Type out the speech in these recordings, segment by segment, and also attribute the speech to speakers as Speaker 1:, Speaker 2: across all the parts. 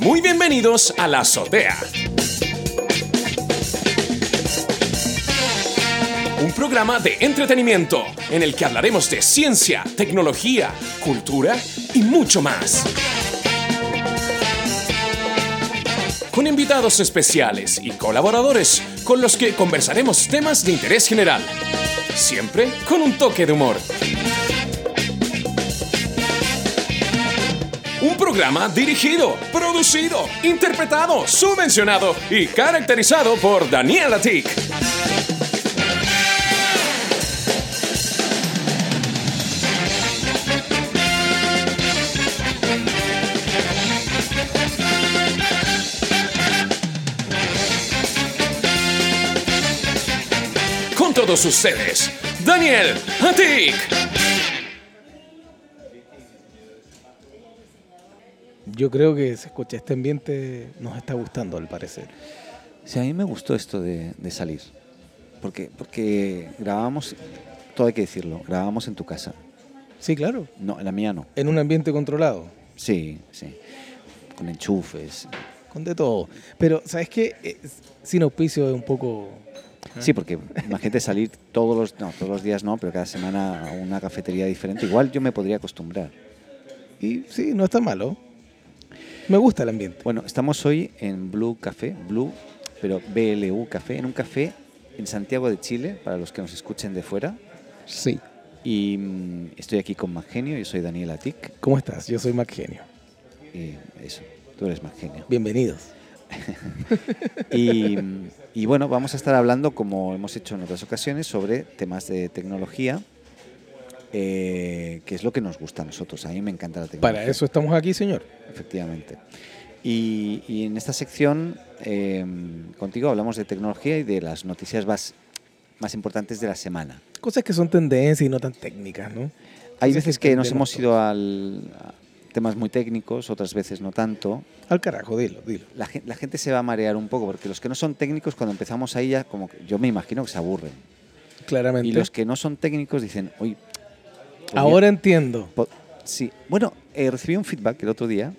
Speaker 1: muy bienvenidos a la azotea. Un programa de entretenimiento en el que hablaremos de ciencia, tecnología, cultura y mucho más. Con invitados especiales y colaboradores con los que conversaremos temas de interés general. Siempre con un toque de humor. Un programa dirigido, producido, interpretado, subvencionado y caracterizado por Daniel Atik. Con todos ustedes, Daniel Atik.
Speaker 2: Yo creo que se escucha este ambiente, nos está gustando al parecer.
Speaker 3: Sí, a mí me gustó esto de, de salir. Porque, porque grabamos, todo hay que decirlo, grabamos en tu casa.
Speaker 2: Sí, claro,
Speaker 3: No, en la mía no.
Speaker 2: en un ambiente controlado,
Speaker 3: Sí, sí. Con enchufes.
Speaker 2: con de todo. Pero, ¿sabes qué? Eh, sin auspicio es un poco...
Speaker 3: Sí, porque imagínate salir todos los, no, todos los días no, pero cada semana a una cafetería diferente. Igual yo me podría acostumbrar.
Speaker 2: Y sí, no está malo. Me gusta el ambiente.
Speaker 3: Bueno, estamos hoy en Blue Café, Blue, pero BLU Café, en un café en Santiago de Chile, para los que nos escuchen de fuera.
Speaker 2: Sí.
Speaker 3: Y mm, estoy aquí con Magenio, yo soy Daniel Atik.
Speaker 2: ¿Cómo estás? Yo soy Mac Genio.
Speaker 3: Y eso, tú eres Magenio.
Speaker 2: Bienvenidos.
Speaker 3: Y, y bueno, vamos a estar hablando, como hemos hecho en otras ocasiones, sobre temas de tecnología, eh, que es lo que nos gusta a nosotros. A mí me encanta la tecnología.
Speaker 2: Para eso estamos aquí, señor.
Speaker 3: Efectivamente. Y, y en esta sección, eh, contigo hablamos de tecnología y de las noticias más, más importantes de la semana.
Speaker 2: Cosas que son tendencias y no tan técnicas, ¿no?
Speaker 3: Hay
Speaker 2: Entonces,
Speaker 3: veces que nos
Speaker 2: Pues entendemos
Speaker 3: hemos ido al, a temas muy técnicos, otras veces no tanto.
Speaker 2: Al carajo, dilo, dilo.
Speaker 3: La, gen- la gente se va a marear un poco, porque los que no son técnicos, cuando empezamos ahí, ya como que- yo me imagino que se aburren.
Speaker 2: Claramente.
Speaker 3: Y los que no son técnicos dicen, oye, podría-
Speaker 2: Ahora entiendo.
Speaker 3: po- sí. Bueno, eh, recibí un feedback el otro día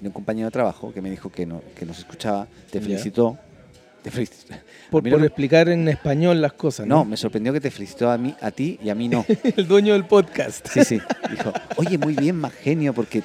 Speaker 3: de un compañero de trabajo que me dijo que, no, que nos escuchaba, te
Speaker 2: Ya.
Speaker 3: felicitó. Te felicitó.
Speaker 2: Por,
Speaker 3: A mí no
Speaker 2: por
Speaker 3: me-
Speaker 2: explicar en español las cosas,
Speaker 3: no,
Speaker 2: ¿no?
Speaker 3: me sorprendió que te felicitó a mí, a ti y a mí no.
Speaker 2: el dueño del podcast.
Speaker 3: Sí, sí. Dijo, oye, muy bien, más genio, porque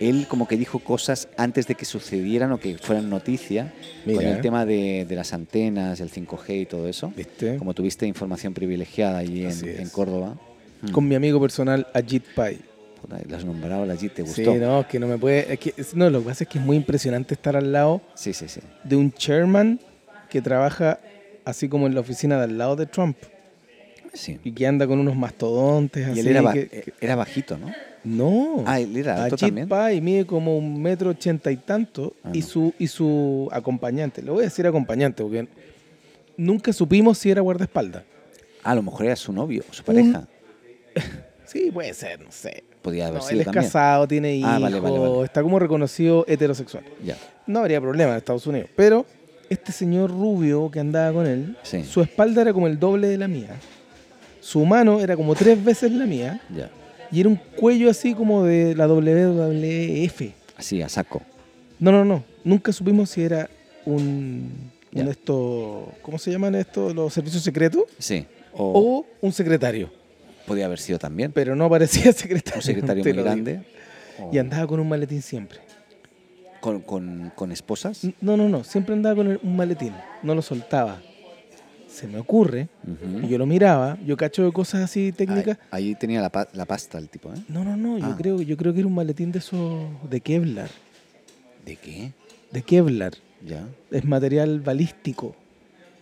Speaker 3: él como que dijo cosas antes de que sucedieran o que fueran noticia, con
Speaker 2: Mira.
Speaker 3: el tema de, de las antenas, el 5G y todo eso.
Speaker 2: ¿Viste?
Speaker 3: Como tuviste información privilegiada allí en,
Speaker 2: Así es.
Speaker 3: en Córdoba. Mm.
Speaker 2: Con mi amigo personal, Ajit Pai.
Speaker 3: Puta, Las nombraba allí, ¿te
Speaker 2: Sí,
Speaker 3: gustó?
Speaker 2: no, es que no me puede. es que- es- no, lo que pasa es que es muy impresionante estar al lado
Speaker 3: sí, sí, sí.
Speaker 2: de un chairman que trabaja así como en la oficina de al lado de Trump
Speaker 3: Sí.
Speaker 2: y que anda con unos mastodontes así.
Speaker 3: Y él era, ba- eh,
Speaker 2: que- que-
Speaker 3: era bajito, ¿no?
Speaker 2: no.
Speaker 3: Ah, él era alto
Speaker 2: Ajit
Speaker 3: también.
Speaker 2: Pai mide como un metro ochenta y tanto
Speaker 3: Ah,
Speaker 2: y,
Speaker 3: no.
Speaker 2: su, y su acompañante, le voy a decir acompañante porque nunca supimos si era guardaespaldas.
Speaker 3: Ah, a lo mejor era su novio, su pareja.
Speaker 2: Sí, puede ser, no sé.
Speaker 3: Podía haber
Speaker 2: No,
Speaker 3: sido
Speaker 2: él es
Speaker 3: también.
Speaker 2: casado, tiene hijos,
Speaker 3: Ah, vale, vale, vale.
Speaker 2: está como reconocido heterosexual.
Speaker 3: Ya.
Speaker 2: no habría problema en Estados Unidos. Pero este señor rubio que andaba con él,
Speaker 3: Sí.
Speaker 2: su espalda era como el doble de la mía, su mano era como tres veces la mía,
Speaker 3: Ya.
Speaker 2: y era un cuello así como de la WWF.
Speaker 3: Así, a saco.
Speaker 2: No, no, no. Nunca supimos si era un,
Speaker 3: Ya.
Speaker 2: un de estos, ¿cómo se llaman estos? Los servicios secretos.
Speaker 3: Sí. O,
Speaker 2: O un secretario.
Speaker 3: podía haber sido también.
Speaker 2: Pero no parecía secretario.
Speaker 3: Un secretario
Speaker 2: te
Speaker 3: muy
Speaker 2: lo digo.
Speaker 3: grande. O-
Speaker 2: Y andaba con un maletín siempre.
Speaker 3: ¿Con, con- con esposas?
Speaker 2: No, no, no. Siempre andaba con el- un maletín. No lo soltaba. Se me ocurre
Speaker 3: Ujú.
Speaker 2: Y yo lo miraba, yo cacho de cosas así técnicas.
Speaker 3: Ahí- Ahí, tenía la, pa- la pasta el tipo, ¿eh?
Speaker 2: No, no, no, yo
Speaker 3: Ah.
Speaker 2: creo, yo creo que era un maletín de esos de Kevlar.
Speaker 3: ¿De qué?
Speaker 2: De Kevlar.
Speaker 3: Ya.
Speaker 2: Es material balístico.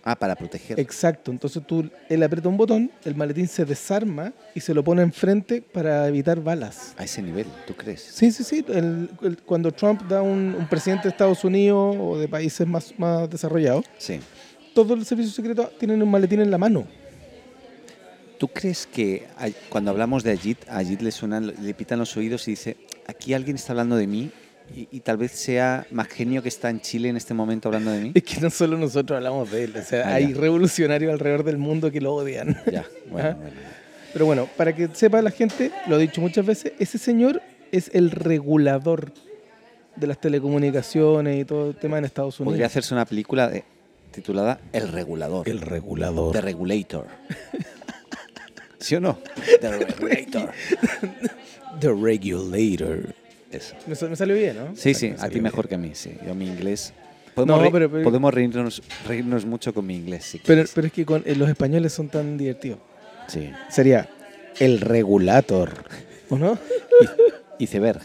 Speaker 3: Ah, para proteger.
Speaker 2: Exacto. Entonces tú, él aprieta un botón, el maletín se desarma y se lo pone enfrente para evitar balas.
Speaker 3: a ese nivel, ¿tú crees?
Speaker 2: Sí, sí, sí. el- el- cuando Trump da un, un presidente de Estados Unidos o de países más, más desarrollados,
Speaker 3: Sí.
Speaker 2: todos los servicios secretos tienen un maletín en la mano.
Speaker 3: ¿Tú crees que a- cuando hablamos de Ajit, a Ajit le, suenan, le pitan los oídos y dice, aquí alguien está hablando de mí y, y tal vez sea más genio que está en Chile en este momento hablando de mí?
Speaker 2: Es que no solo nosotros hablamos de él, o sea,
Speaker 3: Ah,
Speaker 2: hay
Speaker 3: ya.
Speaker 2: revolucionarios alrededor del mundo que lo odian.
Speaker 3: ya, bueno, bueno.
Speaker 2: Pero bueno, para que sepa la gente, lo he dicho muchas veces, ese señor es el regulador de las telecomunicaciones y todo el tema en Estados Unidos.
Speaker 3: Podría hacerse una película de- titulada El Regulador.
Speaker 2: El regulador.
Speaker 3: The Regulator. ¿Sí o no? The Regulator.
Speaker 2: The Regulator.
Speaker 3: Eso.
Speaker 2: Me, sa- me salió bien, ¿no?
Speaker 3: Sí,
Speaker 2: Exacto,
Speaker 3: sí,
Speaker 2: me
Speaker 3: a
Speaker 2: salió
Speaker 3: ti
Speaker 2: bien.
Speaker 3: mejor que a mí, sí. Yo mi inglés... Podemos,
Speaker 2: No,
Speaker 3: reír-
Speaker 2: pero- pero-
Speaker 3: podemos reírnos, reírnos mucho con mi inglés, si
Speaker 2: Pero,
Speaker 3: quieres.
Speaker 2: pero es que con, eh, los españoles son tan divertidos.
Speaker 3: Sí.
Speaker 2: Sería el regulator, ¿o no?
Speaker 3: Iceberg.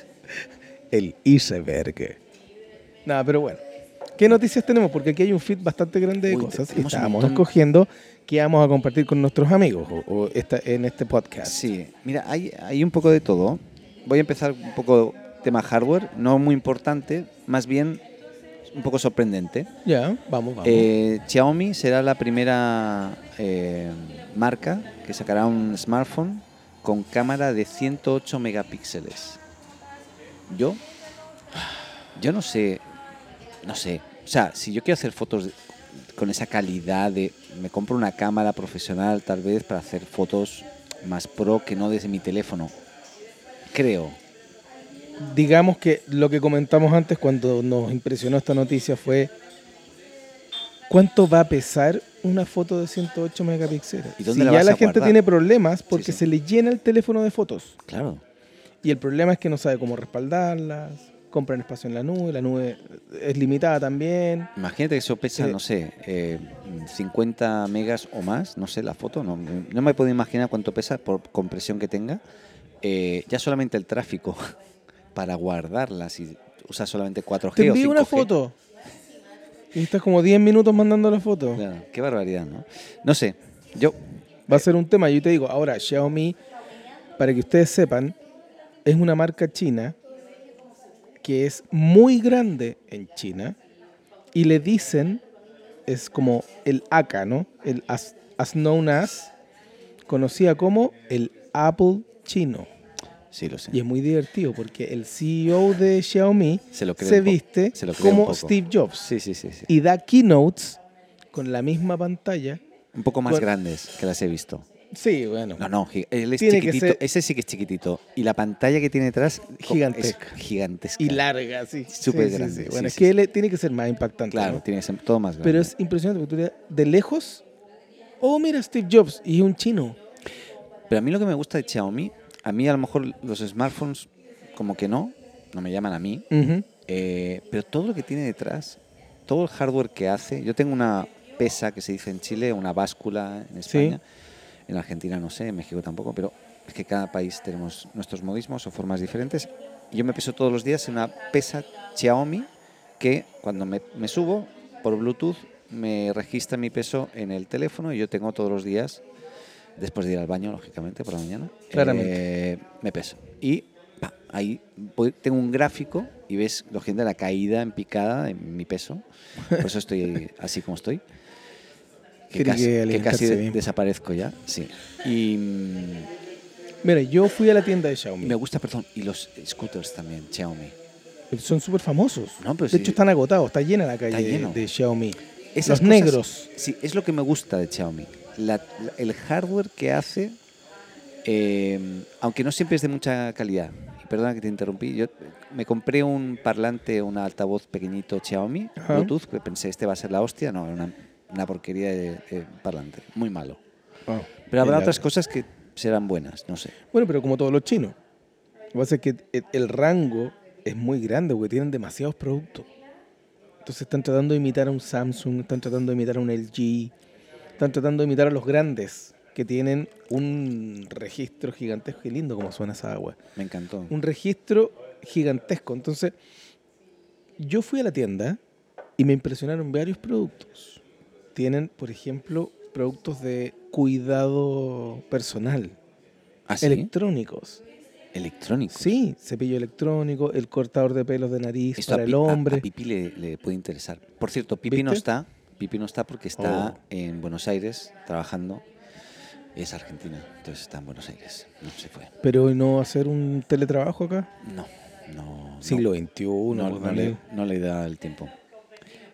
Speaker 2: El iceberg. Nada, pero bueno. ¿Qué noticias tenemos? Porque aquí hay un feed bastante grande de
Speaker 3: Uy,
Speaker 2: cosas que
Speaker 3: tenemos un
Speaker 2: estábamos
Speaker 3: montón.
Speaker 2: escogiendo que vamos a compartir con nuestros amigos o, o esta- en este podcast.
Speaker 3: Sí, mira, hay, hay un poco de todo. Voy a empezar un poco tema hardware, no muy importante, más bien un poco sorprendente.
Speaker 2: Ya, vamos, vamos.
Speaker 3: Eh, Xiaomi será la primera eh, marca que sacará un smartphone con cámara de 108 megapíxeles. Yo, yo no sé, no sé. O sea, si yo quiero hacer fotos de- con esa calidad de, me compro una cámara profesional tal vez para hacer fotos más pro que no desde mi teléfono. Creo.
Speaker 2: digamos que lo que comentamos antes cuando nos impresionó esta noticia fue cuánto va a pesar una foto de 108 megapíxeles.
Speaker 3: ¿Y dónde
Speaker 2: si
Speaker 3: la
Speaker 2: ya
Speaker 3: vas
Speaker 2: la
Speaker 3: a
Speaker 2: gente
Speaker 3: guardar?
Speaker 2: tiene problemas porque
Speaker 3: sí.
Speaker 2: se le llena el teléfono de fotos
Speaker 3: Claro.
Speaker 2: y el problema es que no sabe cómo respaldarlas, compran espacio en la nube, la nube es limitada también.
Speaker 3: Imagínate que eso pesa,
Speaker 2: Eh,
Speaker 3: no sé, eh, 50 megas o más, no sé, la foto, no, no me puedo imaginar cuánto pesa por compresión que tenga. Eh, ya solamente el tráfico para guardarla, si usas solamente 4G
Speaker 2: Te
Speaker 3: o
Speaker 2: envío una
Speaker 3: 5G.
Speaker 2: foto y estás como 10 minutos mandando la foto.
Speaker 3: Claro, qué barbaridad, ¿no? No sé, yo...
Speaker 2: Va a ser un tema. Yo te digo, ahora Xiaomi, para que ustedes sepan, es una marca china que es muy grande en China y le dicen, es como el ACA, ¿no? El as, as known as, conocida como el Apple chino.
Speaker 3: Sí, lo sé.
Speaker 2: Y es muy divertido porque el CEO de Xiaomi
Speaker 3: Se lo cree
Speaker 2: se
Speaker 3: un poco,
Speaker 2: viste
Speaker 3: se lo cree un
Speaker 2: como
Speaker 3: poco.
Speaker 2: Steve Jobs
Speaker 3: Sí, sí, sí. sí.
Speaker 2: y da keynotes con la misma pantalla.
Speaker 3: Un poco más
Speaker 2: Con-
Speaker 3: grandes que las he visto.
Speaker 2: Sí, bueno.
Speaker 3: No, no, gi- él es
Speaker 2: Tiene que
Speaker 3: chiquitito,
Speaker 2: ser-
Speaker 3: ese sí que es chiquitito. Y la pantalla que tiene detrás co- es
Speaker 2: Gigantesca.
Speaker 3: gigantesca.
Speaker 2: Y larga, sí.
Speaker 3: Súper
Speaker 2: Sí, sí,
Speaker 3: grande,
Speaker 2: sí.
Speaker 3: sí,
Speaker 2: Bueno, es
Speaker 3: sí,
Speaker 2: que
Speaker 3: sí.
Speaker 2: él tiene que ser más impactante.
Speaker 3: Claro,
Speaker 2: ¿no?
Speaker 3: tiene que ser todo más grande.
Speaker 2: Pero es impresionante porque tú le- de lejos. Oh, mira Steve Jobs y un chino.
Speaker 3: Pero a mí lo que me gusta de Xiaomi, a mí a lo mejor los smartphones como que no, no me llaman a mí,
Speaker 2: Ujú.
Speaker 3: eh, pero todo lo que tiene detrás, todo el hardware que hace, yo tengo una pesa que se dice en Chile, una báscula en España, en Argentina no sé, en México tampoco, pero es que cada país tenemos nuestros modismos o formas diferentes. Y Yo me peso todos los días en una pesa Xiaomi que cuando me, me subo por Bluetooth me registra mi peso en el teléfono y yo tengo todos los días, después de ir al baño, lógicamente, por la mañana,
Speaker 2: Claramente.
Speaker 3: eh, me peso. Y pa, ahí voy- tengo un gráfico y ves, lo gente, la caída en picada en mi peso. Por eso estoy así como estoy. Que
Speaker 2: Tiene
Speaker 3: casi,
Speaker 2: que
Speaker 3: que
Speaker 2: alimentarse
Speaker 3: casi de-
Speaker 2: bien.
Speaker 3: desaparezco ya, sí. Y mm,
Speaker 2: Mira, yo fui a la tienda de
Speaker 3: y
Speaker 2: Xiaomi.
Speaker 3: me gusta, perdón, y los scooters también, Xiaomi.
Speaker 2: Son súper famosos.
Speaker 3: No, pero
Speaker 2: de
Speaker 3: sí.
Speaker 2: hecho, están agotados. Está llena la calle
Speaker 3: Está lleno.
Speaker 2: de Xiaomi. Los
Speaker 3: Esas cosas-
Speaker 2: negros.
Speaker 3: Sí, es lo que me gusta de Xiaomi. La- la- el hardware que hace, eh, aunque no siempre es de mucha calidad. Y Perdona que te interrumpí. Yo me compré un parlante, un altavoz pequeñito Xiaomi,
Speaker 2: Ajá.
Speaker 3: Bluetooth, que pensé este va a ser la hostia. No, era una, una porquería de, de parlante. Muy malo. Pero habrá
Speaker 2: Mira.
Speaker 3: otras cosas que serán buenas, no sé.
Speaker 2: Bueno, pero como todos los chinos. Lo que pasa es que el- el rango es muy grande porque tienen demasiados productos. Entonces están tratando de imitar a un Samsung, están tratando de imitar a un LG, están tratando de imitar a los grandes que tienen un registro gigantesco. Qué lindo como suena esa agua.
Speaker 3: Me encantó.
Speaker 2: Un registro gigantesco. Entonces, yo fui a la tienda y me impresionaron varios productos. Tienen, por ejemplo, productos de cuidado personal,
Speaker 3: ¿Ah, sí?
Speaker 2: electrónicos.
Speaker 3: Electrónico.
Speaker 2: Sí, cepillo electrónico, el cortador de pelos de nariz
Speaker 3: Esto a
Speaker 2: para
Speaker 3: Pi-
Speaker 2: el
Speaker 3: a-
Speaker 2: hombre.
Speaker 3: A, Pipi le, le puede interesar. Por cierto, Pipi no
Speaker 2: ¿Viste?
Speaker 3: está. Pipi no está porque está
Speaker 2: Oh.
Speaker 3: en Buenos Aires trabajando. Es argentina, entonces está en Buenos Aires. No se fue.
Speaker 2: Pero ¿y no hacer un teletrabajo acá.
Speaker 3: No, no. no.
Speaker 2: Siglo XXI,
Speaker 3: No, no,
Speaker 2: pues,
Speaker 3: le,
Speaker 2: Daniel.
Speaker 3: no le da el tiempo.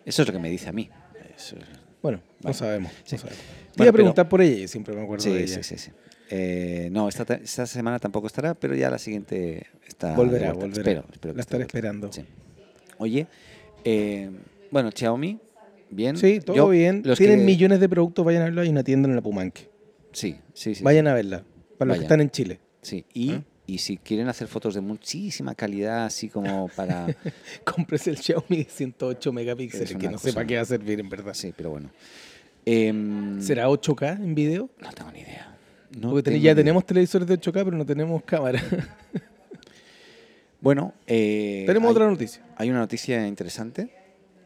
Speaker 3: Eso es lo que me dice a mí. Eso es-
Speaker 2: Bueno, no
Speaker 3: Vale.
Speaker 2: sabemos. no
Speaker 3: Sí.
Speaker 2: sabemos. Te
Speaker 3: Bueno,
Speaker 2: iba a preguntar por ella, yo siempre me acuerdo de
Speaker 3: Sí,
Speaker 2: ella.
Speaker 3: sí, sí, sí. Eh, no, esta, ta- esta semana tampoco estará, pero ya la siguiente está. de
Speaker 2: Volverá,
Speaker 3: vuelta.
Speaker 2: volverá.
Speaker 3: Espero, espero que
Speaker 2: La
Speaker 3: esté de
Speaker 2: estaré
Speaker 3: vuelta.
Speaker 2: esperando.
Speaker 3: Sí. Oye, eh, bueno, Xiaomi, bien.
Speaker 2: Sí, todo
Speaker 3: Yo-
Speaker 2: bien.
Speaker 3: los
Speaker 2: Tienen
Speaker 3: que-
Speaker 2: millones de productos, vayan a verlo. Hay una tienda en la Pumanque.
Speaker 3: Sí, sí, sí.
Speaker 2: vayan a verla. Para los
Speaker 3: Vayan.
Speaker 2: que están en Chile.
Speaker 3: sí. Y,
Speaker 2: ¿Eh?
Speaker 3: y si quieren hacer fotos de muchísima calidad, así como para...
Speaker 2: Cómprese el Xiaomi de 108 megapíxeles,
Speaker 3: Es
Speaker 2: que
Speaker 3: una
Speaker 2: no sé
Speaker 3: cosa-
Speaker 2: para qué va a servir en verdad.
Speaker 3: sí, pero bueno. Em,
Speaker 2: ¿Será 8K en video?
Speaker 3: No tengo ni idea. No
Speaker 2: Porque ten-
Speaker 3: tengo
Speaker 2: ya
Speaker 3: ni-
Speaker 2: tenemos televisores de 8K, pero no tenemos cámara.
Speaker 3: Bueno, eh,
Speaker 2: tenemos
Speaker 3: hay,
Speaker 2: otra noticia.
Speaker 3: Hay una noticia interesante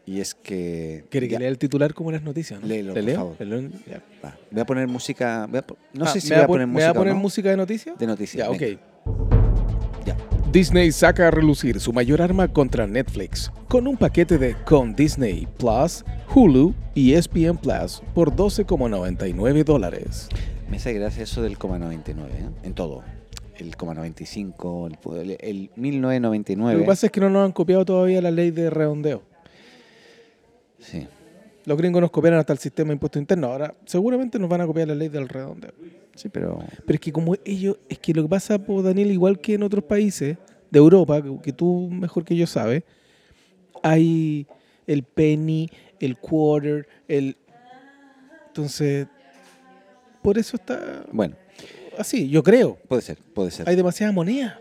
Speaker 3: y es que...
Speaker 2: ¿Quiere que
Speaker 3: ya-
Speaker 2: lea el titular como las noticias? ¿no?
Speaker 3: Léelo,
Speaker 2: ¿Te
Speaker 3: por
Speaker 2: leo?
Speaker 3: favor.
Speaker 2: ¿Te leo? Ya.
Speaker 3: Va, Voy a poner música... voy a po- no
Speaker 2: Ah,
Speaker 3: sé si
Speaker 2: ¿me
Speaker 3: voy
Speaker 2: va
Speaker 3: a poner
Speaker 2: pon- ¿Me
Speaker 3: música
Speaker 2: va a
Speaker 3: o
Speaker 2: poner
Speaker 3: no.
Speaker 2: música de noticias?
Speaker 3: De noticias,
Speaker 2: Ya,
Speaker 3: venga.
Speaker 2: ok.
Speaker 3: Ya.
Speaker 2: Disney saca a relucir su mayor arma contra Netflix con un paquete de Con Disney Plus, Hulu y E ESPN Plus por 12,99 dólares.
Speaker 3: Me hace gracia eso del coma 99, ¿eh? en todo. El coma 95, el, pu- el, el
Speaker 2: Lo que
Speaker 3: 1999.
Speaker 2: pasa es que no nos han copiado todavía la ley de redondeo.
Speaker 3: Sí.
Speaker 2: Los gringos nos copiaron hasta el sistema de impuesto interno. Ahora, seguramente nos van a copiar la ley del redondeo.
Speaker 3: sí, pero
Speaker 2: Pero es que como ellos, es que lo que pasa, po, Daniel, igual que en otros países de Europa, que- que tú mejor que yo sabes, hay el penny, el quarter, el... Entonces, por eso está
Speaker 3: bueno,
Speaker 2: así, yo creo.
Speaker 3: puede ser, puede ser.
Speaker 2: Hay demasiada moneda.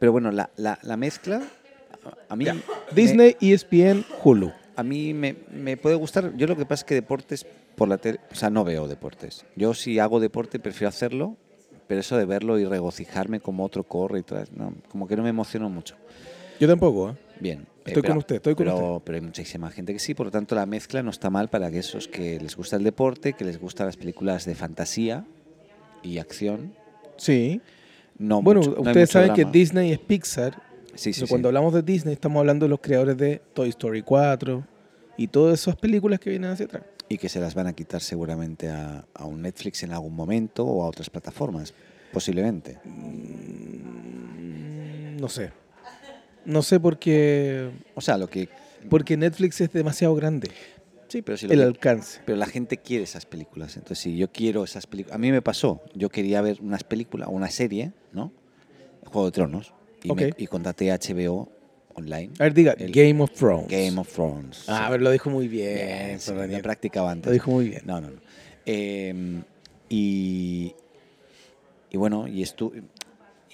Speaker 3: Pero bueno, la, la, la mezcla, a- a mí,
Speaker 2: Disney, E ESPN, Hulu.
Speaker 3: me- a mí me, me puede gustar. Yo lo que pasa es que deportes por la tele, o sea, no veo deportes. Yo si hago deporte prefiero hacerlo, pero eso de verlo y regocijarme como otro corre y todo, no, como que no me emociono mucho.
Speaker 2: Yo tampoco, ¿eh?
Speaker 3: Bien.
Speaker 2: Estoy con usted, estoy con
Speaker 3: pero, Pero hay muchísima gente que sí, por lo tanto la mezcla no está mal para que esos que les gusta el deporte, que les gustan las películas de fantasía y acción,
Speaker 2: Sí.
Speaker 3: no
Speaker 2: bueno,
Speaker 3: mucho- no hay
Speaker 2: ustedes
Speaker 3: mucho
Speaker 2: saben que
Speaker 3: drama.
Speaker 2: Disney es Pixar.
Speaker 3: Sí, sí,
Speaker 2: Pero
Speaker 3: sí.
Speaker 2: cuando hablamos de Disney estamos hablando de los creadores de Toy Story 4 y todas esas películas que vienen hacia atrás.
Speaker 3: Y que se las van a quitar seguramente a, a un Netflix en algún momento o a otras plataformas, posiblemente.
Speaker 2: No sé. No sé porque
Speaker 3: O sea, lo que...
Speaker 2: porque Netflix es demasiado grande
Speaker 3: Sí, pero si lo
Speaker 2: el
Speaker 3: que-
Speaker 2: alcance.
Speaker 3: Pero la gente quiere esas películas. Entonces, si yo quiero esas películas. A mí me pasó. Yo quería ver unas películas, una serie, ¿no? Juego de Tronos. Y, me-
Speaker 2: Ok.
Speaker 3: y contraté a HBO online.
Speaker 2: A ver, diga
Speaker 3: El-
Speaker 2: Game of Thrones.
Speaker 3: Game of Thrones.
Speaker 2: Ah,
Speaker 3: Sí.
Speaker 2: pero lo dijo muy bien.
Speaker 3: Bien, sí,
Speaker 2: don
Speaker 3: lo
Speaker 2: Daniel.
Speaker 3: practicaba antes.
Speaker 2: Lo dijo muy bien.
Speaker 3: No, no, no. Eh, y, y bueno, y, estu-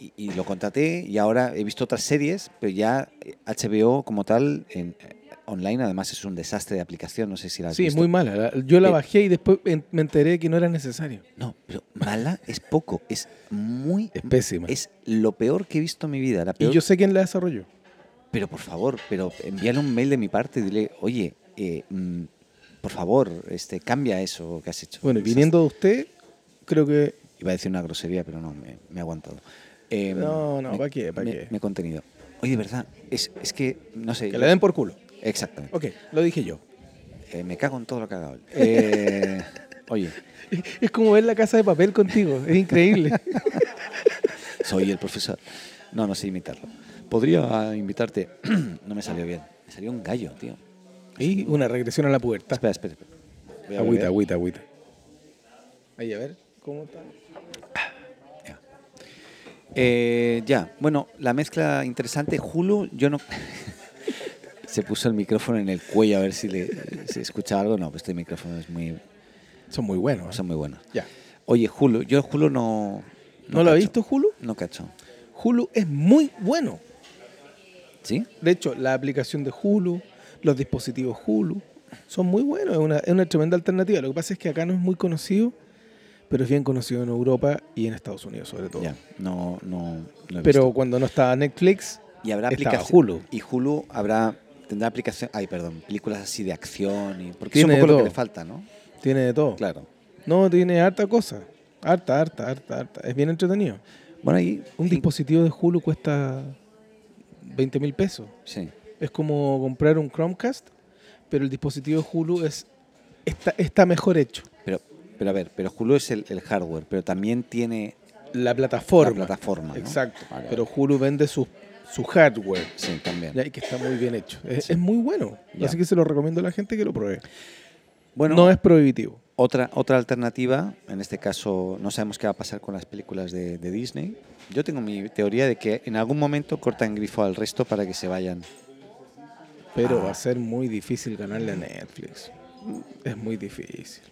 Speaker 3: y, y lo contraté y ahora he visto otras series, pero ya eh, HBO como tal, en, eh, online además es un desastre de aplicación, no sé si la has
Speaker 2: Sí, es
Speaker 3: visto.
Speaker 2: muy mala. La- Yo la
Speaker 3: Eh,
Speaker 2: bajé y después en- me enteré que no era necesario.
Speaker 3: No, pero mala es poco, es muy...
Speaker 2: Es pésima.
Speaker 3: Es lo peor que he visto en mi vida. La
Speaker 2: Y
Speaker 3: peor,
Speaker 2: yo sé quién la desarrolló.
Speaker 3: Pero por favor, pero envíale un mail de mi parte y dile, oye, eh, mm, por favor, este, cambia eso que has hecho.
Speaker 2: Bueno, y
Speaker 3: Desastre.
Speaker 2: viniendo de usted, creo que
Speaker 3: Iba a decir una grosería, pero no, me, me he aguantado. Eh,
Speaker 2: No, no,
Speaker 3: me-
Speaker 2: ¿pa' qué? ¿pa'
Speaker 3: me,
Speaker 2: qué?
Speaker 3: me he contenido. Oye, de verdad, es, es que, no sé.
Speaker 2: que le den por culo.
Speaker 3: Exactamente.
Speaker 2: Ok, lo dije yo.
Speaker 3: Eh, me cago en todo lo que ha dado. él. Eh, oye,
Speaker 2: Es como ver la casa de papel contigo, es increíble.
Speaker 3: soy el profesor. No, no sé imitarlo. Podría invitarte. no me salió bien. Me salió un gallo, tío.
Speaker 2: y una regresión a la puerta.
Speaker 3: Espera, espera, espera. Voy a
Speaker 2: Agüita,
Speaker 3: beber.
Speaker 2: agüita, agüita. Ahí, a ver, ¿cómo está?
Speaker 3: Ya. Eh, ya, bueno, la mezcla interesante, Hulu, yo no... Se puso el micrófono en el cuello a ver si, le, si escucha algo. No, pues este micrófono es muy,
Speaker 2: Son muy buenos.
Speaker 3: son muy buenos. ¿eh?
Speaker 2: Ya.
Speaker 3: Oye, Hulu, yo Hulu no...
Speaker 2: ¿No, lo ha
Speaker 3: cacho.
Speaker 2: visto Hulu?
Speaker 3: No cacho.
Speaker 2: Hulu es muy bueno.
Speaker 3: ¿Sí?
Speaker 2: De hecho, la aplicación de Hulu, los dispositivos Hulu, son muy buenos. Es una, es una tremenda alternativa. Lo que pasa es que acá no es muy conocido, pero es bien conocido en Europa y en Estados Unidos, sobre todo.
Speaker 3: Ya, no, no, no he
Speaker 2: Pero
Speaker 3: visto.
Speaker 2: cuando no estaba Netflix,
Speaker 3: Y habrá
Speaker 2: estaba
Speaker 3: aplicación...
Speaker 2: Hulu.
Speaker 3: Y Hulu habrá... Tendrá aplicación... Ay, perdón, películas así de acción y... Porque es
Speaker 2: Tiene
Speaker 3: un poco lo que
Speaker 2: todo.
Speaker 3: le falta, ¿no?
Speaker 2: tiene de todo.
Speaker 3: Claro.
Speaker 2: No, tiene harta cosa. Harta, harta, harta, harta. Es bien entretenido.
Speaker 3: Bueno, ahí...
Speaker 2: Un dispositivo de Hulu cuesta 20 mil pesos.
Speaker 3: Sí.
Speaker 2: Es como comprar un Chromecast, pero el dispositivo de Hulu es, está, está mejor hecho.
Speaker 3: Pero, pero a ver, pero Hulu es el, el hardware, pero también tiene.
Speaker 2: La plataforma.
Speaker 3: La plataforma, ¿no?
Speaker 2: Exacto.
Speaker 3: Vale, vale.
Speaker 2: Pero Hulu vende su, su hardware.
Speaker 3: Sí, también.
Speaker 2: ya, Y que está muy bien hecho. Es,
Speaker 3: Sí.
Speaker 2: es muy bueno.
Speaker 3: Ya.
Speaker 2: Así que se lo recomiendo a la gente que lo pruebe.
Speaker 3: Bueno,
Speaker 2: no es prohibitivo.
Speaker 3: otra, otra alternativa, en este caso no sabemos qué va a pasar con las películas de, de Disney. Yo tengo mi teoría de que en algún momento cortan grifo al resto para que se vayan
Speaker 2: Pero
Speaker 3: Ah.
Speaker 2: va a ser muy difícil ganarle a Netflix. Es muy difícil.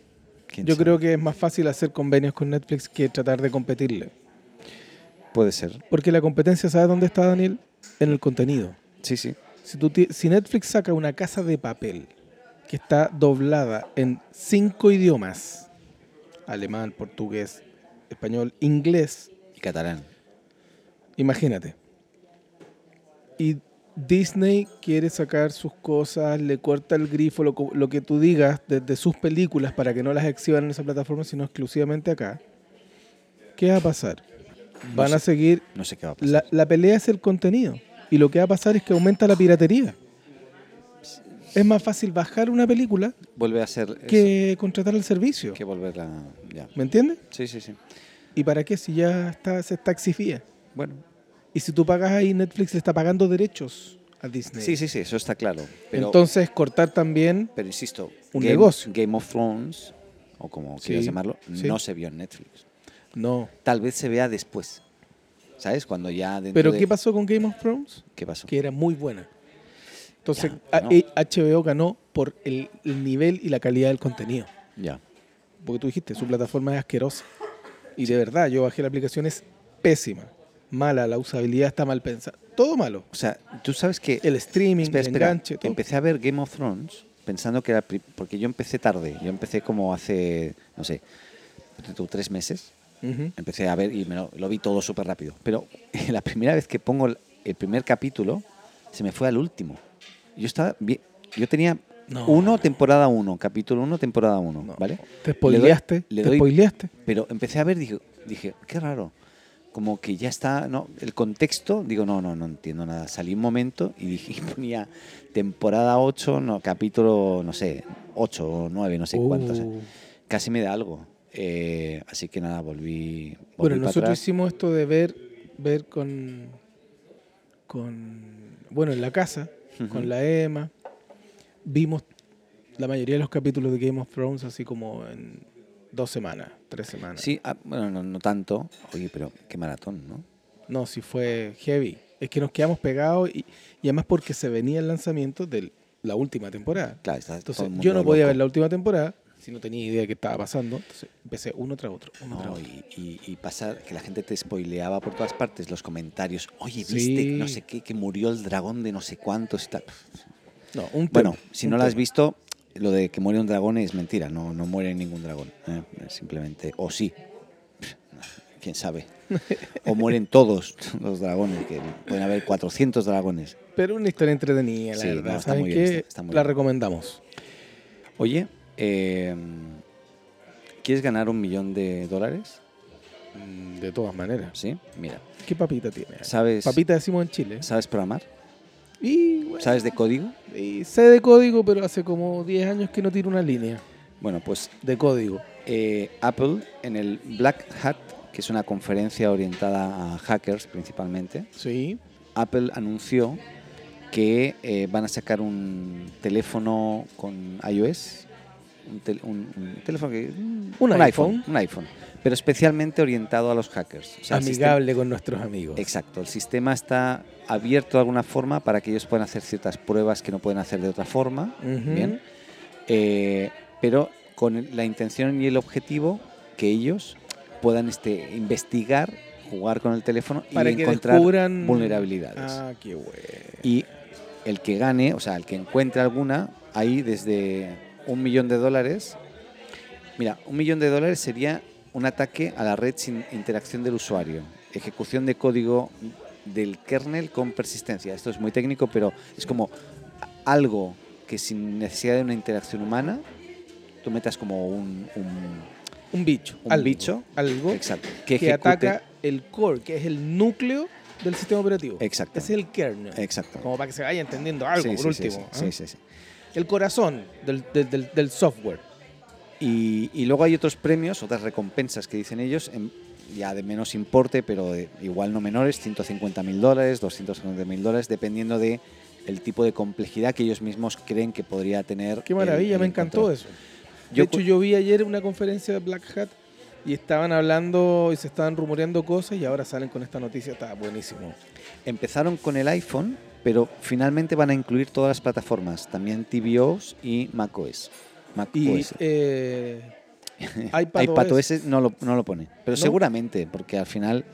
Speaker 3: ¿Quién
Speaker 2: Yo
Speaker 3: sabe?
Speaker 2: creo que es más fácil hacer convenios con Netflix que tratar de competirle.
Speaker 3: Puede ser.
Speaker 2: Porque la competencia, ¿sabes dónde está, Daniel? En el contenido.
Speaker 3: Sí, sí.
Speaker 2: Si, tú ti- si Netflix saca una casa de papel que está doblada en cinco idiomas, alemán, portugués, español, inglés,
Speaker 3: Y catalán.
Speaker 2: imagínate. Y Disney quiere sacar sus cosas, le corta el grifo, lo, co- lo que tú digas, desde sus películas para que no las exhiban en esa plataforma, sino exclusivamente acá. ¿Qué va a pasar? Van a seguir
Speaker 3: No sé qué va a pasar.
Speaker 2: la, la pelea es el contenido. Y lo que va a pasar es que aumenta la piratería. Es más fácil bajar una película
Speaker 3: Vuelve a ser eso,
Speaker 2: que contratar el servicio.
Speaker 3: que volverla ya.
Speaker 2: ¿Me entiendes?
Speaker 3: Sí, sí, sí.
Speaker 2: ¿Y para qué si ya está, se taxifía?
Speaker 3: Bueno.
Speaker 2: Y si tú pagas ahí, Netflix le está pagando derechos a Disney.
Speaker 3: Sí, sí, sí, eso está claro. Pero,
Speaker 2: Entonces, cortar también.
Speaker 3: pero insisto,
Speaker 2: un negocio.
Speaker 3: Game of Thrones, o como
Speaker 2: Sí,
Speaker 3: quieras llamarlo,
Speaker 2: sí.
Speaker 3: no se vio en Netflix.
Speaker 2: No.
Speaker 3: Tal vez se vea después. ¿Sabes? Cuando ya dentro
Speaker 2: ¿Pero
Speaker 3: de-
Speaker 2: qué pasó con Game of Thrones?
Speaker 3: ¿Qué pasó?
Speaker 2: Que era muy buena. Entonces,
Speaker 3: Ya,
Speaker 2: a-
Speaker 3: no.
Speaker 2: eh, HBO ganó por el- el nivel y la calidad del contenido.
Speaker 3: Ya.
Speaker 2: Porque tú dijiste, su plataforma es asquerosa. Y de verdad, yo bajé la aplicación, es pésima. Mala, la usabilidad está mal pensada. Todo malo.
Speaker 3: O sea, tú sabes que
Speaker 2: El streaming,
Speaker 3: Espera,
Speaker 2: el
Speaker 3: espera.
Speaker 2: enganche, todo.
Speaker 3: Empecé a ver Game of Thrones pensando que era. pri- Porque yo empecé tarde. Yo empecé como hace, no sé, ponte tú, tres meses.
Speaker 2: Ujú.
Speaker 3: Empecé a ver y me lo, lo vi todo súper rápido. Pero la primera vez que pongo el, el primer capítulo, se me fue al último. Yo estaba. vi- Yo tenía.
Speaker 2: No.
Speaker 3: Uno, temporada uno, capítulo uno, temporada uno,
Speaker 2: No.
Speaker 3: ¿vale?
Speaker 2: Te spoileaste,
Speaker 3: Le doy- le
Speaker 2: te
Speaker 3: doy-
Speaker 2: spoileaste.
Speaker 3: pero empecé a ver, dije, dije, qué raro. Como que ya está, ¿no? El contexto, digo, no, no, no entiendo nada. Salí un momento y dije, y ponía temporada 8, no, capítulo, no sé, 8 o 9, no sé eh.
Speaker 2: Uh.
Speaker 3: cuántos. Casi me da algo. Eh, así que nada, volví. volví
Speaker 2: Bueno,
Speaker 3: para
Speaker 2: nosotros
Speaker 3: atrás.
Speaker 2: hicimos esto de ver, ver con, con, bueno, en la casa, con la Emma. Vimos la mayoría de los capítulos de Game of Thrones así como en dos semanas, tres semanas.
Speaker 3: Sí, ah, bueno, no, no tanto. Oye, pero qué maratón, ¿no?
Speaker 2: No, sí fue heavy. Es que nos quedamos pegados y, y además porque se venía el lanzamiento de la última temporada.
Speaker 3: Claro, está todo
Speaker 2: Entonces
Speaker 3: el
Speaker 2: yo
Speaker 3: mundo
Speaker 2: no podía
Speaker 3: loco.
Speaker 2: ver la última temporada si no tenía idea de qué estaba pasando. Entonces empecé uno tras otro, uno tras
Speaker 3: No,
Speaker 2: otro.
Speaker 3: y, y- y pasar que la gente te spoileaba por todas partes los comentarios. Oye, viste,
Speaker 2: Sí.
Speaker 3: no sé qué, que murió el dragón de no sé cuántos y tal.
Speaker 2: No, un
Speaker 3: Bueno,
Speaker 2: tema,
Speaker 3: si
Speaker 2: un
Speaker 3: no la has
Speaker 2: tema.
Speaker 3: visto, lo de que muere un dragón es mentira. No, no muere ningún dragón. ¿eh? Simplemente, o sí. Quién sabe. O mueren todos los dragones, que pueden haber 400 dragones.
Speaker 2: Pero una historia entretenida, la
Speaker 3: Sí,
Speaker 2: verdad.
Speaker 3: no, está
Speaker 2: ¿Saben
Speaker 3: muy bien,
Speaker 2: qué?
Speaker 3: está- está muy
Speaker 2: la
Speaker 3: bien.
Speaker 2: recomendamos.
Speaker 3: Oye, eh, ¿quieres ganar un millón de dólares?
Speaker 2: Mm, De todas maneras.
Speaker 3: Sí, mira.
Speaker 2: ¿Qué papita tiene?
Speaker 3: ¿Sabes,
Speaker 2: Papita decimos en Chile.
Speaker 3: ¿sabes programar?
Speaker 2: Y, bueno,
Speaker 3: ¿Sabes de código?
Speaker 2: y sé de código, pero hace como 10 años que no tiro una línea
Speaker 3: Bueno, pues
Speaker 2: de código.
Speaker 3: eh, Apple en el Black Hat, que es una conferencia orientada a hackers principalmente,
Speaker 2: Sí.
Speaker 3: Apple anunció que eh, van a sacar un teléfono con iOS, un, tel- un- un teléfono que un,
Speaker 2: iPhone.
Speaker 3: un iPhone, pero especialmente orientado a los hackers. O sea, el sistema-
Speaker 2: Amigable con nuestros amigos.
Speaker 3: Exacto, el sistema está abierto de alguna forma para que ellos puedan hacer ciertas pruebas que no pueden hacer de otra forma,
Speaker 2: Ujú.
Speaker 3: bien, Eh, pero con el- la intención y el objetivo que ellos puedan este, investigar, jugar con el teléfono y
Speaker 2: para que
Speaker 3: encontrar
Speaker 2: descubran
Speaker 3: vulnerabilidades.
Speaker 2: Ah, qué bueno.
Speaker 3: Y el que gane, o sea, el que encuentre alguna, ahí desde un millón de dólares. Mira, un millón de dólares sería un ataque a la red sin interacción del usuario. Ejecución de código del kernel con persistencia. Esto es muy técnico, pero es como algo que sin necesidad de una interacción humana, tú metas como un, un-
Speaker 2: Un bicho.
Speaker 3: un
Speaker 2: algo,
Speaker 3: bicho
Speaker 2: Algo
Speaker 3: exacto,
Speaker 2: que,
Speaker 3: que, ejecute-
Speaker 2: ataca el core, que es el núcleo del sistema operativo.
Speaker 3: Exacto.
Speaker 2: Ese es el kernel.
Speaker 3: Exacto.
Speaker 2: Como para que se vaya entendiendo algo,
Speaker 3: Sí,
Speaker 2: por
Speaker 3: sí, sí,
Speaker 2: último.
Speaker 3: sí,
Speaker 2: ¿eh?
Speaker 3: sí, sí.
Speaker 2: El corazón del, del- del- del software.
Speaker 3: Y, y luego hay otros premios, otras recompensas que dicen ellos, en- ya de menos importe, pero de- igual no menores, 150 mil dólares, 250 mil dólares, dependiendo de el tipo de complejidad que ellos mismos creen que podría tener.
Speaker 2: Qué maravilla, me encantó eso. de hecho, yo vi ayer una conferencia de Black Hat y estaban hablando y se estaban rumoreando cosas y ahora salen con esta noticia. Está buenísimo.
Speaker 3: Empezaron con el iPhone pero finalmente van a incluir todas las plataformas, también TVOs y macOS.
Speaker 2: Y
Speaker 3: macOS.
Speaker 2: eh, iPadOS.
Speaker 3: iPadOS no lo, no lo pone, pero
Speaker 2: ¿No?
Speaker 3: seguramente, porque al final,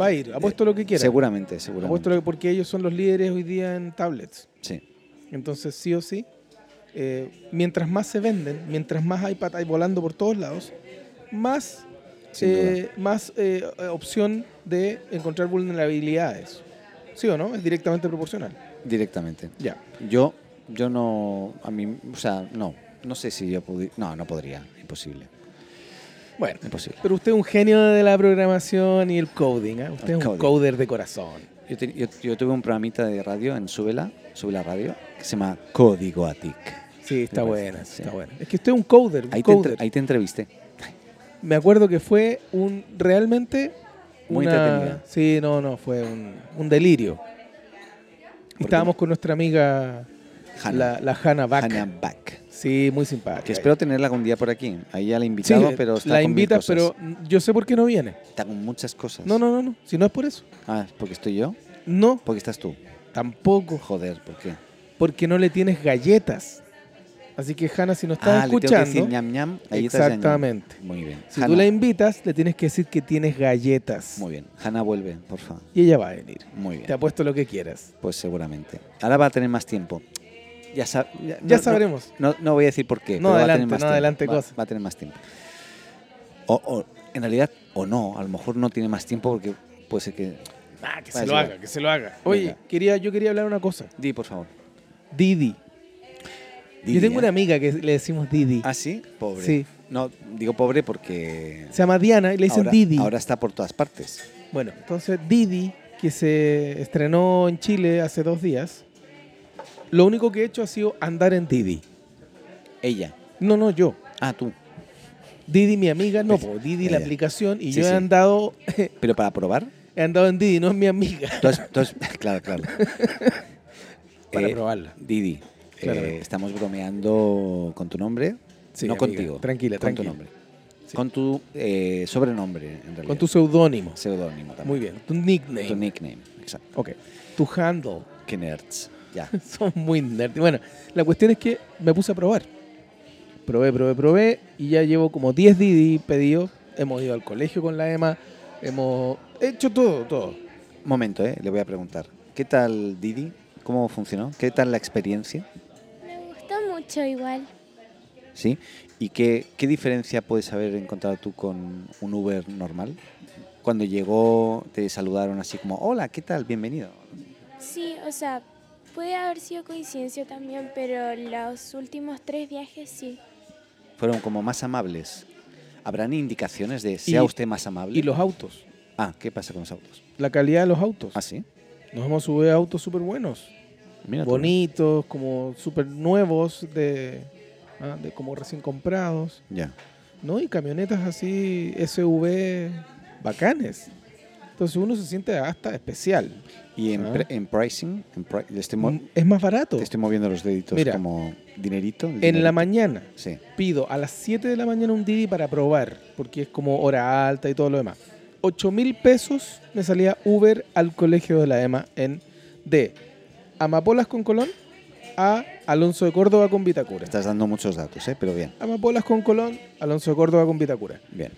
Speaker 2: va a ir, apuesto lo que quiera.
Speaker 3: seguramente, seguramente.
Speaker 2: Apuesto lo que, porque ellos son los líderes hoy día en tablets.
Speaker 3: Sí,
Speaker 2: Entonces, sí o sí, eh, mientras más se venden, mientras más iPad hay volando por todos lados, más,
Speaker 3: Sin
Speaker 2: eh, más eh, eh, opción de encontrar vulnerabilidades. ¿Sí o no? Es directamente proporcional.
Speaker 3: directamente.
Speaker 2: Ya.
Speaker 3: Yo, yo no, a mí, o sea, no, no sé si yo pudiera, no, no podría, imposible,
Speaker 2: Bueno.
Speaker 3: imposible.
Speaker 2: Pero usted es un genio de la programación y el coding. ¿ah? Usted es
Speaker 3: El
Speaker 2: un
Speaker 3: coding.
Speaker 2: coder de corazón.
Speaker 3: Yo, te- yo- yo tuve un programita de radio en Súbela, Súbela Radio, que se llama Código Atic.
Speaker 2: Sí, está
Speaker 3: Me parece,
Speaker 2: buena,
Speaker 3: sí.
Speaker 2: está buena. Es que usted es un coder, un
Speaker 3: Ahí te,
Speaker 2: coder.
Speaker 3: entre- ahí te entrevisté.
Speaker 2: Me acuerdo que fue un realmente
Speaker 3: Muy
Speaker 2: una-
Speaker 3: entretenida.
Speaker 2: Sí, no, no, fue un, un delirio.
Speaker 3: qué?
Speaker 2: Estábamos con nuestra amiga la, la Hannah Bach.
Speaker 3: Hannah Back.
Speaker 2: Sí, muy simpática.
Speaker 3: Que espero tenerla algún día por aquí. Ahí ya la
Speaker 2: Sí,
Speaker 3: he invitado, pero está
Speaker 2: la
Speaker 3: con mil
Speaker 2: invitas,
Speaker 3: cosas.
Speaker 2: pero yo sé por qué no viene.
Speaker 3: Está con muchas cosas.
Speaker 2: No, no, no, no. Si no es por eso.
Speaker 3: Ah, ¿es porque estoy yo.
Speaker 2: No,
Speaker 3: Porque estás tú.
Speaker 2: tampoco.
Speaker 3: Joder, ¿por qué?
Speaker 2: Porque no le tienes galletas. Así que Hannah, si nos estás
Speaker 3: ah, le tengo que
Speaker 2: escuchando,
Speaker 3: decir ñam ñam. galletas ñam, ñam.
Speaker 2: Exactamente.
Speaker 3: Muy bien.
Speaker 2: si tú
Speaker 3: Hannah,
Speaker 2: la invitas, le tienes que decir que tienes galletas.
Speaker 3: Muy bien. Hanna vuelve, por favor.
Speaker 2: Y ella va a venir.
Speaker 3: Muy
Speaker 2: Te
Speaker 3: bien.
Speaker 2: apuesto lo que quieras.
Speaker 3: Pues seguramente. Ahora va a tener más tiempo. Ya, sab- ya, no-
Speaker 2: Ya
Speaker 3: no-
Speaker 2: sabremos.
Speaker 3: No, no voy a decir por qué.
Speaker 2: No,
Speaker 3: pero va a tener
Speaker 2: adelante,
Speaker 3: más
Speaker 2: no,
Speaker 3: tiempo.
Speaker 2: adelante
Speaker 3: Va-
Speaker 2: cosas.
Speaker 3: Va a tener más tiempo. O, o, en realidad, o no. A lo mejor no tiene más tiempo porque puede ser que.
Speaker 2: Ah, que
Speaker 3: Va,
Speaker 2: se
Speaker 3: sí,
Speaker 2: lo
Speaker 3: va.
Speaker 2: haga, que se lo haga. Oye,
Speaker 3: Venga.
Speaker 2: quería, yo quería hablar una cosa.
Speaker 3: Di, por favor.
Speaker 2: Didi.
Speaker 3: Di,
Speaker 2: yo tengo
Speaker 3: ¿eh?
Speaker 2: una amiga que le decimos Didi.
Speaker 3: ¿Ah, sí? Pobre.
Speaker 2: Sí.
Speaker 3: No, digo pobre porque.
Speaker 2: Se llama Diana y le dicen
Speaker 3: ahora,
Speaker 2: Didi.
Speaker 3: ahora está por todas partes.
Speaker 2: Bueno, entonces Didi, que se estrenó en Chile hace dos días, lo único que he hecho ha sido andar en Didi.
Speaker 3: Ella.
Speaker 2: No, no, yo.
Speaker 3: Ah, tú.
Speaker 2: Didi, mi amiga, no,
Speaker 3: Pues,
Speaker 2: po, Didi,
Speaker 3: ya,
Speaker 2: la
Speaker 3: ya.
Speaker 2: aplicación, y
Speaker 3: Sí,
Speaker 2: yo he
Speaker 3: sí.
Speaker 2: andado
Speaker 3: Pero para probar.
Speaker 2: he andado en Didi, no es mi amiga.
Speaker 3: Tú has- tú has- claro, claro.
Speaker 2: Para
Speaker 3: Eh,
Speaker 2: probarla.
Speaker 3: Didi,
Speaker 2: Claro.
Speaker 3: eh, estamos bromeando con tu nombre.
Speaker 2: Sí,
Speaker 3: no
Speaker 2: amiga,
Speaker 3: contigo.
Speaker 2: tranquila,
Speaker 3: Con tu
Speaker 2: tranquila.
Speaker 3: nombre.
Speaker 2: Sí.
Speaker 3: Con tu eh, sobrenombre, en realidad.
Speaker 2: Con tu seudónimo.
Speaker 3: seudónimo también.
Speaker 2: Muy bien, tu nickname.
Speaker 3: Tu nickname, exacto.
Speaker 2: ok, tu handle.
Speaker 3: Que nerds. Ya.
Speaker 2: Son muy nerds. Bueno, la cuestión es que me puse a probar. Probé, probé, probé y ya llevo como 10 Didi pedidos. Hemos ido al colegio con la Emma, hemos hecho todo, todo.
Speaker 3: Momento, eh, le voy a preguntar. ¿Qué tal Didi? ¿Cómo funcionó? ¿Qué tal la experiencia?
Speaker 4: Me gustó mucho igual.
Speaker 3: ¿Sí? ¿Y qué, qué diferencia puedes haber encontrado tú con un Uber normal? Cuando llegó, te saludaron así como, hola, ¿qué tal? Bienvenido.
Speaker 4: Sí, o sea, puede haber sido coincidencia también, pero los últimos tres viajes sí.
Speaker 3: Fueron como más amables. ¿Habrán indicaciones de sea
Speaker 2: Y-
Speaker 3: usted más amable?
Speaker 2: Y los autos,
Speaker 3: Ah, ¿qué pasa con los autos?
Speaker 2: la calidad de los autos.
Speaker 3: Ah, sí.
Speaker 2: Nos hemos subido a autos súper buenos,
Speaker 3: Mira tú.
Speaker 2: bonitos, como súper nuevos, de, ah, de como recién comprados.
Speaker 3: Ya.
Speaker 2: ¿no? Y camionetas así, SUV, bacanes. Entonces uno se siente hasta especial.
Speaker 3: ¿Y en,
Speaker 2: Ah.
Speaker 3: pre- en pricing? En pri- le estoy mo-
Speaker 2: Es más barato.
Speaker 3: te estoy moviendo los deditos
Speaker 2: Mira.
Speaker 3: como dinerito. el
Speaker 2: En la
Speaker 3: dinerito.
Speaker 2: mañana
Speaker 3: Sí.
Speaker 2: pido a las 7 de la mañana un Didi para probar, porque es como hora alta y todo lo demás. 8 mil pesos me salía Uber al colegio de la EMA en de Amapolas con Colón a Alonso de Córdoba con Vitacura.
Speaker 3: Estás dando muchos datos, ¿eh? Pero bien.
Speaker 2: Amapolas con Colón, Alonso de Córdoba con Vitacura.
Speaker 3: Bien.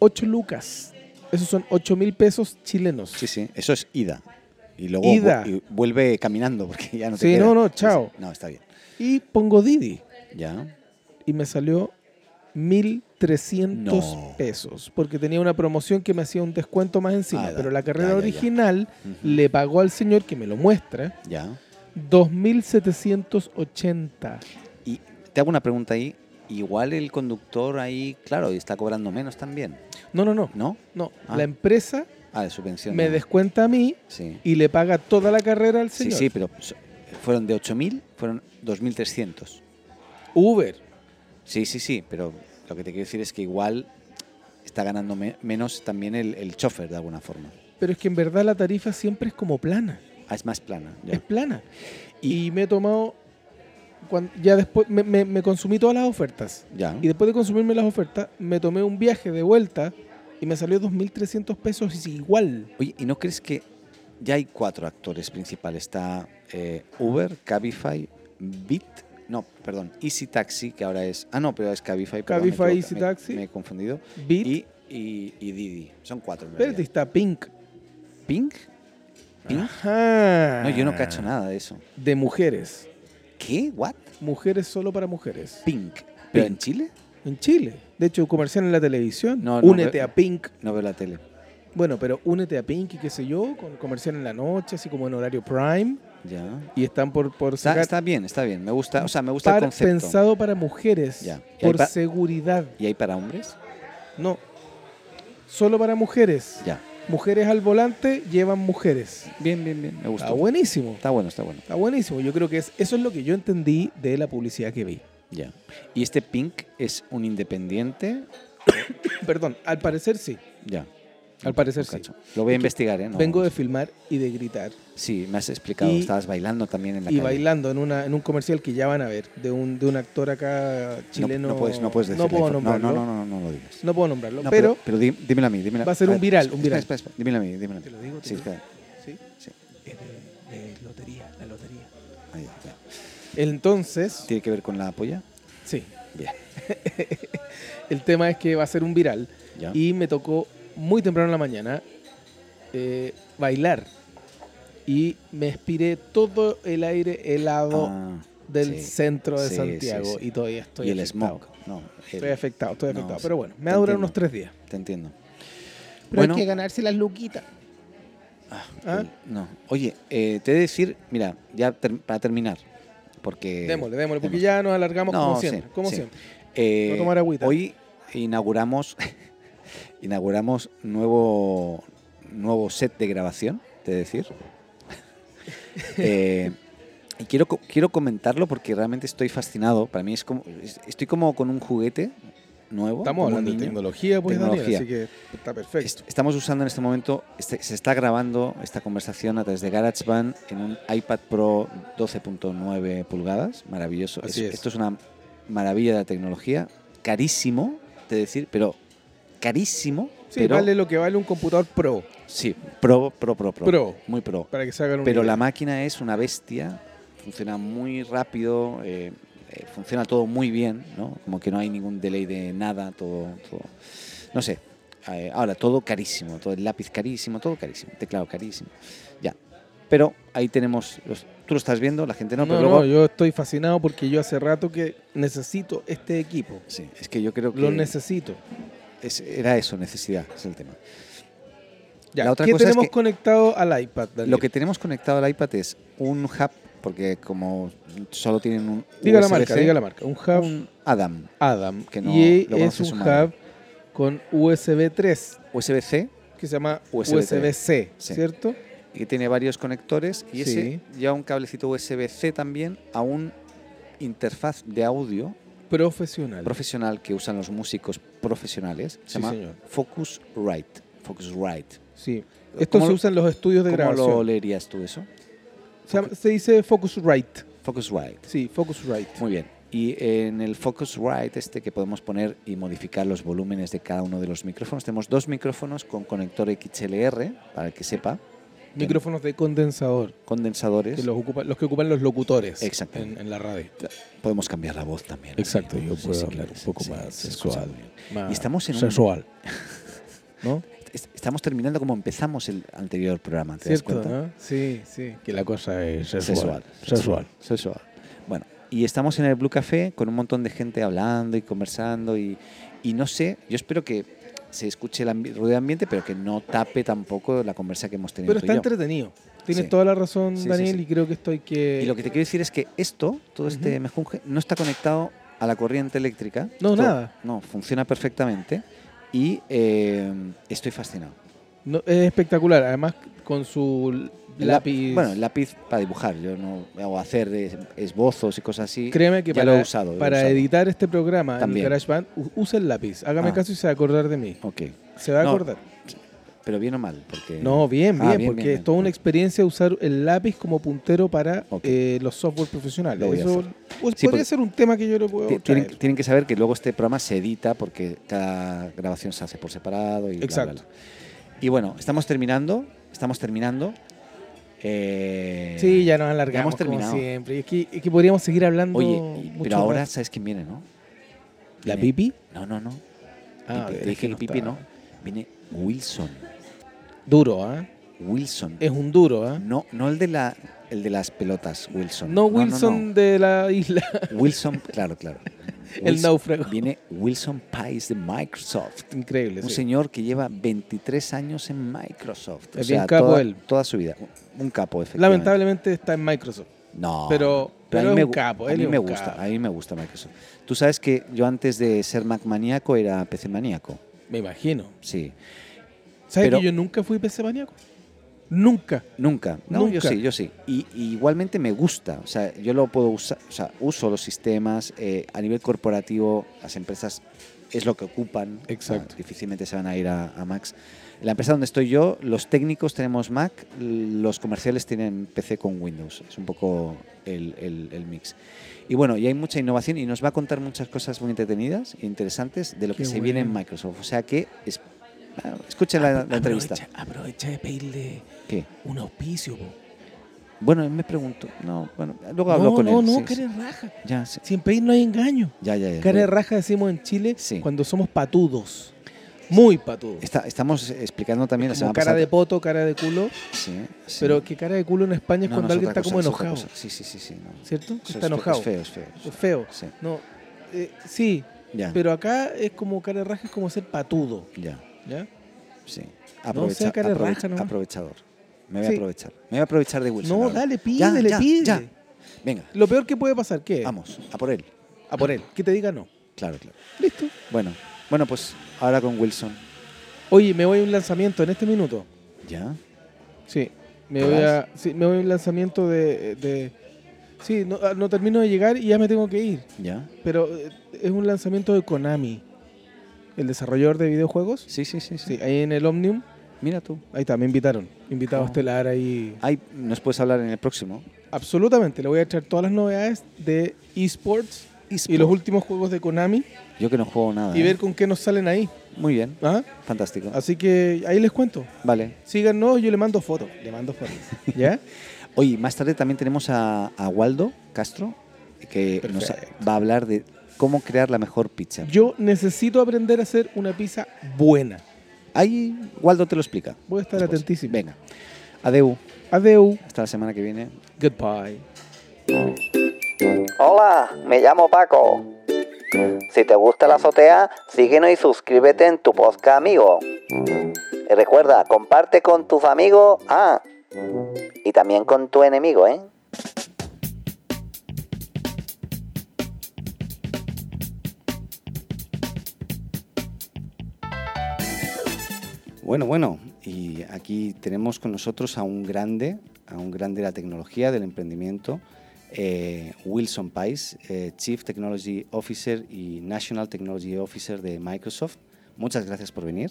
Speaker 2: 8 lucas. Esos son 8 mil pesos chilenos.
Speaker 3: Sí, sí, eso es ida. Y luego
Speaker 2: Ida.
Speaker 3: vu- y vuelve caminando porque ya no te
Speaker 2: Sí,
Speaker 3: queda.
Speaker 2: no, no, chao.
Speaker 3: No, está bien.
Speaker 2: Y pongo Didi.
Speaker 3: Ya.
Speaker 2: y me salió 1300
Speaker 3: No.
Speaker 2: pesos porque tenía una promoción que me hacía un descuento más encima,
Speaker 3: Ah, da-
Speaker 2: pero la
Speaker 3: ya,
Speaker 2: carrera
Speaker 3: ya, ya.
Speaker 2: original
Speaker 3: Ujú.
Speaker 2: le pagó al señor que me lo muestra
Speaker 3: Ya.
Speaker 2: 2780.
Speaker 3: Y te hago una pregunta ahí. Igual el conductor ahí, claro, está cobrando menos también,
Speaker 2: No, no, no.
Speaker 3: ¿no?
Speaker 2: No,
Speaker 3: Ah.
Speaker 2: la empresa
Speaker 3: Ah, de subvención.
Speaker 2: me
Speaker 3: ¿no?
Speaker 2: descuenta a mí
Speaker 3: Sí.
Speaker 2: y le paga toda la carrera al
Speaker 3: Sí,
Speaker 2: señor.
Speaker 3: sí, pero so- fueron de 8.000, fueron 2.300.
Speaker 2: Uber.
Speaker 3: Sí, sí, sí, pero lo que te quiero decir es que igual está ganando me- menos también el, el chofer de alguna forma.
Speaker 2: Pero es que en verdad la tarifa siempre es como plana.
Speaker 3: Ah, es más plana. ya.
Speaker 2: Es plana.
Speaker 3: Y-
Speaker 2: Y, me he tomado. cuan- ya después me- me- me consumí todas las ofertas.
Speaker 3: Ya.
Speaker 2: Y después de consumirme las ofertas, me tomé un viaje de vuelta y me salió 2.300 pesos igual.
Speaker 3: Oye, ¿y no crees que ya hay cuatro actores principales. Está eh, Uber, Cabify, Bit, no, perdón, Easy Taxi, que ahora es... Ah, no, pero es Cabify. perdón, me
Speaker 2: Cabify,
Speaker 3: equivoco-
Speaker 2: Easy
Speaker 3: me-
Speaker 2: Taxi,
Speaker 3: Me he confundido.
Speaker 2: Bit.
Speaker 3: Y, y, y Didi. Son cuatro. en
Speaker 2: Espérate,
Speaker 3: realidad.
Speaker 2: está Pink.
Speaker 3: ¿Pink? ¿Pink?
Speaker 2: Ajá.
Speaker 3: No, yo no cacho nada de eso.
Speaker 2: Ah, De mujeres.
Speaker 3: ¿Qué? ¿What?
Speaker 2: Mujeres solo para mujeres.
Speaker 3: ¿Pink?
Speaker 2: Pink.
Speaker 3: ¿Pero en Chile?
Speaker 2: En Chile. De hecho, comercial en la televisión.
Speaker 3: No, no,
Speaker 2: únete
Speaker 3: pero-
Speaker 2: a Pink.
Speaker 3: No veo la tele.
Speaker 2: Bueno, pero únete a Pink y qué sé yo, con comercial en la noche, así como en horario prime.
Speaker 3: Ya.
Speaker 2: Y están por, por
Speaker 3: Está,
Speaker 2: sacar
Speaker 3: está bien, está bien. Me gusta, o sea, me gusta el
Speaker 2: Pues par-
Speaker 3: concepto.
Speaker 2: pensado para mujeres.
Speaker 3: Ya. Y
Speaker 2: Por
Speaker 3: hay pa-
Speaker 2: seguridad.
Speaker 3: ¿Y hay para hombres?
Speaker 2: No. Solo para mujeres.
Speaker 3: Ya.
Speaker 2: Mujeres al volante llevan mujeres.
Speaker 3: Bien, bien, bien. Me gusta.
Speaker 2: Está buenísimo.
Speaker 3: Está bueno, está bueno.
Speaker 2: Está buenísimo. Yo creo que es, eso es lo que yo entendí de la publicidad que vi.
Speaker 3: Ya. ¿Y este Pink es un independiente?
Speaker 2: Perdón, al parecer sí.
Speaker 3: Ya.
Speaker 2: Al parecer sí.
Speaker 3: Cacho. Lo voy a investigar, ¿eh? No,
Speaker 2: Vengo
Speaker 3: no
Speaker 2: de
Speaker 3: sé.
Speaker 2: filmar y de gritar.
Speaker 3: Sí, me has explicado.
Speaker 2: Y-
Speaker 3: Estabas bailando también en la
Speaker 2: Y
Speaker 3: calle.
Speaker 2: bailando en, una, en un comercial que ya van a ver, de un, de un actor acá
Speaker 3: No-
Speaker 2: chileno.
Speaker 3: No, puedes, no puedes
Speaker 2: No
Speaker 3: decirle,
Speaker 2: puedo
Speaker 3: no,
Speaker 2: nombrarlo.
Speaker 3: No, no, no, no, no lo digas.
Speaker 2: No puedo nombrarlo,
Speaker 3: No,
Speaker 2: pero,
Speaker 3: pero di- dímelo a mí, dímelo.
Speaker 2: Va a ser un
Speaker 3: ver,
Speaker 2: viral,
Speaker 3: espera,
Speaker 2: un viral.
Speaker 3: Espera, espera, dímelo a mí, dímelo a mí.
Speaker 2: Te lo digo, te
Speaker 3: sí,
Speaker 2: lo digo.
Speaker 3: espera.
Speaker 2: Sí.
Speaker 3: Sí.
Speaker 2: Es de- de lotería, la lotería.
Speaker 3: Ahí, ya.
Speaker 2: Entonces,
Speaker 3: ¿Tiene que ver con la polla?
Speaker 2: sí,
Speaker 3: Bien.
Speaker 2: el tema es que va a ser un viral.
Speaker 3: Ya.
Speaker 2: Y me tocó muy temprano en la mañana eh, bailar. Y me expiré todo el aire helado
Speaker 3: Ah,
Speaker 2: del
Speaker 3: sí.
Speaker 2: centro de
Speaker 3: Sí, sí,
Speaker 2: Santiago.
Speaker 3: sí.
Speaker 2: Y todavía estoy
Speaker 3: y el
Speaker 2: afectado.
Speaker 3: smog. No, el-
Speaker 2: Estoy afectado, estoy
Speaker 3: No,
Speaker 2: afectado.
Speaker 3: sí,
Speaker 2: pero bueno, me
Speaker 3: te
Speaker 2: va a durar
Speaker 3: entiendo.
Speaker 2: unos tres días.
Speaker 3: Te entiendo.
Speaker 2: Pero
Speaker 3: Bueno. eh,
Speaker 2: hay que ganarse las luquitas. ¿Ah?
Speaker 3: El- No. Oye, eh, te he de decir, mira, ya ter- para terminar, porque...
Speaker 2: démosle, démosle, porque
Speaker 3: démosle.
Speaker 2: ya nos alargamos
Speaker 3: No,
Speaker 2: como
Speaker 3: sí,
Speaker 2: siempre. como
Speaker 3: sí.
Speaker 2: siempre.
Speaker 3: Eh,
Speaker 2: Voy a tomar agüita.
Speaker 3: Hoy inauguramos inauguramos nuevo nuevo set de grabación, te he de decir. Eh, y quiero co- quiero comentarlo porque realmente estoy fascinado. Para mí es como es- estoy como con un juguete nuevo.
Speaker 2: Estamos
Speaker 3: como un
Speaker 2: hablando de
Speaker 3: niño.
Speaker 2: tecnología, pues, Daniel,
Speaker 3: Tecnología.
Speaker 2: así que está perfecto.
Speaker 3: Est- Estamos usando en este momento, este- se está grabando esta conversación a través de GarageBand en un iPad Pro 12.9 pulgadas, maravilloso.
Speaker 2: Así es.
Speaker 3: Esto es una maravilla de la tecnología, carísimo, te decir, pero carísimo,
Speaker 2: Sí,
Speaker 3: pero
Speaker 2: vale lo que vale un computador pro,
Speaker 3: sí, pro, pro, pro, pro,
Speaker 2: Pro.
Speaker 3: muy pro.
Speaker 2: para que se hagan una
Speaker 3: Pero
Speaker 2: idea.
Speaker 3: la máquina es una bestia, funciona muy rápido, eh, eh, funciona todo muy bien, ¿no? Como que no hay ningún delay de nada, todo, todo- no sé. eh, ahora, todo carísimo, todo el lápiz carísimo, todo carísimo, teclado carísimo. Ya. Pero ahí tenemos, los- tú lo estás viendo, la gente no,
Speaker 2: No,
Speaker 3: pero
Speaker 2: no,
Speaker 3: luego...
Speaker 2: yo estoy fascinado porque yo hace rato que necesito este equipo.
Speaker 3: Sí, es que yo creo que
Speaker 2: Lo necesito.
Speaker 3: es- era eso, necesidad, es el tema.
Speaker 2: Ya,
Speaker 3: La otra
Speaker 2: ¿Qué
Speaker 3: cosa es
Speaker 2: tenemos
Speaker 3: que-
Speaker 2: conectado al iPad, Daniel?
Speaker 3: Lo que tenemos conectado al iPad es un hub, porque como solo tienen un...
Speaker 2: diga la
Speaker 3: USB-C,
Speaker 2: marca, diga la marca. Un hub
Speaker 3: Un Adam,
Speaker 2: Adam.
Speaker 3: que no
Speaker 2: y
Speaker 3: lo
Speaker 2: es
Speaker 3: conoce
Speaker 2: un
Speaker 3: su madre.
Speaker 2: hub con USB 3,
Speaker 3: USB-C,
Speaker 2: que se llama
Speaker 3: USB-C,
Speaker 2: USB-C,
Speaker 3: sí.
Speaker 2: ¿cierto?
Speaker 3: y tiene varios conectores y
Speaker 2: Sí.
Speaker 3: ese lleva un cablecito USB-C también a un interfaz de audio
Speaker 2: Profesional.
Speaker 3: profesional que usan los músicos profesionales. Se
Speaker 2: Sí,
Speaker 3: llama
Speaker 2: señor.
Speaker 3: Focusrite. Focusrite.
Speaker 2: Sí. Esto
Speaker 3: ¿Cómo
Speaker 2: se
Speaker 3: lo-
Speaker 2: usa en los estudios de
Speaker 3: ¿Cómo lo
Speaker 2: grabación.
Speaker 3: leerías tú eso?
Speaker 2: Se, llama- se dice Focusrite.
Speaker 3: Focusrite.
Speaker 2: Sí, Focusrite.
Speaker 3: Muy bien. Y en el Focusrite este que podemos poner y modificar los volúmenes de cada uno de los micrófonos, tenemos dos micrófonos con conector XLR, para el que sepa,
Speaker 2: Micrófonos de condensador,
Speaker 3: condensadores.
Speaker 2: que los, ocupa- los que ocupan los locutores
Speaker 3: Exacto.
Speaker 2: en, en la radio.
Speaker 3: Podemos cambiar la voz también.
Speaker 2: Exacto, yo
Speaker 3: Sí,
Speaker 2: puedo
Speaker 3: sí,
Speaker 2: hablar
Speaker 3: claro,
Speaker 2: un poco
Speaker 3: sí,
Speaker 2: más
Speaker 3: se escucha
Speaker 2: sensual.
Speaker 3: muy bien. Y estamos en un-
Speaker 2: sensual. ¿No?
Speaker 3: Est- Estamos terminando como empezamos el anterior programa, ¿te das
Speaker 2: ¿Cierto?
Speaker 3: cuenta?
Speaker 2: ¿no? Sí, sí. Que la cosa es
Speaker 3: Sexual.
Speaker 2: sensual. Sensual.
Speaker 3: Sexual. Bueno, y estamos en el Blue Café con un montón de gente hablando y conversando y, y no sé, yo espero que se escuche el ambi- ruido de ambiente, pero que no tape tampoco la conversa que hemos tenido
Speaker 2: Pero
Speaker 3: tú
Speaker 2: está
Speaker 3: y yo.
Speaker 2: entretenido. Tienes
Speaker 3: Sí.
Speaker 2: toda la razón,
Speaker 3: Sí, sí,
Speaker 2: Daniel,
Speaker 3: sí.
Speaker 2: y creo que esto hay que...
Speaker 3: Y lo que te quiero decir es que esto, todo este mejunje, no está conectado a la corriente eléctrica.
Speaker 2: No,
Speaker 3: Esto-
Speaker 2: nada.
Speaker 3: No, funciona perfectamente y eh, estoy fascinado.
Speaker 2: No, es espectacular. Además, con su
Speaker 3: El
Speaker 2: lápiz...
Speaker 3: Bueno, el lápiz para dibujar, yo no hago hacer es- esbozos y cosas así.
Speaker 2: Créeme que
Speaker 3: ya
Speaker 2: para,
Speaker 3: lo he usado. lo he
Speaker 2: para
Speaker 3: usado.
Speaker 2: editar este programa
Speaker 3: También.
Speaker 2: en GarageBand, u- usa el lápiz. Hágame
Speaker 3: Ah.
Speaker 2: caso y se va a acordar de mí.
Speaker 3: Ok,
Speaker 2: Se va a
Speaker 3: No,
Speaker 2: acordar.
Speaker 3: pero bien o mal, porque...
Speaker 2: No, bien,
Speaker 3: Ah,
Speaker 2: bien,
Speaker 3: bien,
Speaker 2: porque
Speaker 3: bien,
Speaker 2: es toda
Speaker 3: bien.
Speaker 2: una experiencia usar el lápiz como puntero para
Speaker 3: Ok.
Speaker 2: eh, los software
Speaker 3: Lo
Speaker 2: profesionales.
Speaker 3: voy a
Speaker 2: Eso
Speaker 3: hacer.
Speaker 2: pues,
Speaker 3: Sí,
Speaker 2: podría
Speaker 3: porque
Speaker 2: ser un tema que yo lo puedo
Speaker 3: Ti-
Speaker 2: traer.
Speaker 3: Tienen, tienen que saber que luego este programa se edita porque cada grabación se hace por separado y bla, bla,
Speaker 2: Exacto.
Speaker 3: bla. Y bueno, estamos terminando, estamos terminando. Eh,
Speaker 2: Sí, ya nos alargamos
Speaker 3: hemos terminado.
Speaker 2: como siempre. Y es que, es que podríamos seguir hablando
Speaker 3: Oye, y-
Speaker 2: mucho
Speaker 3: pero ahora
Speaker 2: más.
Speaker 3: sabes quién viene, ¿no?
Speaker 2: ¿La
Speaker 3: Viene-
Speaker 2: Pipi?
Speaker 3: No, no, no.
Speaker 2: Ah,
Speaker 3: Pipi,
Speaker 2: es
Speaker 3: te dije
Speaker 2: que
Speaker 3: que
Speaker 2: no
Speaker 3: Pipi
Speaker 2: estaba.
Speaker 3: no. Viene Wilson.
Speaker 2: Duro, ¿ah?
Speaker 3: Wilson.
Speaker 2: Es un duro, ¿ah?
Speaker 3: No, no el de la el de las pelotas, Wilson.
Speaker 2: No Wilson de la isla.
Speaker 3: no. Wilson, claro, claro.
Speaker 2: El náufrago.
Speaker 3: Viene Wilson Pies de Microsoft.
Speaker 2: Increíble,
Speaker 3: Un
Speaker 2: sí.
Speaker 3: señor que lleva 23 años en Microsoft.
Speaker 2: Es bien capo
Speaker 3: toda,
Speaker 2: él.
Speaker 3: toda su vida. Un- Un capo, efectivamente.
Speaker 2: Lamentablemente está en Microsoft.
Speaker 3: No.
Speaker 2: Pero- pero
Speaker 3: a mí
Speaker 2: es
Speaker 3: me
Speaker 2: un
Speaker 3: gu-
Speaker 2: capo,
Speaker 3: A
Speaker 2: él
Speaker 3: mí
Speaker 2: es
Speaker 3: me
Speaker 2: un
Speaker 3: gusta, eh.
Speaker 2: capo.
Speaker 3: a mí me gusta Microsoft. Tú sabes que yo antes de ser Mac maníaco era PC maníaco.
Speaker 2: Me imagino.
Speaker 3: Sí.
Speaker 2: ¿Sabes
Speaker 3: Pero-
Speaker 2: que yo nunca fui PC maníaco? Nunca.
Speaker 3: Nunca. No, yo
Speaker 2: Nunca.
Speaker 3: sí, yo sí. Y, y igualmente me gusta. O sea, yo lo puedo usar, o sea, uso los sistemas. eh, a nivel corporativo, las empresas es lo que ocupan.
Speaker 2: Exacto.
Speaker 3: O sea, difícilmente se van a ir a, a Macs. En la empresa donde estoy yo, los técnicos tenemos Mac, los comerciales tienen PC con Windows. Es un poco el, el- el mix. Y bueno, y hay mucha innovación y nos va a contar muchas cosas muy entretenidas e interesantes de lo
Speaker 2: Qué
Speaker 3: que se viene en
Speaker 2: bueno.
Speaker 3: Microsoft. O sea que es- bueno, escuchen la, la entrevista.
Speaker 2: Aprovecha de pedirle
Speaker 3: ¿Qué?
Speaker 2: un auspicio.
Speaker 3: Bueno, me pregunto. No, bueno, luego hablo
Speaker 2: No,
Speaker 3: con
Speaker 2: no,
Speaker 3: él.
Speaker 2: no,
Speaker 3: sí, sí.
Speaker 2: cara de raja.
Speaker 3: Ya, sí.
Speaker 2: Sin pedir no hay engaño.
Speaker 3: ya, ya. ya.
Speaker 2: Cara de raja decimos en Chile
Speaker 3: Sí.
Speaker 2: cuando somos patudos. Muy patudos.
Speaker 3: Está- estamos explicando también la
Speaker 2: Como
Speaker 3: semana
Speaker 2: cara
Speaker 3: pasada.
Speaker 2: de poto, cara de culo.
Speaker 3: Sí, sí.
Speaker 2: Pero que cara de culo en España es
Speaker 3: No, no,
Speaker 2: cuando alguien
Speaker 3: otra
Speaker 2: está
Speaker 3: cosa,
Speaker 2: como
Speaker 3: es otra
Speaker 2: enojado.
Speaker 3: cosa. Sí, sí, sí. sí no.
Speaker 2: ¿Cierto?
Speaker 3: Eso
Speaker 2: está
Speaker 3: es fe-
Speaker 2: enojado.
Speaker 3: Es feo, es feo.
Speaker 2: Es feo.
Speaker 3: Sí.
Speaker 2: No, eh, sí,
Speaker 3: Ya,
Speaker 2: pero acá es como cara de raja, es como ser patudo.
Speaker 3: ya,
Speaker 2: ¿ya?
Speaker 3: sí.
Speaker 2: sea cara de raja nomás.
Speaker 3: Aprovechador. Me voy a
Speaker 2: Sí.
Speaker 3: aprovechar. Me voy a aprovechar de Wilson.
Speaker 2: No,
Speaker 3: ahora.
Speaker 2: dale,
Speaker 3: Ya,
Speaker 2: pídele,
Speaker 3: ya,
Speaker 2: pídele.
Speaker 3: ya. Venga,
Speaker 2: Lo peor que puede pasar, ¿qué?
Speaker 3: vamos, a por él.
Speaker 2: A por él. Que te diga no.
Speaker 3: Claro, claro.
Speaker 2: Listo.
Speaker 3: Bueno, bueno, pues ahora con Wilson.
Speaker 2: Oye, me voy a un lanzamiento en este minuto.
Speaker 3: Ya.
Speaker 2: Sí. Me
Speaker 3: ¿Te
Speaker 2: voy
Speaker 3: vas?
Speaker 2: a, sí, me voy a un lanzamiento de. de- sí, no, ah, no termino de llegar y ya me tengo que ir.
Speaker 3: Ya.
Speaker 2: Pero eh, es un lanzamiento de Konami, el desarrollador de videojuegos.
Speaker 3: Sí, sí, sí. sí.
Speaker 2: Sí, ahí en el Omnium.
Speaker 3: Mira tú.
Speaker 2: Ahí está, me invitaron. Invitado
Speaker 3: Oh.
Speaker 2: estelar ahí.
Speaker 3: Ay, nos puedes hablar en el próximo.
Speaker 2: Absolutamente, le voy a echar todas las novedades de esports y los últimos juegos de Konami
Speaker 3: Yo que no juego nada.
Speaker 2: y
Speaker 3: ¿eh?
Speaker 2: ver con qué nos salen ahí.
Speaker 3: Muy bien,
Speaker 2: ¿ah?
Speaker 3: fantástico.
Speaker 2: Así que ahí les cuento.
Speaker 3: Vale.
Speaker 2: Síganos, yo le mando fotos. Le mando fotos. ¿Ya?
Speaker 3: Oye, más tarde también tenemos a, a Waldo Castro, que nos
Speaker 2: Perfecto.
Speaker 3: va a hablar de cómo crear la mejor pizza.
Speaker 2: Yo necesito aprender a hacer una pizza buena.
Speaker 3: Ahí Waldo te lo explica.
Speaker 2: Voy a estar
Speaker 3: Después.
Speaker 2: atentísimo.
Speaker 3: Venga. Adeu.
Speaker 2: Adeu.
Speaker 3: Hasta la semana que viene.
Speaker 2: Goodbye.
Speaker 5: Hola, me llamo Paco. Si te gusta la azotea, síguenos y suscríbete en tu podcast amigo. Y recuerda, comparte con tus amigos, ah, y también con tu enemigo, ¿eh?
Speaker 3: Bueno, bueno, y aquí tenemos con nosotros a un grande, a un grande de la tecnología, del emprendimiento, eh, Wilson Pais, eh, Chief Technology Officer y National Technology Officer de Microsoft. Muchas gracias por venir.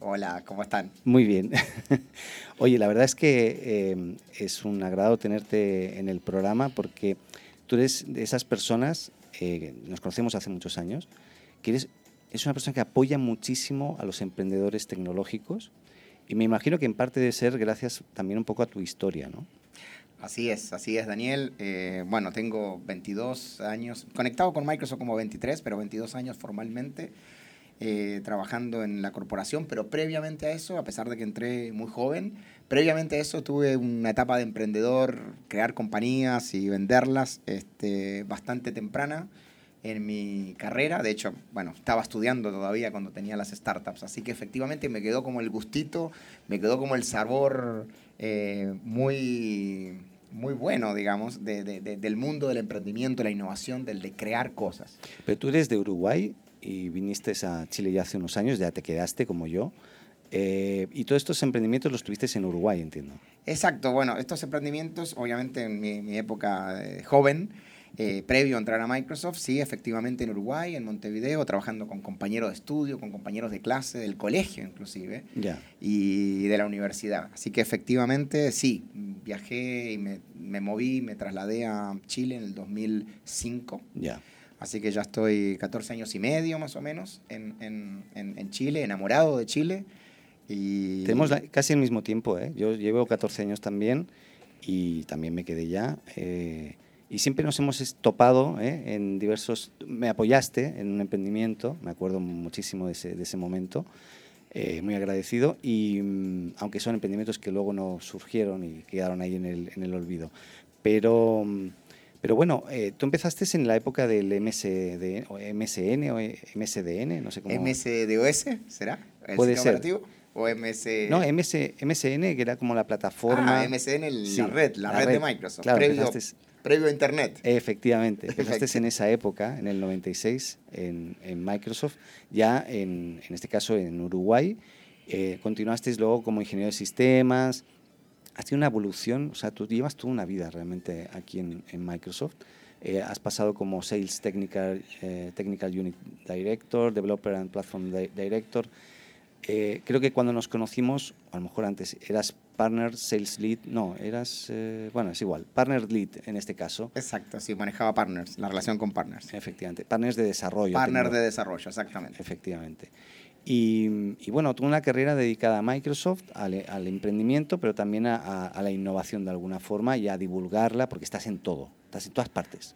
Speaker 6: Hola, ¿cómo están?
Speaker 3: Muy bien. Oye, la verdad es que eh, es un agrado tenerte en el programa porque tú eres de esas personas, eh, nos conocemos hace muchos años, que eres es una persona que apoya muchísimo a los emprendedores tecnológicos y me imagino que en parte debe ser gracias también un poco a tu historia, ¿no?
Speaker 6: Así es, así es, Daniel. Eh, bueno, tengo 22 años, conectado con Microsoft como 23, pero 22 años formalmente eh, trabajando en la corporación, pero previamente a eso, a pesar de que entré muy joven, previamente a eso tuve una etapa de emprendedor, crear compañías y venderlas este, bastante temprana en mi carrera. De hecho, bueno, estaba estudiando todavía cuando tenía las startups, así que efectivamente me quedó como el gustito, me quedó como el sabor eh, muy, muy bueno, digamos, de- de- de- del mundo del emprendimiento, la innovación, del de crear cosas.
Speaker 3: Pero tú eres de Uruguay y viniste a Chile ya hace unos años, ya te quedaste como yo. eh, y todos estos emprendimientos los tuviste en Uruguay, entiendo.
Speaker 6: Exacto, bueno, estos emprendimientos, obviamente en mi, mi época eh, joven, eh, previo a entrar a Microsoft, sí, efectivamente en Uruguay, en Montevideo, trabajando con compañeros de estudio, con compañeros de clase, del colegio inclusive,
Speaker 3: Ya.
Speaker 6: y de la universidad. Así que efectivamente sí, viajé y me, me moví, me trasladé a Chile en el 2005.
Speaker 3: Ya.
Speaker 6: Así que ya estoy 14 años y medio más o menos en, en- en- en Chile, enamorado de Chile Y
Speaker 3: Tenemos la- casi el mismo tiempo, ¿eh? Yo llevo 14 años también y también me quedé ya. eh, y siempre nos hemos es- topado ¿eh? en diversos... Me apoyaste en un emprendimiento, me acuerdo muchísimo de ese, de ese momento, eh, muy agradecido, y mm, aunque son emprendimientos que luego no surgieron y quedaron ahí en el, en el olvido. Pero... mm, Pero bueno, eh, tú empezaste en la época del MSD, o MSN o eh, MSDN, no sé cómo.
Speaker 6: MSDOS, ¿será? ¿El
Speaker 3: Puede
Speaker 6: sistema
Speaker 3: ser.
Speaker 6: operativo? ¿O MS...
Speaker 3: No, MS, MSN, que era como la plataforma.
Speaker 6: Ah, MSN, el-
Speaker 3: Sí,
Speaker 6: la red, la, red, de Microsoft.
Speaker 3: Claro,
Speaker 6: previo,
Speaker 3: empezaste- Eh.
Speaker 6: previo a Internet.
Speaker 3: efectivamente, empezaste
Speaker 6: Perfecto.
Speaker 3: en esa época, en el 96, en, en Microsoft, ya en, en este caso en Uruguay. eh, continuaste luego como ingeniero de sistemas. Has tenido una evolución, o sea, tú llevas toda una vida realmente aquí en, en Microsoft. Eh, has pasado como Sales Technical, eh, Technical Unit Director, Developer and Platform Di- Director. Eh, creo que cuando nos conocimos, a lo mejor antes, eras Partner Sales Lead, no, eras, eh, bueno, es igual, Partner Lead en este caso,
Speaker 6: Exacto, sí, manejaba partners, la relación con partners.
Speaker 3: efectivamente, Partners de Desarrollo.
Speaker 6: Partner de
Speaker 3: tecnológico,
Speaker 6: desarrollo, exactamente.
Speaker 3: Efectivamente. Y, y bueno, tuvo una carrera dedicada a Microsoft, al, al emprendimiento, pero también a, a- a la innovación de alguna forma y a divulgarla, porque estás en todo, estás en todas partes.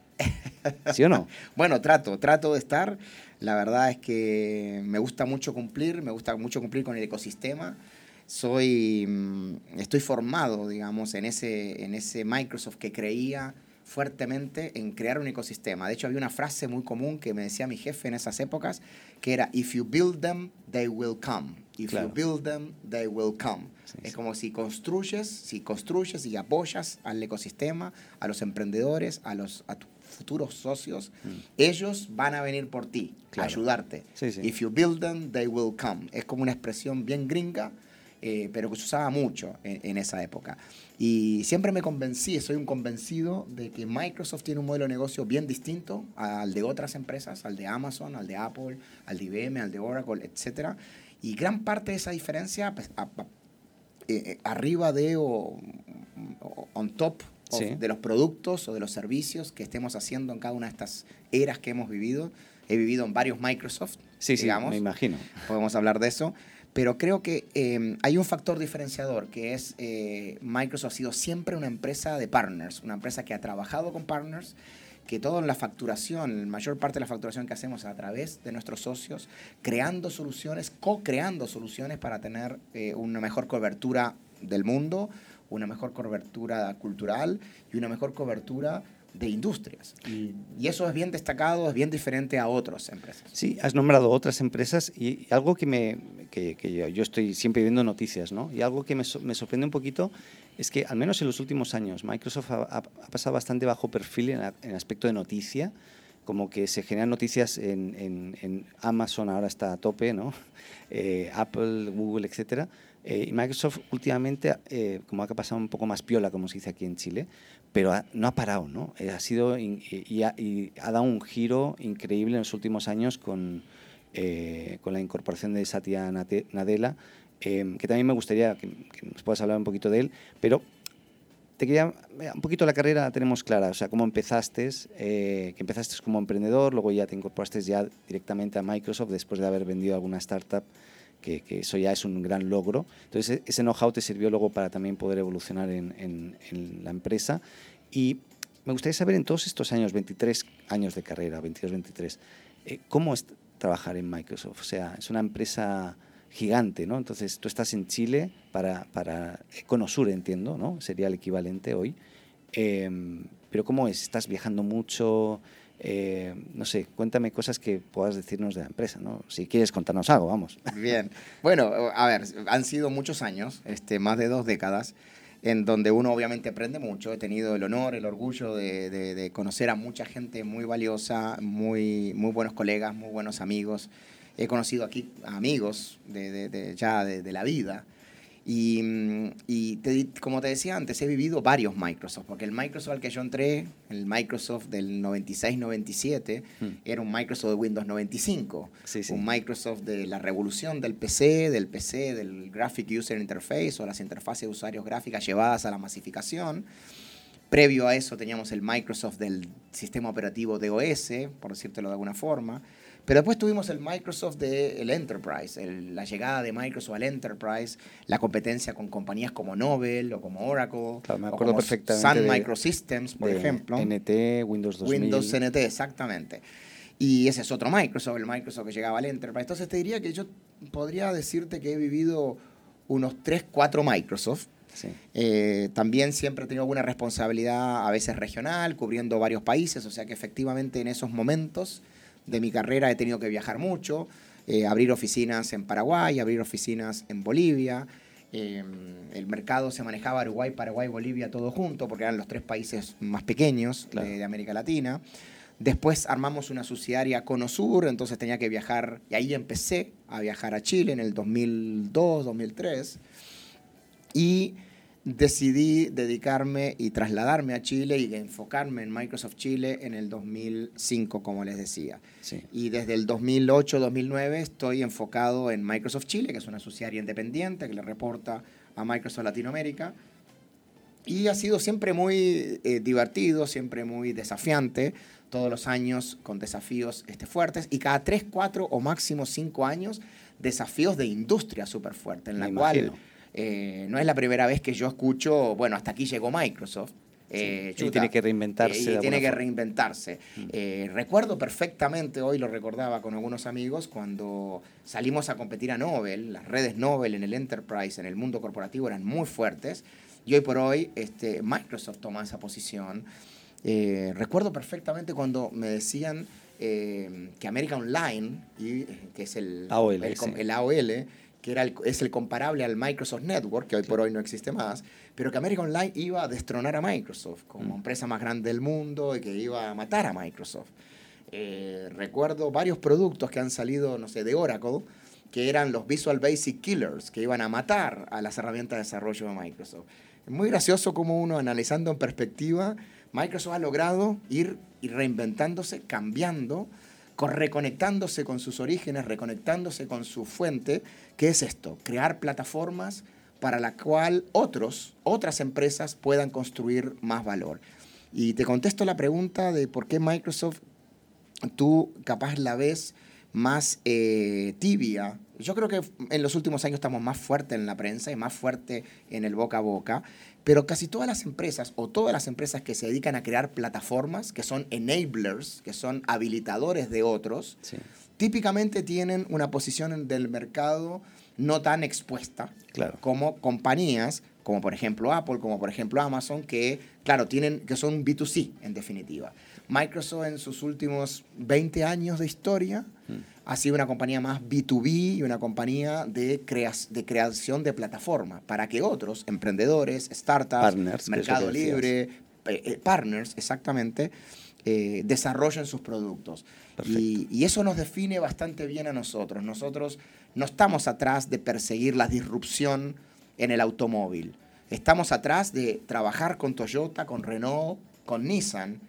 Speaker 3: ¿Sí o no?
Speaker 6: Bueno, trato, trato de estar. La verdad es que me gusta mucho cumplir, me gusta mucho cumplir con el ecosistema. Soy, mm, estoy formado, digamos, en ese, en ese Microsoft que creía fuertemente en crear un ecosistema. De hecho, había una frase muy común que me decía mi jefe en esas épocas, que era, If you build them, they will come. If
Speaker 3: Claro.
Speaker 6: you build them, they will come.
Speaker 3: Sí,
Speaker 6: es
Speaker 3: sí.
Speaker 6: como si construyes, si construyes y apoyas al ecosistema, a los emprendedores, a los a tus futuros socios, ellos van a venir por ti,
Speaker 3: Mm. Claro.
Speaker 6: a ayudarte.
Speaker 3: Sí, sí.
Speaker 6: If you build them, they will come. Es como una expresión bien gringa, eh, pero que se usaba mucho en, en esa época. Y siempre me convencí, soy un convencido de que Microsoft tiene un modelo de negocio bien distinto al de otras empresas, al de Amazon, al de Apple, al de IBM, al de Oracle, etcétera. Y gran parte de esa diferencia, pues, a- a- eh, eh, arriba de o, o- on top of
Speaker 3: Sí.
Speaker 6: de los productos o de los servicios que estemos haciendo en cada una de estas eras que hemos vivido. He vivido en varios Microsoft,
Speaker 3: Sí, sí,
Speaker 6: digamos,
Speaker 3: me imagino.
Speaker 6: podemos hablar de eso, pero creo que eh, hay un factor diferenciador que es eh, Microsoft ha sido siempre una empresa de partners, una empresa que ha trabajado con partners, que toda la facturación, la mayor parte de la facturación que hacemos a través de nuestros socios, creando soluciones, co-creando soluciones para tener eh, una mejor cobertura del mundo, una mejor cobertura cultural y una mejor cobertura de industrias. Y, y eso es bien destacado, es bien diferente a otras empresas.
Speaker 3: Sí, has nombrado otras empresas y algo que me que, que yo, yo estoy siempre viendo noticias, ¿no? Y algo que me, so- me sorprende un poquito es que, al menos en los últimos años, Microsoft ha, ha- ha pasado bastante bajo perfil en, a- en aspecto de noticia, como que se generan noticias en, en- en Amazon, ahora está a tope, ¿no? Eh, Apple, Google, etcétera. Eh, y Microsoft últimamente, eh, como ha pasado un poco más piola, como se dice aquí en Chile, pero ha- no ha parado, ¿no? Eh, ha sido in- y, y ha, y ha dado un giro increíble en los últimos años con, eh, con la incorporación de Satya Nate- Nadella, eh, que también me gustaría que, que nos puedas hablar un poquito de él, pero te quería, mira, un poquito la carrera la tenemos clara, o sea, cómo empezaste, eh, que empezaste como emprendedor, luego ya te incorporaste ya directamente a Microsoft después de haber vendido alguna startup, que, que eso ya es un gran logro. Entonces, e- ese know-how te sirvió luego para también poder evolucionar en, en- en la empresa. Y me gustaría saber en todos estos años, 23 años de carrera, 22, 23, eh, ¿cómo es trabajar en Microsoft? O sea, es una empresa gigante, ¿no? Entonces, tú estás en Chile para, para Conosur, entiendo, ¿no? Sería el equivalente hoy. Eh, pero ¿cómo es? ¿Estás viajando mucho? Eh, no sé, cuéntame cosas que puedas decirnos de la empresa, ¿no? Si quieres contarnos algo, vamos.
Speaker 6: Bien. Bueno, a ver, han sido muchos años, este, más de dos décadas, en donde uno obviamente aprende mucho. He tenido el honor, el orgullo de, de- de conocer a mucha gente muy valiosa, muy, muy buenos colegas, muy buenos amigos. He conocido aquí a amigos de, de- de- ya de, de la vida. Y, mm, y te di- como te decía antes, he vivido varios Microsoft, porque el Microsoft al que yo entré, el Microsoft del 96-97,
Speaker 3: Mm.
Speaker 6: era un Microsoft de Windows 95
Speaker 3: Sí, sí.
Speaker 6: un Microsoft de la revolución del PC, del PC, del Graphic User Interface o las interfaces de usuarios gráficas llevadas a la masificación. Previo a eso teníamos el Microsoft del sistema operativo DOS, por decírtelo de alguna forma. Pero después tuvimos el Microsoft del Enterprise, el- la llegada de Microsoft al Enterprise, la competencia con compañías como Nobel o como Oracle,
Speaker 3: Claro, me
Speaker 6: o
Speaker 3: acuerdo
Speaker 6: como
Speaker 3: perfectamente
Speaker 6: Sun
Speaker 3: de-
Speaker 6: Microsystems, por
Speaker 3: de
Speaker 6: ejemplo.
Speaker 3: NT, Windows 2000.
Speaker 6: Windows NT, exactamente. Y ese es otro Microsoft, el Microsoft que llegaba al Enterprise. Entonces te diría que yo podría decirte que he vivido unos 3, 4 Microsoft.
Speaker 3: Sí.
Speaker 6: Eh, también siempre he tenido alguna responsabilidad, a veces regional, cubriendo varios países, o sea que efectivamente en esos momentos de mi carrera he tenido que viajar mucho, eh, abrir oficinas en Paraguay, abrir oficinas en Bolivia. eh, el mercado se manejaba Uruguay, Paraguay, Bolivia, todo junto, porque eran los tres países más pequeños
Speaker 3: Claro.
Speaker 6: de, de América Latina. Después armamos una subsidiaria Conosur, entonces tenía que viajar, y ahí empecé a viajar a Chile en el 2002, 2003 y decidí dedicarme y trasladarme a Chile y enfocarme en Microsoft Chile en el 2005, como les decía.
Speaker 3: Sí.
Speaker 6: Y desde el 2008-2009 estoy enfocado en Microsoft Chile, que es una subsidiaria independiente que le reporta a Microsoft Latinoamérica. Y ha sido siempre muy eh, divertido, siempre muy desafiante, todos los años con desafíos este, fuertes y cada 3, 4 o máximo 5 años desafíos de industria súper fuerte, en la
Speaker 3: Me
Speaker 6: cual
Speaker 3: imagino.
Speaker 6: eh, no es la primera vez que yo escucho, bueno, hasta aquí llegó Microsoft. eh,
Speaker 3: y tiene que reinventarse de
Speaker 6: eh, y tiene
Speaker 3: alguna
Speaker 6: que
Speaker 3: forma.
Speaker 6: reinventarse. Eh, recuerdo perfectamente, hoy lo recordaba con algunos amigos, cuando salimos a competir a Nobel, las redes Nobel en el Enterprise, en el mundo corporativo, eran muy fuertes. Y hoy por hoy este, Microsoft toma esa posición. Eh, recuerdo perfectamente cuando me decían eh, que América Online, y, eh, que es el
Speaker 3: AOL,
Speaker 6: el, com-
Speaker 3: sí.
Speaker 6: el AOL, que era el- es el comparable al Microsoft Network, que hoy por hoy no existe más, pero que América Online iba a destronar a Microsoft como empresa más grande del mundo y que iba a matar a Microsoft. Eh, recuerdo varios productos que han salido, no sé, de Oracle, que eran los Visual Basic Killers, que iban a matar a las herramientas de desarrollo de Microsoft. Es muy gracioso como uno, analizando en perspectiva, Microsoft ha logrado ir y reinventándose, cambiando, co- reconectándose con sus orígenes, reconectándose con su fuente, que es esto, crear plataformas para la cual otros, otras empresas puedan construir más valor. Y te contesto la pregunta de por qué Microsoft tú capaz la ves más eh, tibia. Yo creo que en los últimos años estamos más fuertes en la prensa y más fuerte en el boca a boca, pero casi todas las empresas o todas las empresas que se dedican a crear plataformas, que son enablers, que son habilitadores de otros,
Speaker 3: Sí.
Speaker 6: típicamente tienen una posición en- del mercado no tan expuesta
Speaker 3: Claro.
Speaker 6: como compañías como por ejemplo Apple, como por ejemplo Amazon, que claro, tienen, que son B2C en definitiva. Microsoft en sus últimos 20 años de historia
Speaker 3: Mm.
Speaker 6: ha sido una compañía más B2B y una compañía de, creas- de creación de plataformas para que otros emprendedores, startups,
Speaker 3: Partners, que es lo que
Speaker 6: mercado
Speaker 3: decías.
Speaker 6: libre, eh, eh, partners, exactamente, eh, desarrollan sus productos.
Speaker 3: Perfecto.
Speaker 6: Y, y eso nos define bastante bien a nosotros. Nosotros no estamos atrás de perseguir la disrupción en el automóvil. Estamos atrás de trabajar con Toyota, con Renault, con Nissan,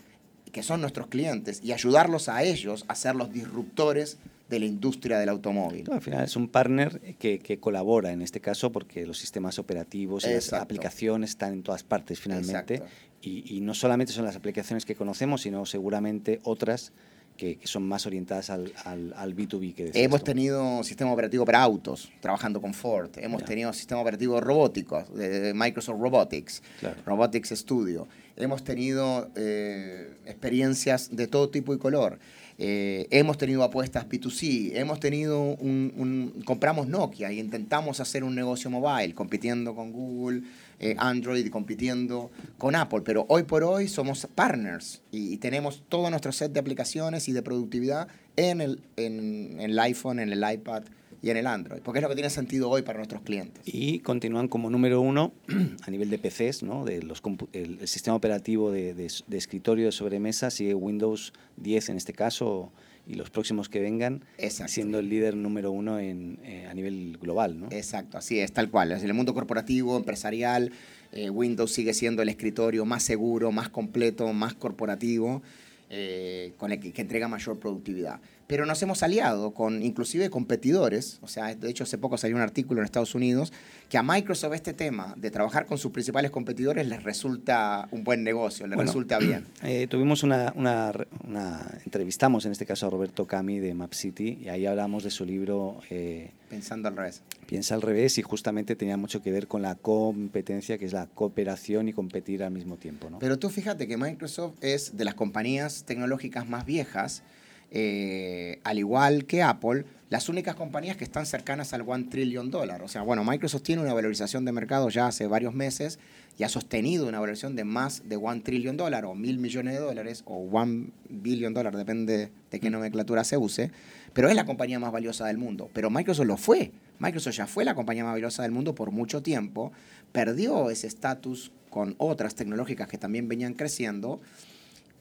Speaker 6: que son nuestros clientes, y ayudarlos a ellos a ser los disruptores de la industria del automóvil.
Speaker 3: No, al final es un partner que, que colabora en este caso porque los sistemas operativos y las
Speaker 6: Exacto.
Speaker 3: aplicaciones están en todas partes finalmente.
Speaker 6: Exacto.
Speaker 3: Y, y no solamente son las aplicaciones que conocemos, sino seguramente otras que, que son más orientadas al, al- al B2B que decías
Speaker 6: Hemos
Speaker 3: tú.
Speaker 6: tenido sistema operativo para autos, trabajando con Ford. Hemos
Speaker 3: Ya.
Speaker 6: tenido sistema operativo robótico, de de Microsoft Robotics,
Speaker 3: Claro.
Speaker 6: Robotics Studio. Hemos tenido eh, experiencias de todo tipo y color. Eh, hemos tenido apuestas B2C. Hemos tenido un, un- Compramos Nokia y intentamos hacer un negocio mobile, compitiendo con Google, eh, Android, compitiendo con Apple. Pero hoy por hoy somos partners y, y tenemos todo nuestro set de aplicaciones y de productividad en el, en- en el iPhone, en el iPad y en el Android. Porque es lo que tiene sentido hoy para nuestros clientes.
Speaker 3: Y continúan como número uno a nivel de PCs, ¿no? de los compu- el, el sistema operativo de, de s- de escritorio de sobremesa sigue Windows 10 en este caso y los próximos que vengan,
Speaker 6: Exacto.
Speaker 3: siendo el líder número uno en, eh, a nivel global. ¿no?
Speaker 6: Exacto, así es, tal cual. En el mundo corporativo, empresarial, eh, Windows sigue siendo el escritorio más seguro, más completo, más corporativo, eh, con el que, que entrega mayor productividad. pero nos hemos aliado con inclusive competidores, o sea, de hecho hace poco salió un artículo en Estados Unidos que a Microsoft este tema de trabajar con sus principales competidores les resulta un buen negocio, les
Speaker 3: Bueno,
Speaker 6: resulta bien.
Speaker 3: Eh, tuvimos una, una, una- entrevistamos en este caso a Roberto Cami de Map City y ahí hablamos de su libro eh,
Speaker 6: Pensando al revés.
Speaker 3: Piensa al revés y justamente tenía mucho que ver con la competencia, que es la cooperación y competir al mismo tiempo. ¿no?
Speaker 6: Pero tú fíjate que Microsoft es de las compañías tecnológicas más viejas, eh, al igual que Apple, las únicas compañías que están cercanas al one trillion dólar. O sea, bueno, Microsoft tiene una valorización de mercado ya hace varios meses y ha sostenido una valorización de más de one trillion dólar o mil millones de dólares o one billion dólar, depende de qué nomenclatura se use. Pero es la compañía más valiosa del mundo. Pero Microsoft lo fue. Microsoft ya fue la compañía más valiosa del mundo por mucho tiempo. Perdió ese estatus con otras tecnológicas que también venían creciendo.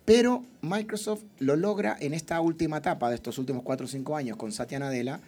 Speaker 6: Pero Microsoft lo logra en esta última etapa de estos últimos 4 o 5 años con Satya Nadella,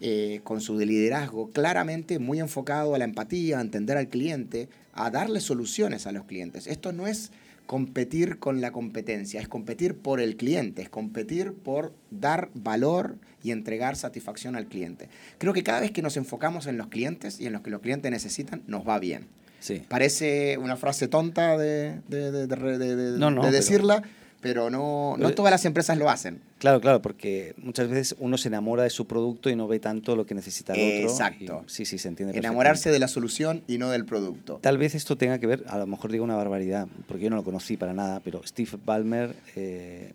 Speaker 6: eh, con su liderazgo claramente muy enfocado a la empatía, a entender al cliente, a darle soluciones a los clientes. Esto no es competir con la competencia, es competir por el cliente, es competir por dar valor y entregar satisfacción al cliente. Creo que cada vez que nos enfocamos en los clientes y en los que los clientes necesitan, nos va bien.
Speaker 3: Sí.
Speaker 6: Parece una frase tonta de, de- de- de re- de- de-
Speaker 3: No, no,
Speaker 6: de
Speaker 3: pero-
Speaker 6: decirla, pero, no, no
Speaker 3: Pero- eh,
Speaker 6: todas las empresas lo hacen.
Speaker 3: Claro, claro, porque muchas veces uno se enamora de su producto y no ve tanto lo que necesita el otro.
Speaker 6: Exacto.
Speaker 3: Y- sí, sí, se entiende.
Speaker 6: Enamorarse
Speaker 3: perfectamente.
Speaker 6: de la solución y no del producto.
Speaker 3: Tal vez esto tenga que ver, a lo mejor digo una barbaridad, porque yo no lo conocí para nada, pero Steve Ballmer eh,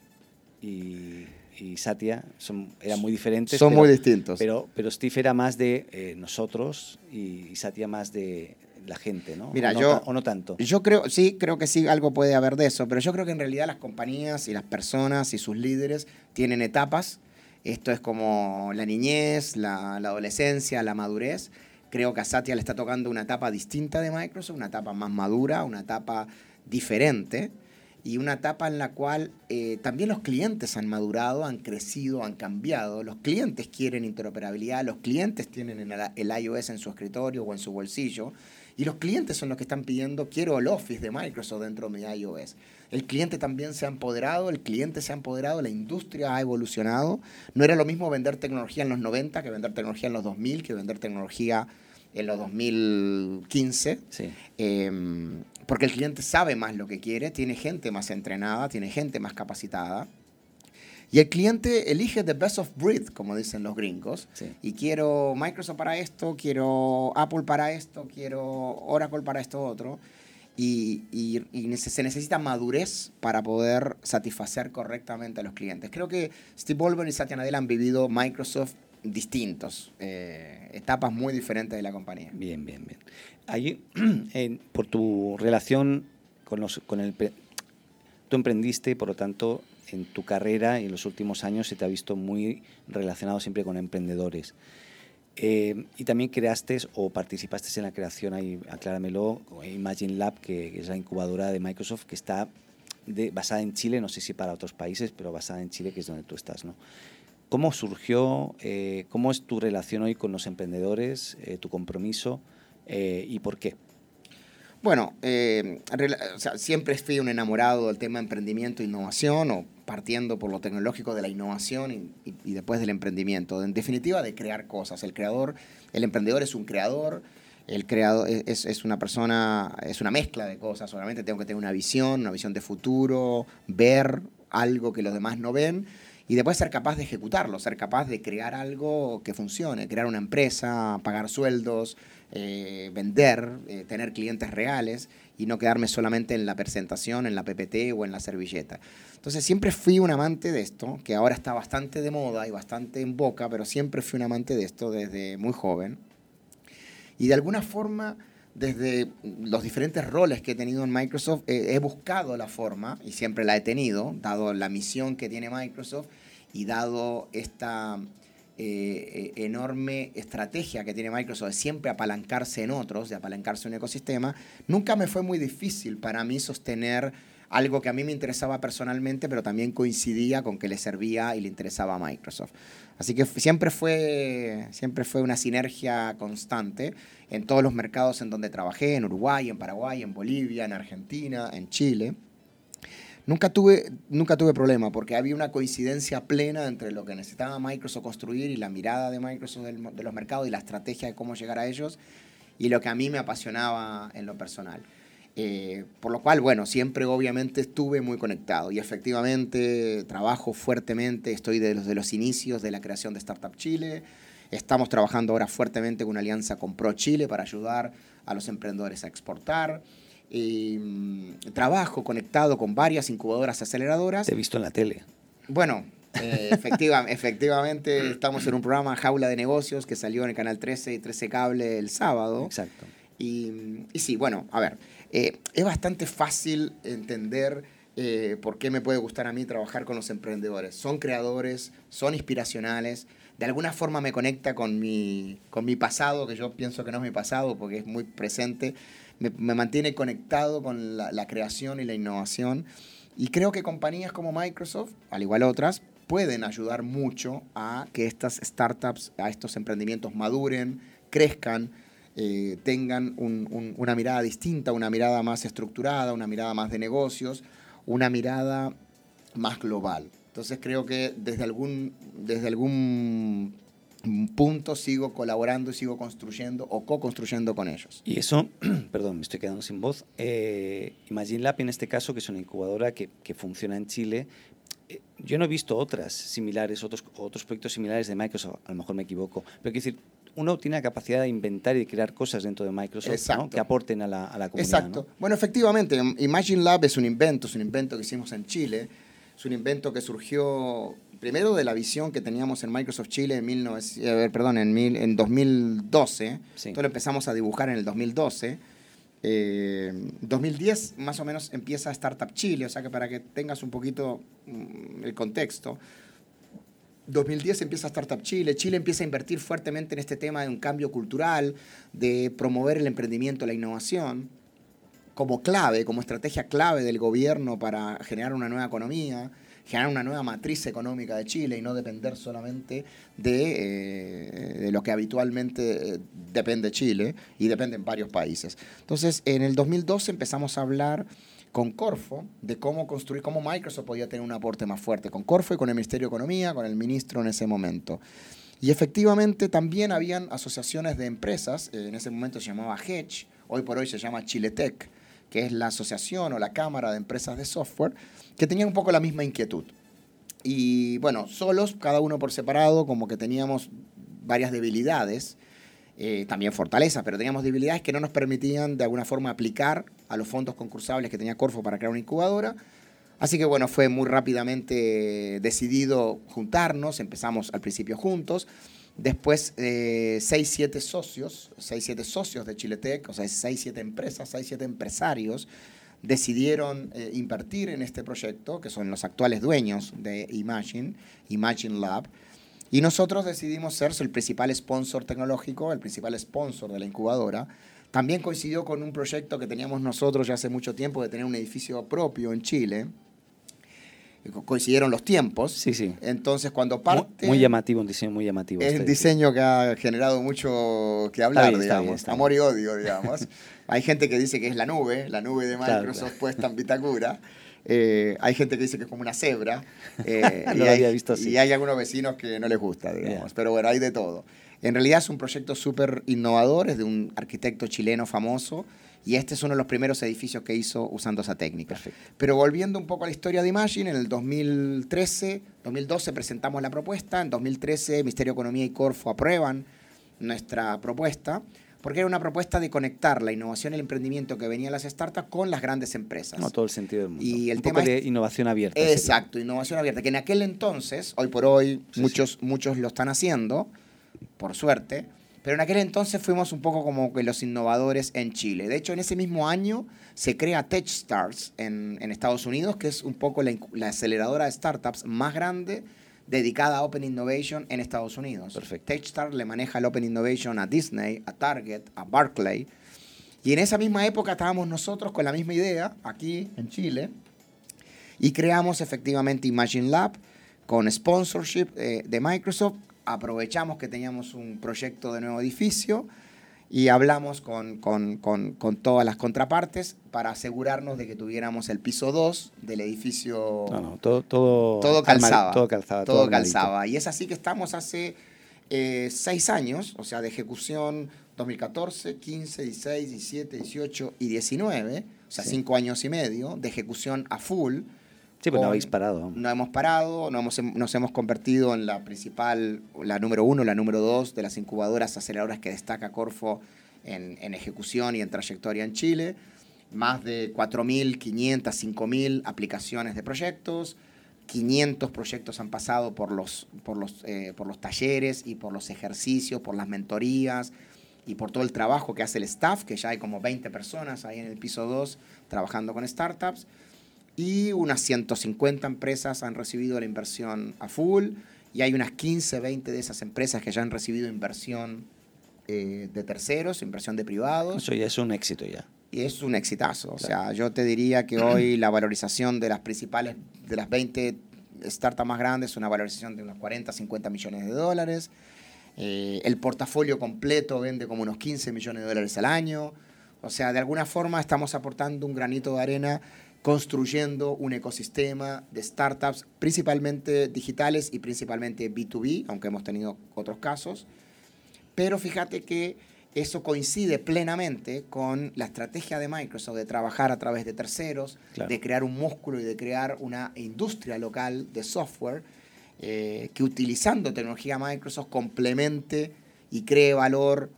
Speaker 3: y, y Satya son, eran muy diferentes.
Speaker 6: Son
Speaker 3: pero-
Speaker 6: muy distintos.
Speaker 3: Pero, pero Steve era más de eh, nosotros y, y Satya más de la gente, ¿no?
Speaker 6: Mira,
Speaker 3: O no
Speaker 6: yo-
Speaker 3: ta- O no tanto.
Speaker 6: Yo creo, sí, creo que sí, algo puede haber de eso, pero yo creo que en realidad las compañías y las personas y sus líderes tienen etapas. Esto es como la niñez, la, la adolescencia, la madurez. Creo que a Satya le está tocando una etapa distinta de Microsoft, una etapa más madura, una etapa diferente y una etapa en la cual eh, también los clientes han madurado, han crecido, han cambiado. Los clientes quieren interoperabilidad, los clientes tienen el, el iOS en su escritorio o en su bolsillo y los clientes son los que están pidiendo quiero el Office de Microsoft dentro de mi iOS. El cliente también se ha empoderado, el cliente se ha empoderado, la industria ha evolucionado. No era lo mismo vender tecnología en los 90 que vender tecnología en los 2000, que vender tecnología en los 2015.
Speaker 3: Sí.
Speaker 6: Eh, porque el cliente sabe más lo que quiere, tiene gente más entrenada, tiene gente más capacitada. Y el cliente elige the best of breed, como dicen los gringos.
Speaker 3: Sí.
Speaker 6: Y quiero Microsoft para esto, quiero Apple para esto, quiero Oracle para esto otro. Y, y- y nece- se necesita madurez para poder satisfacer correctamente a los clientes. Creo que Steve Ballmer y Satya Nadella han vivido Microsoft distintos, eh, etapas muy diferentes de la compañía.
Speaker 3: Bien, bien, bien. Allí, en- por tu relación con, los, con el... pe- Tú emprendiste, por lo tanto, en tu carrera y en los últimos años se te ha visto muy relacionado siempre con emprendedores. Eh, y también creaste o participaste en la creación, ahí acláramelo, Imagine Lab, que, que es la incubadora de Microsoft, que está de- basada en Chile, no sé si para otros países, pero basada en Chile, que es donde tú estás, ¿no? ¿Cómo surgió, eh, cómo es tu relación hoy con los emprendedores, eh, tu compromiso eh, y por qué?
Speaker 6: Bueno, eh, rela- o sea, siempre fui un enamorado del tema emprendimiento e innovación, o partiendo por lo tecnológico de la innovación y, y- y después del emprendimiento. En definitiva, de crear cosas. El creador, el emprendedor es un creador, el creador es- es, es una persona, es una mezcla de cosas. Solamente tengo que tener una visión, una visión de futuro, ver algo que los demás no ven. Y después ser capaz de ejecutarlo, ser capaz de crear algo que funcione, crear una empresa, pagar sueldos, eh, vender, eh, tener clientes reales y no quedarme solamente en la presentación, en la PPT o en la servilleta. Entonces siempre fui un amante de esto, que ahora está bastante de moda y bastante en boca, pero siempre fui un amante de esto desde muy joven. Y de alguna forma, desde los diferentes roles que he tenido en Microsoft, eh, he buscado la forma, y siempre la he tenido, dado la misión que tiene Microsoft y dado esta eh, eh, enorme estrategia que tiene Microsoft de siempre apalancarse en otros, de apalancarse en un ecosistema, nunca me fue muy difícil para mí sostener algo que a mí me interesaba personalmente, pero también coincidía con que le servía y le interesaba a Microsoft. Así que f- siempre fue, siempre fue una sinergia constante en todos los mercados en donde trabajé, en Uruguay, en Paraguay, en Bolivia, en Argentina, en Chile. Nunca tuve, nunca tuve problema porque había una coincidencia plena entre lo que necesitaba Microsoft construir y la mirada de Microsoft del mo- de los mercados y la estrategia de cómo llegar a ellos y lo que a mí me apasionaba en lo personal. Eh, por lo cual, bueno, siempre obviamente estuve muy conectado y efectivamente trabajo fuertemente, estoy desde los inicios de la creación de Startup Chile, estamos trabajando ahora fuertemente con una alianza con Pro Chile para ayudar a los emprendedores a exportar. Y, mm, trabajo conectado con varias incubadoras y aceleradoras.
Speaker 7: Te he visto en la tele.
Speaker 6: Bueno, eh, efectiva- efectivamente estamos en un programa Jaula de Negocios que salió en el canal 13 y 13 Cable el sábado.
Speaker 7: Exacto.
Speaker 6: Y, y sí, bueno, a ver, eh, es bastante fácil entender eh, por qué me puede gustar a mí trabajar con los emprendedores. Son creadores, son inspiracionales, de alguna forma me conecta con mi, con mi pasado, que yo pienso que no es mi pasado porque es muy presente, me, me mantiene conectado con la, la creación y la innovación. Y creo que compañías como Microsoft, al igual otras, pueden ayudar mucho a que estas startups, a estos emprendimientos maduren, crezcan, eh, tengan un- un- una mirada distinta, una mirada más estructurada, una mirada más de negocios, una mirada más global. Entonces creo que desde algún, desde algún punto sigo colaborando, y sigo construyendo o co-construyendo con ellos.
Speaker 7: Y eso, perdón, me estoy quedando sin voz. Eh, Imagine Lab, en este caso, que es una incubadora que, que funciona en Chile, eh, yo no he visto otras similares, otros, otros proyectos similares de Microsoft, a lo mejor me equivoco, pero quiero decir, uno tiene la capacidad de inventar y de crear cosas dentro de Microsoft ¿no?
Speaker 6: Exacto.
Speaker 7: que aporten a la, a la comunidad.
Speaker 6: Exacto. Bueno, efectivamente, Im- Imagine Lab es un invento, es un invento que hicimos en Chile, es un invento que surgió primero de la visión que teníamos en Microsoft Chile en, 19 eh, perdón, en, mil- en 2012,
Speaker 7: Sí.
Speaker 6: entonces lo empezamos a dibujar en el 2012. Eh, 2010 más o menos empieza Startup Chile, o sea que para que tengas un poquito mm, el contexto, 2010 empieza Startup Chile. Chile empieza a invertir fuertemente en este tema de un cambio cultural, de promover el emprendimiento, la innovación, como clave, como estrategia clave del gobierno para generar una nueva economía, generar una nueva matriz económica de Chile y no depender solamente de, eh, de lo que habitualmente eh, depende Chile y dependen varios países. Entonces, en el 2012 empezamos a hablar con Corfo de cómo construir, cómo Microsoft podía tener un aporte más fuerte con Corfo y con el Ministerio de Economía, con el ministro en ese momento. Y efectivamente también habían asociaciones de empresas, eh, en ese momento se llamaba Hedge, hoy por hoy se llama Chiletech, que es la asociación o la cámara de empresas de software, que tenían un poco la misma inquietud. Y bueno, solos, cada uno por separado, como que teníamos varias debilidades, eh, también fortalezas, pero teníamos debilidades que no nos permitían de alguna forma aplicar a los fondos concursables que tenía Corfo para crear una incubadora. Así que bueno, fue muy rápidamente decidido juntarnos, empezamos al principio juntos, después 6, 7 socios, 6, 7 socios de Chiletec, o sea, 6, 7 empresas, 6, 7 empresarios decidieron eh, invertir en este proyecto, que son los actuales dueños de Imagine, Imagine Lab, y nosotros decidimos ser el principal sponsor tecnológico, el principal sponsor de la incubadora. También coincidió con un proyecto que teníamos nosotros ya hace mucho tiempo de tener un edificio propio en Chile. Eh, Co- Coincidieron los tiempos.
Speaker 7: Sí, sí.
Speaker 6: Entonces, cuando
Speaker 7: ¿no? Mu-
Speaker 6: parte.
Speaker 7: muy llamativo, un diseño muy llamativo.
Speaker 6: Es
Speaker 7: este
Speaker 6: el diseño que ha generado mucho que hablar,
Speaker 7: bien, está
Speaker 6: digamos.
Speaker 7: bien, está
Speaker 6: Amor y odio, digamos. Hay gente que dice que es la nube, la nube de
Speaker 7: Claro,
Speaker 6: Microsoft
Speaker 7: claro.
Speaker 6: puesta en Vitacura. Eh, hay gente que dice que es como una cebra. eh,
Speaker 7: No
Speaker 6: y
Speaker 7: lo
Speaker 6: hay-
Speaker 7: había visto así.
Speaker 6: Y hay algunos vecinos que no les gusta, digamos.
Speaker 7: Ya.
Speaker 6: Pero bueno, hay de todo. En realidad es un proyecto súper innovador, es de un arquitecto chileno famoso. Y este es uno de los primeros edificios que hizo usando esa técnica. Pero volviendo un poco a la historia de Imagine, en el 2013, 2012 presentamos la propuesta, en 2013 Ministerio de Economía y Corfo aprueban nuestra propuesta, porque era una propuesta de conectar la innovación y el emprendimiento que venía de las startups con las grandes empresas.
Speaker 7: No todo el sentido del mundo.
Speaker 6: Y el
Speaker 7: un
Speaker 6: tema
Speaker 7: poco
Speaker 6: es-
Speaker 7: de innovación abierta. sería.
Speaker 6: Exacto, innovación abierta, que en aquel entonces, hoy por hoy,
Speaker 7: Sí,
Speaker 6: muchos, muchos lo están haciendo, por suerte, pero en aquel entonces fuimos un poco como que los innovadores en Chile. De hecho, en ese mismo año se crea TechStars en, en Estados Unidos, que es un poco la, incu- la aceleradora de startups más grande dedicada a Open Innovation en Estados Unidos.
Speaker 7: Perfecto.
Speaker 6: TechStars le maneja el Open Innovation a Disney, a Target, a Barclay. Y en esa misma época estábamos nosotros con la misma idea aquí en Chile y creamos efectivamente Imagine Lab con sponsorship eh, de Microsoft. Aprovechamos que teníamos un proyecto de nuevo edificio y hablamos con, con- con- con todas las contrapartes para asegurarnos de que tuviéramos el piso 2 del edificio
Speaker 3: Ah, No, no, todo, todo,
Speaker 6: todo calzaba.
Speaker 3: armadi- Todo calzaba.
Speaker 6: todo
Speaker 3: armadito.
Speaker 6: calzaba. Y es así que estamos hace eh, seis años, o sea, de ejecución 2014, 15, 16, 17, 18 y 19, o sea,
Speaker 3: Sí.
Speaker 6: cinco años y medio de ejecución a full.
Speaker 3: Sí, pero
Speaker 6: con-
Speaker 3: no habéis parado.
Speaker 6: No hemos parado, no hemos, nos hemos convertido en la principal, la número uno, la número dos de las incubadoras aceleradoras que destaca Corfo en, en ejecución y en trayectoria en Chile. Más de 4.500, 5.000 aplicaciones de proyectos. 500 proyectos han pasado por los, por, los, eh, por los talleres y por los ejercicios, por las mentorías y por todo el trabajo que hace el staff, que ya hay como 20 personas ahí en el piso 2 trabajando con startups y unas 150 empresas han recibido la inversión a full y hay unas 15, 20 de esas empresas que ya han recibido inversión eh, de terceros, inversión de privados
Speaker 3: Eso ya es un éxito ya.
Speaker 6: y es un exitazo. O sea, yo te diría que hoy la valorización de las principales, de las 20 startups más grandes, es una valorización de unos 40, 50 millones de dólares. Eh, el portafolio completo vende como unos 15 millones de dólares al año. O sea, de alguna forma estamos aportando un granito de arena construyendo un ecosistema de startups, principalmente digitales y principalmente B2B, aunque hemos tenido otros casos. Pero fíjate que eso coincide plenamente con la estrategia de Microsoft de trabajar a través de terceros,
Speaker 3: Claro.
Speaker 6: de crear un músculo y de crear una industria local de software eh, que utilizando tecnología Microsoft complemente y cree valor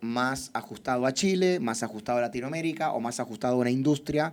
Speaker 6: más ajustado a Chile, más ajustado a Latinoamérica o más ajustado a una industria.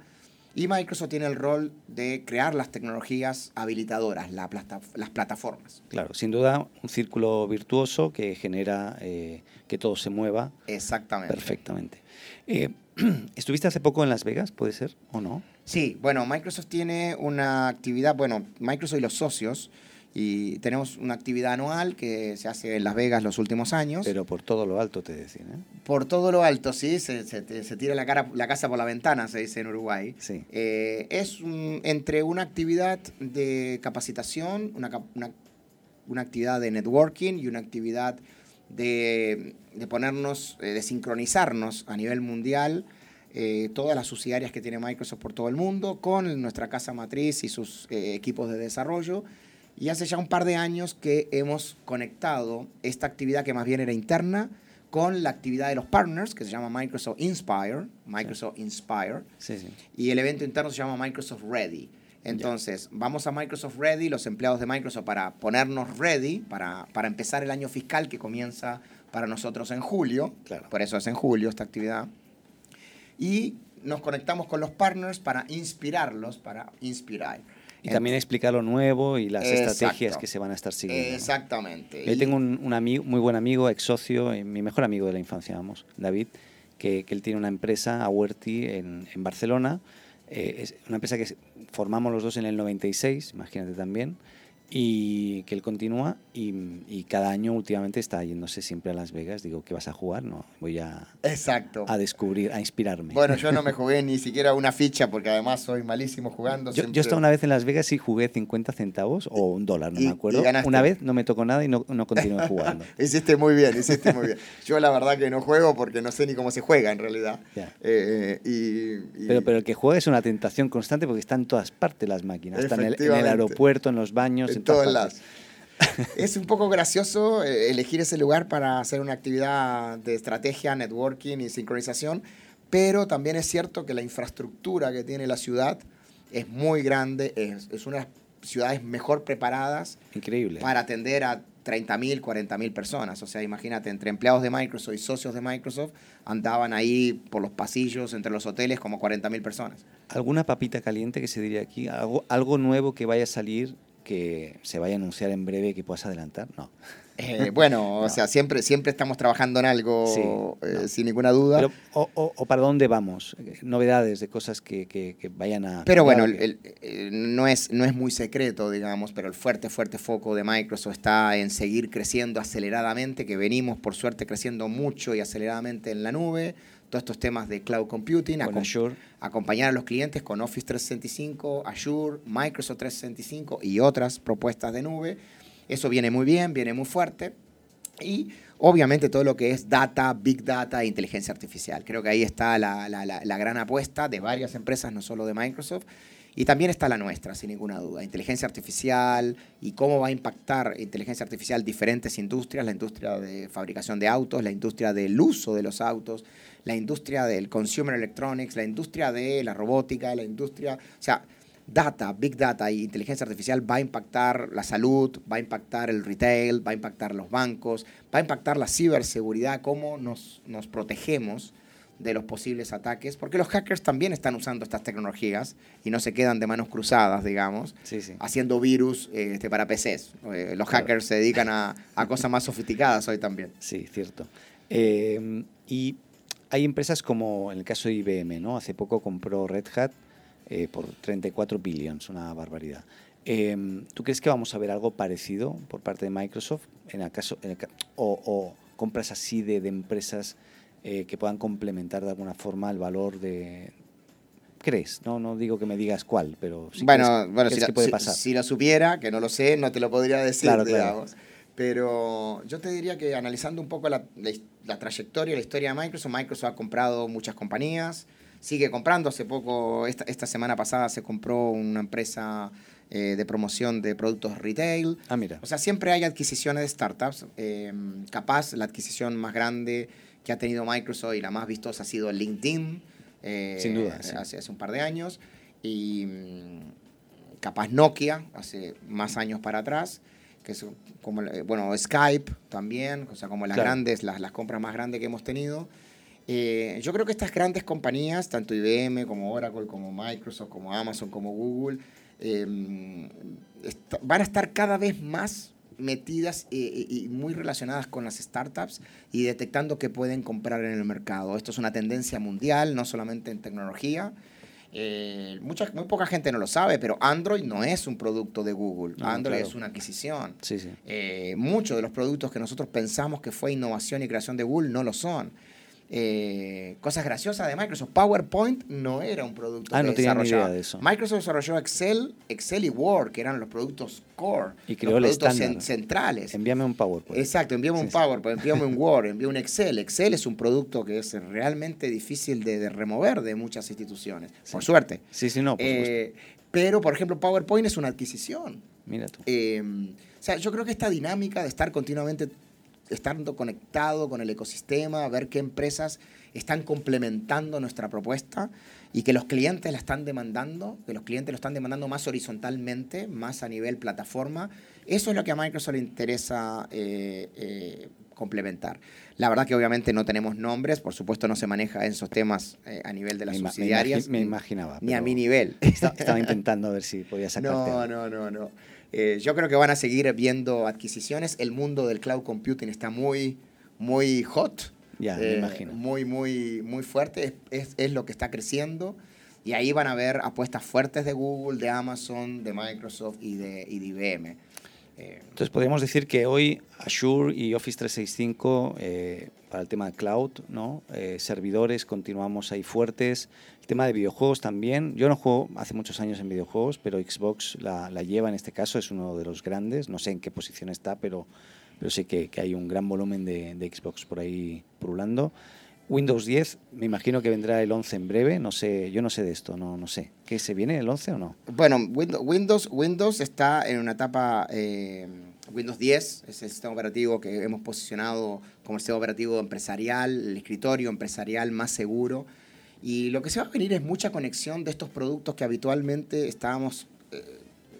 Speaker 6: Y Microsoft tiene el rol de crear las tecnologías habilitadoras, la plata- las plataformas.
Speaker 3: Claro, sin duda un círculo virtuoso que genera eh, que todo se mueva
Speaker 6: Exactamente.
Speaker 3: perfectamente. Eh, ¿Estuviste hace poco en Las Vegas, puede ser, o no?
Speaker 6: Sí, bueno, Microsoft tiene una actividad, bueno, Microsoft y los socios, y tenemos una actividad anual que se hace en Las Vegas los últimos años.
Speaker 3: Pero por todo lo alto te decían, ¿eh?
Speaker 6: por todo lo alto, sí, se, se te- se tira la, cara, la casa por la ventana, se dice en Uruguay.
Speaker 3: Sí.
Speaker 6: Eh, es un- entre una actividad de capacitación, una, cap- una- una actividad de networking y una actividad de, de ponernos, eh, de sincronizarnos a nivel mundial eh, todas las subsidiarias que tiene Microsoft por todo el mundo con nuestra casa matriz y sus eh, equipos de desarrollo. Y hace ya un par de años que hemos conectado esta actividad que más bien era interna con la actividad de los partners que se llama Microsoft Inspire, Microsoft Inspire,
Speaker 3: Sí, sí.
Speaker 6: y el evento interno se llama Microsoft Ready. Entonces, vamos a Microsoft Ready, los empleados de Microsoft, para ponernos ready, para, para empezar el año fiscal que comienza para nosotros en julio.
Speaker 3: Claro.
Speaker 6: Por eso es en julio esta actividad. Y nos conectamos con los partners para inspirarlos, para inspirar.
Speaker 3: Y
Speaker 6: Ent-
Speaker 3: también explicar lo nuevo y las
Speaker 6: Exacto.
Speaker 3: estrategias que se van a estar siguiendo. ¿no?
Speaker 6: Exactamente.
Speaker 3: Yo
Speaker 6: Y-
Speaker 3: tengo un, un amigo, muy buen amigo, ex socio, eh, mi mejor amigo de la infancia, vamos, David, que, que él tiene una empresa, Awerti, en, en Barcelona. eh, es una empresa que se- formamos los dos en el 96, imagínate también, y que él continúa. Y, y cada año últimamente está yéndose siempre a Las Vegas. Digo, ¿qué vas a jugar? No, voy a,
Speaker 6: Exacto.
Speaker 3: a descubrir, a inspirarme.
Speaker 6: Bueno, yo no me jugué ni siquiera una ficha porque además soy malísimo jugando.
Speaker 3: Yo,
Speaker 6: siempre-
Speaker 3: yo estaba una vez en Las Vegas y jugué 50 centavos o un dólar, no
Speaker 6: Y- y
Speaker 3: me acuerdo.
Speaker 6: ganaste.
Speaker 3: Una vez no me tocó nada y no, no continué jugando.
Speaker 6: Hiciste muy bien, hiciste muy bien. Yo la verdad que no juego porque no sé ni cómo se juega en realidad.
Speaker 3: Ya.
Speaker 6: Eh, y, y-
Speaker 3: Pero, pero el que juega es una tentación constante porque está en todas partes las máquinas. Está en el, en el
Speaker 6: Efectivamente.
Speaker 3: aeropuerto, en los baños,
Speaker 6: En
Speaker 3: en,
Speaker 6: todos
Speaker 3: todas partes.
Speaker 6: es un poco gracioso eh, elegir ese lugar para hacer una actividad de estrategia, networking y sincronización, pero también es cierto que la infraestructura que tiene la ciudad es muy grande, es, es una de las ciudades mejor preparadas
Speaker 3: Increíble.
Speaker 6: para atender a 30.000, 40.000 personas. O sea, imagínate, entre empleados de Microsoft y socios de Microsoft andaban ahí por los pasillos, entre los hoteles, como 40.000 personas.
Speaker 3: ¿Alguna papita caliente que se diría aquí? ¿Algo, algo nuevo que vaya a salir, que se vaya a anunciar en breve, que puedas adelantar? No.
Speaker 6: Eh, bueno, o sea, siempre, siempre estamos trabajando en algo,
Speaker 3: Sí,
Speaker 6: eh,
Speaker 3: no.
Speaker 6: sin ninguna duda.
Speaker 3: Pero,
Speaker 6: Pero,
Speaker 3: o, o- o para dónde vamos? Eh, Novedades de cosas que, que- que vayan a... cambiar,
Speaker 6: bueno, el-
Speaker 3: que-
Speaker 6: el- eh, no, es, no es muy secreto, digamos, pero el fuerte, fuerte foco de Microsoft está en seguir creciendo aceleradamente, que venimos, por suerte, creciendo mucho y aceleradamente en la nube. Todos estos temas de cloud computing,
Speaker 3: con
Speaker 6: acom-
Speaker 3: Azure.
Speaker 6: acompañar a los clientes con Office 365, Azure, Microsoft 365 y otras propuestas de nube. Eso viene muy bien, viene muy fuerte. Y obviamente todo lo que es data, big data e inteligencia artificial. Creo que ahí está la, la- la- la gran apuesta de varias empresas, no solo de Microsoft. Y también está la nuestra, sin ninguna duda. Inteligencia artificial y cómo va a impactar inteligencia artificial diferentes industrias, la industria de fabricación de autos, la industria del uso de los autos, la industria del consumer electronics, la industria de la robótica, la industria... O sea, data, big data y inteligencia artificial va a impactar la salud, va a impactar el retail, va a impactar los bancos, va a impactar la ciberseguridad, cómo nos, nos protegemos de los posibles ataques, porque los hackers también están usando estas tecnologías y no se quedan de manos cruzadas, digamos,
Speaker 3: Sí, sí.
Speaker 6: haciendo virus eh, este, para PCs. Eh, los
Speaker 3: Claro.
Speaker 6: hackers se dedican a, a cosas más sofisticadas hoy también.
Speaker 3: Sí, cierto. Eh, y hay empresas como en el caso de IBM, ¿no? Hace poco compró Red Hat eh, por 34 billions, una barbaridad. Eh, ¿Tú crees que vamos a ver algo parecido por parte de Microsoft en el caso, en el ca- o, o compras así de, de empresas eh, que puedan complementar de alguna forma el valor de crees? No, no digo que me digas cuál, pero sí
Speaker 6: bueno,
Speaker 3: crees-
Speaker 6: bueno
Speaker 3: crees
Speaker 6: si,
Speaker 3: que
Speaker 6: la-
Speaker 3: puede
Speaker 6: si-
Speaker 3: pasar.
Speaker 6: si lo supiera, que no lo sé, no te lo podría decir,
Speaker 3: Claro, claro.
Speaker 6: digamos. Pero yo te diría que analizando un poco la, la his- la trayectoria, la historia de Microsoft, Microsoft ha comprado muchas compañías, sigue comprando. Hace poco, esta, esta semana pasada, se compró una empresa eh, de promoción de productos retail.
Speaker 3: Ah, mira.
Speaker 6: O sea, siempre hay adquisiciones de startups. eh, capaz la adquisición más grande que ha tenido Microsoft y la más vistosa ha sido LinkedIn. eh,
Speaker 3: Sin duda, sí.
Speaker 6: Hace, hace un par de años. Y mm, capaz Nokia, hace más años para atrás. Que es como, la- bueno, Skype también. O sea, como las
Speaker 3: Claro.
Speaker 6: grandes, las, las compras más grandes que hemos tenido. Eh, yo creo que estas grandes compañías, tanto IBM como Oracle, como Microsoft, como Amazon, como Google, eh, est- van a estar cada vez más metidas eh, eh, y muy relacionadas con las startups y detectando qué pueden comprar en el mercado. Esto es una tendencia mundial, no solamente en tecnología. Eh, mucha- muy poca gente no lo sabe, pero Android no es un producto de Google.
Speaker 3: No,
Speaker 6: Android
Speaker 3: claro.
Speaker 6: es una adquisición.
Speaker 3: Sí, sí.
Speaker 6: Eh, muchos de los productos que nosotros pensamos que fue innovación y creación de Google no lo son. Eh, cosas graciosas de Microsoft. PowerPoint no era un producto
Speaker 3: Ah,
Speaker 6: que
Speaker 3: no tenía ni idea
Speaker 6: desarrollaba.
Speaker 3: de eso.
Speaker 6: Microsoft desarrolló Excel, Excel y Word, que eran los productos core,
Speaker 3: Y creó
Speaker 6: los
Speaker 3: el
Speaker 6: productos cen-
Speaker 3: estándar.
Speaker 6: centrales.
Speaker 3: Envíame un PowerPoint.
Speaker 6: Exacto, envíame un
Speaker 3: Sí, sí.
Speaker 6: PowerPoint, envíame un Word, envíame un Excel. Excel es un producto que es realmente difícil de, de remover de muchas instituciones, por
Speaker 3: Sí.
Speaker 6: suerte.
Speaker 3: Sí, sí, no, por supuesto.
Speaker 6: Eh, pero, por ejemplo, PowerPoint es una adquisición.
Speaker 3: Mira tú.
Speaker 6: Eh, o sea, yo creo que esta dinámica de estar continuamente estando conectado con el ecosistema, ver qué empresas están complementando nuestra propuesta y que los clientes la están demandando, que los clientes lo están demandando más horizontalmente, más a nivel plataforma, eso es lo que a Microsoft le interesa eh, eh, complementar. La verdad que obviamente no tenemos nombres, por supuesto no se maneja en esos temas eh, a nivel de las
Speaker 3: Me ima- me imagi-
Speaker 6: subsidiarias,
Speaker 3: me imaginaba,
Speaker 6: ni a
Speaker 3: pero-
Speaker 6: mi nivel.
Speaker 3: Esta- Estaba intentando a ver si podía sacar
Speaker 6: No,
Speaker 3: tema.
Speaker 6: no, no, no. Eh, yo creo que van a seguir viendo adquisiciones. El mundo del cloud computing está muy, muy hot. Eh,
Speaker 3: Ya, me imagino.
Speaker 6: Muy, muy, muy fuerte. Es, es- es lo que está creciendo. Y ahí van a ver apuestas fuertes de Google, de Amazon, de Microsoft y de, y de IBM. Eh,
Speaker 3: Entonces podríamos decir que hoy Azure y Office 365 eh, para el tema de cloud, ¿no? Eh, servidores continuamos ahí fuertes. El tema de videojuegos también. Yo no juego hace muchos años en videojuegos, pero Xbox la, la lleva en este caso, es uno de los grandes. No sé en qué posición está, pero, pero sé que, que hay un gran volumen de, de Xbox por ahí pululando. Windows 10, me imagino que vendrá el 11 en breve. No sé, yo no sé de esto, no, no sé. ¿Qué se viene el 11 o no?
Speaker 6: Bueno, Windows, Windows, Windows está en una etapa, eh, Windows 10 es el sistema operativo que hemos posicionado como el sistema operativo empresarial, el escritorio empresarial más seguro. Y lo que se va a venir es mucha conexión de estos productos que habitualmente estábamos eh,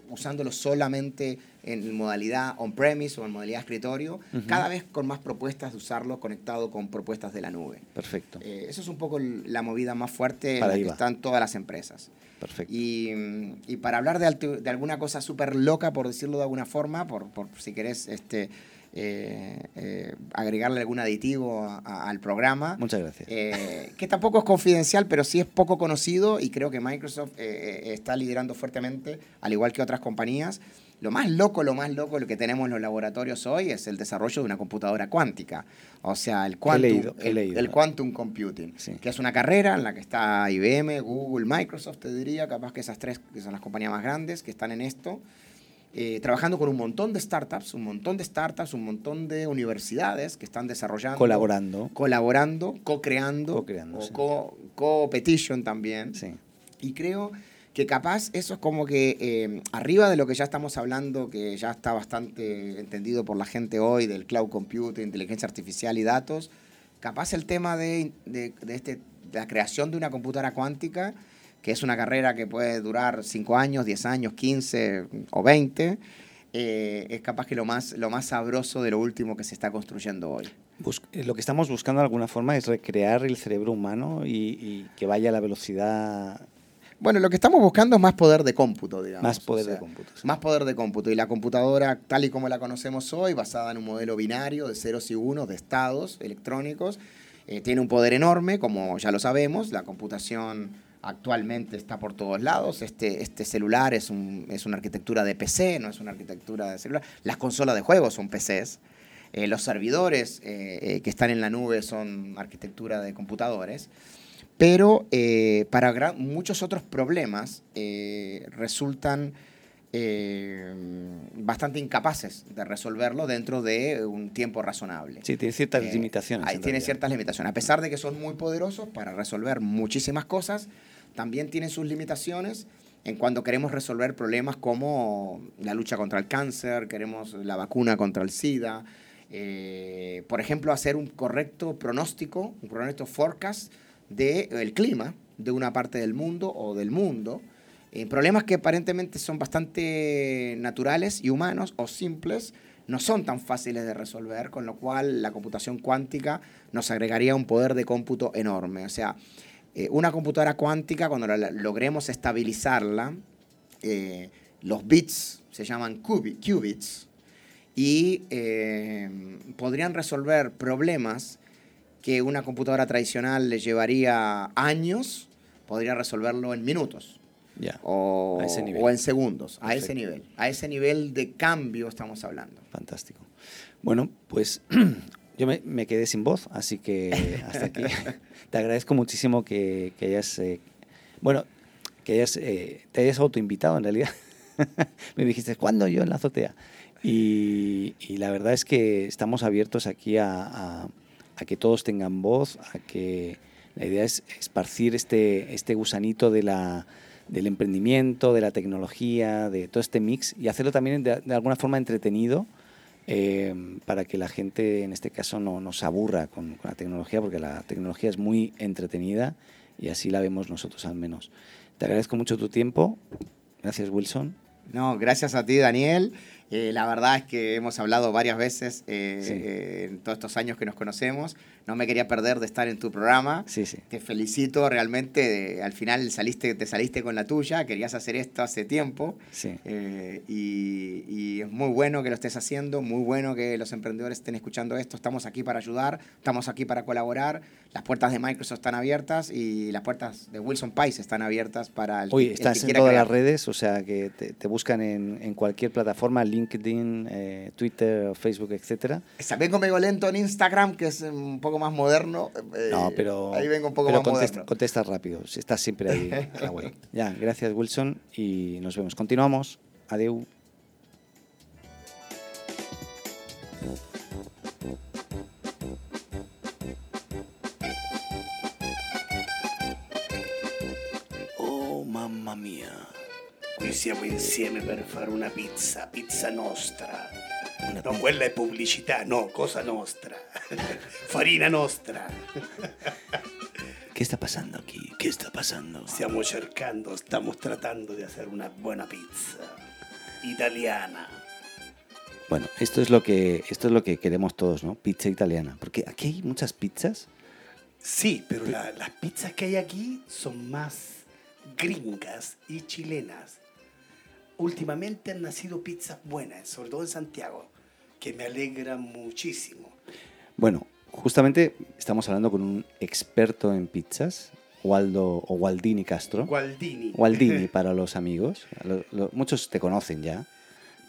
Speaker 6: usándolos solamente en modalidad on-premise o en modalidad escritorio, cada vez con más propuestas de usarlo conectado con propuestas de la nube.
Speaker 3: Perfecto,
Speaker 6: Eh, eso es un poco el- la movida más fuerte en
Speaker 3: Para
Speaker 6: la
Speaker 3: ahí
Speaker 6: que
Speaker 3: va.
Speaker 6: están todas las empresas.
Speaker 3: perfecto.
Speaker 6: Y, mm, y para hablar de, altu- de alguna cosa súper loca, por decirlo de alguna forma, por, por si querés este, eh, eh, agregarle algún aditivo a- a- al programa,
Speaker 3: Muchas gracias.
Speaker 6: eh, que tampoco es confidencial, pero sí es poco conocido y creo que Microsoft eh, eh, está liderando fuertemente, al igual que otras compañías. Lo más loco, lo más loco, lo que tenemos en los laboratorios hoy es el desarrollo de una computadora cuántica. O sea, el quantum,
Speaker 3: leído, he
Speaker 6: el-
Speaker 3: leído.
Speaker 6: el quantum computing,
Speaker 3: Sí.
Speaker 6: que es una carrera en la que está IBM, Google, Microsoft, te diría, capaz que esas tres que son las compañías más grandes que están en esto. eh, trabajando con un montón de startups, un montón de startups, un montón de universidades que están desarrollando.
Speaker 3: Colaborando.
Speaker 6: Colaborando, co-creando.
Speaker 3: Co-creando,
Speaker 6: o
Speaker 3: sí.
Speaker 6: co- Co-petition también.
Speaker 3: Sí.
Speaker 6: Y creo que capaz eso es como que eh, arriba de lo que ya estamos hablando, que ya está bastante entendido por la gente hoy del cloud computing, inteligencia artificial y datos, capaz el tema de, de- de este, de la creación de una computadora cuántica, que es una carrera que puede durar 5 años, 10 años, 15 o 20, eh, es capaz que lo más, lo más sabroso de lo último que se está construyendo hoy.
Speaker 3: Bus- eh, lo que estamos buscando de alguna forma es recrear el cerebro humano y, y que vaya a la velocidad
Speaker 6: Bueno, lo que estamos buscando es más poder de cómputo, digamos.
Speaker 3: más poder
Speaker 6: O sea,
Speaker 3: de cómputo. sí.
Speaker 6: Más poder de cómputo. Y la computadora, tal y como la conocemos hoy, basada en un modelo binario de ceros y unos, de estados electrónicos, eh, tiene un poder enorme, como ya lo sabemos. La computación actualmente está por todos lados. Este, este celular es, un- es una arquitectura de PC, no es una arquitectura de celular. Las consolas de juegos son PCs. Eh, los servidores eh, eh, que están en la nube son arquitectura de computadores. Pero eh, para gran- muchos otros problemas eh, resultan eh, bastante incapaces de resolverlo dentro de un tiempo razonable.
Speaker 3: Sí, tiene ciertas
Speaker 6: Eh,
Speaker 3: limitaciones.
Speaker 6: Ahí
Speaker 3: en
Speaker 6: tiene
Speaker 3: realidad.
Speaker 6: ciertas limitaciones. A pesar de que son muy poderosos para resolver muchísimas cosas, también tienen sus limitaciones en cuanto queremos resolver problemas como la lucha contra el cáncer, queremos la vacuna contra el SIDA, eh, por ejemplo, hacer un correcto pronóstico, un correcto forecast del clima de una parte del mundo o del mundo. Eh, problemas que aparentemente son bastante naturales y humanos o simples, no son tan fáciles de resolver, con lo cual la computación cuántica nos agregaría un poder de cómputo enorme. O sea, eh, una computadora cuántica, cuando la- la- logremos estabilizarla, eh, los bits se llaman cubi- qubits y eh, podrían resolver problemas que una computadora tradicional le llevaría años, podría resolverlo en minutos
Speaker 3: Ya.
Speaker 6: o,
Speaker 3: A ese nivel.
Speaker 6: o en segundos, a ese
Speaker 3: Perfecto.
Speaker 6: nivel. A ese nivel de cambio estamos hablando.
Speaker 3: Fantástico. Bueno, pues yo me, me quedé sin voz, así que hasta aquí. te agradezco muchísimo que, que hayas, eh, bueno, que hayas, eh, te hayas autoinvitado en realidad. me dijiste, ¿cuándo yo en la azotea? Y, y la verdad es que estamos abiertos aquí a, a- a que todos tengan voz, a que la idea es esparcir este, este gusanito de la, del emprendimiento, de la tecnología, de todo este mix y hacerlo también de, de alguna forma entretenido eh, para que la gente, en este caso, no, no se aburra con, con la tecnología, porque la tecnología es muy entretenida y así la vemos nosotros al menos. Te agradezco mucho tu tiempo. Gracias, Wilson.
Speaker 6: No, gracias a ti, Daniel. Eh, la verdad es que hemos hablado varias veces eh,
Speaker 3: Sí.
Speaker 6: eh, en todos estos años que nos conocemos. No me quería perder de estar en tu programa.
Speaker 3: Sí, sí.
Speaker 6: Te felicito realmente. eh, al final saliste, te saliste con la tuya. Querías hacer esto hace tiempo.
Speaker 3: Sí.
Speaker 6: Eh, y, y es muy bueno que lo estés haciendo, muy bueno que los emprendedores estén escuchando esto. Estamos aquí para ayudar, estamos aquí para colaborar. Las puertas de Microsoft están abiertas y las puertas de Wilson Pice están abiertas para el que- el
Speaker 3: Oye,
Speaker 6: que
Speaker 3: estás en
Speaker 6: quiera
Speaker 3: todas
Speaker 6: crear.
Speaker 3: las redes, o sea que te, te buscan en, en cualquier plataforma, LinkedIn, eh, Twitter, Facebook, etcétera.
Speaker 6: Está, vengo medio lento en Instagram, que es un poco más moderno. eh,
Speaker 3: No, pero,
Speaker 6: Ahí vengo un poco
Speaker 3: pero
Speaker 6: más
Speaker 3: contesta,
Speaker 6: moderno.
Speaker 3: contestas rápido, si estás siempre ahí en la web. Ya, gracias Wilson y nos vemos. Continuamos. Adeu.
Speaker 8: Oh, mamma mia. Qui siamo insieme per fare una pizza, pizza nostra. No, quella è pubblicità, no, cosa nostra. Farina nostra.
Speaker 3: ¿Qué está pasando aquí? ¿Qué está pasando?
Speaker 8: Stiamo cercando, stiamo tratando di fare una buena pizza. Italiana.
Speaker 3: Bueno, esto es lo que esto es lo que queremos todos, ¿no? Pizza italiana, porque aquí hay muchas pizzas.
Speaker 8: Sí, pero la- las pizzas que hay aquí son más gringas y chilenas. Últimamente han nacido pizzas buenas, sobre todo en Santiago, que me alegra muchísimo.
Speaker 3: Bueno, justamente estamos hablando con un experto en pizzas, Waldo o Waldini Castro.
Speaker 8: Gualdini.
Speaker 3: Waldini para los amigos. Lo- lo- muchos te conocen ya.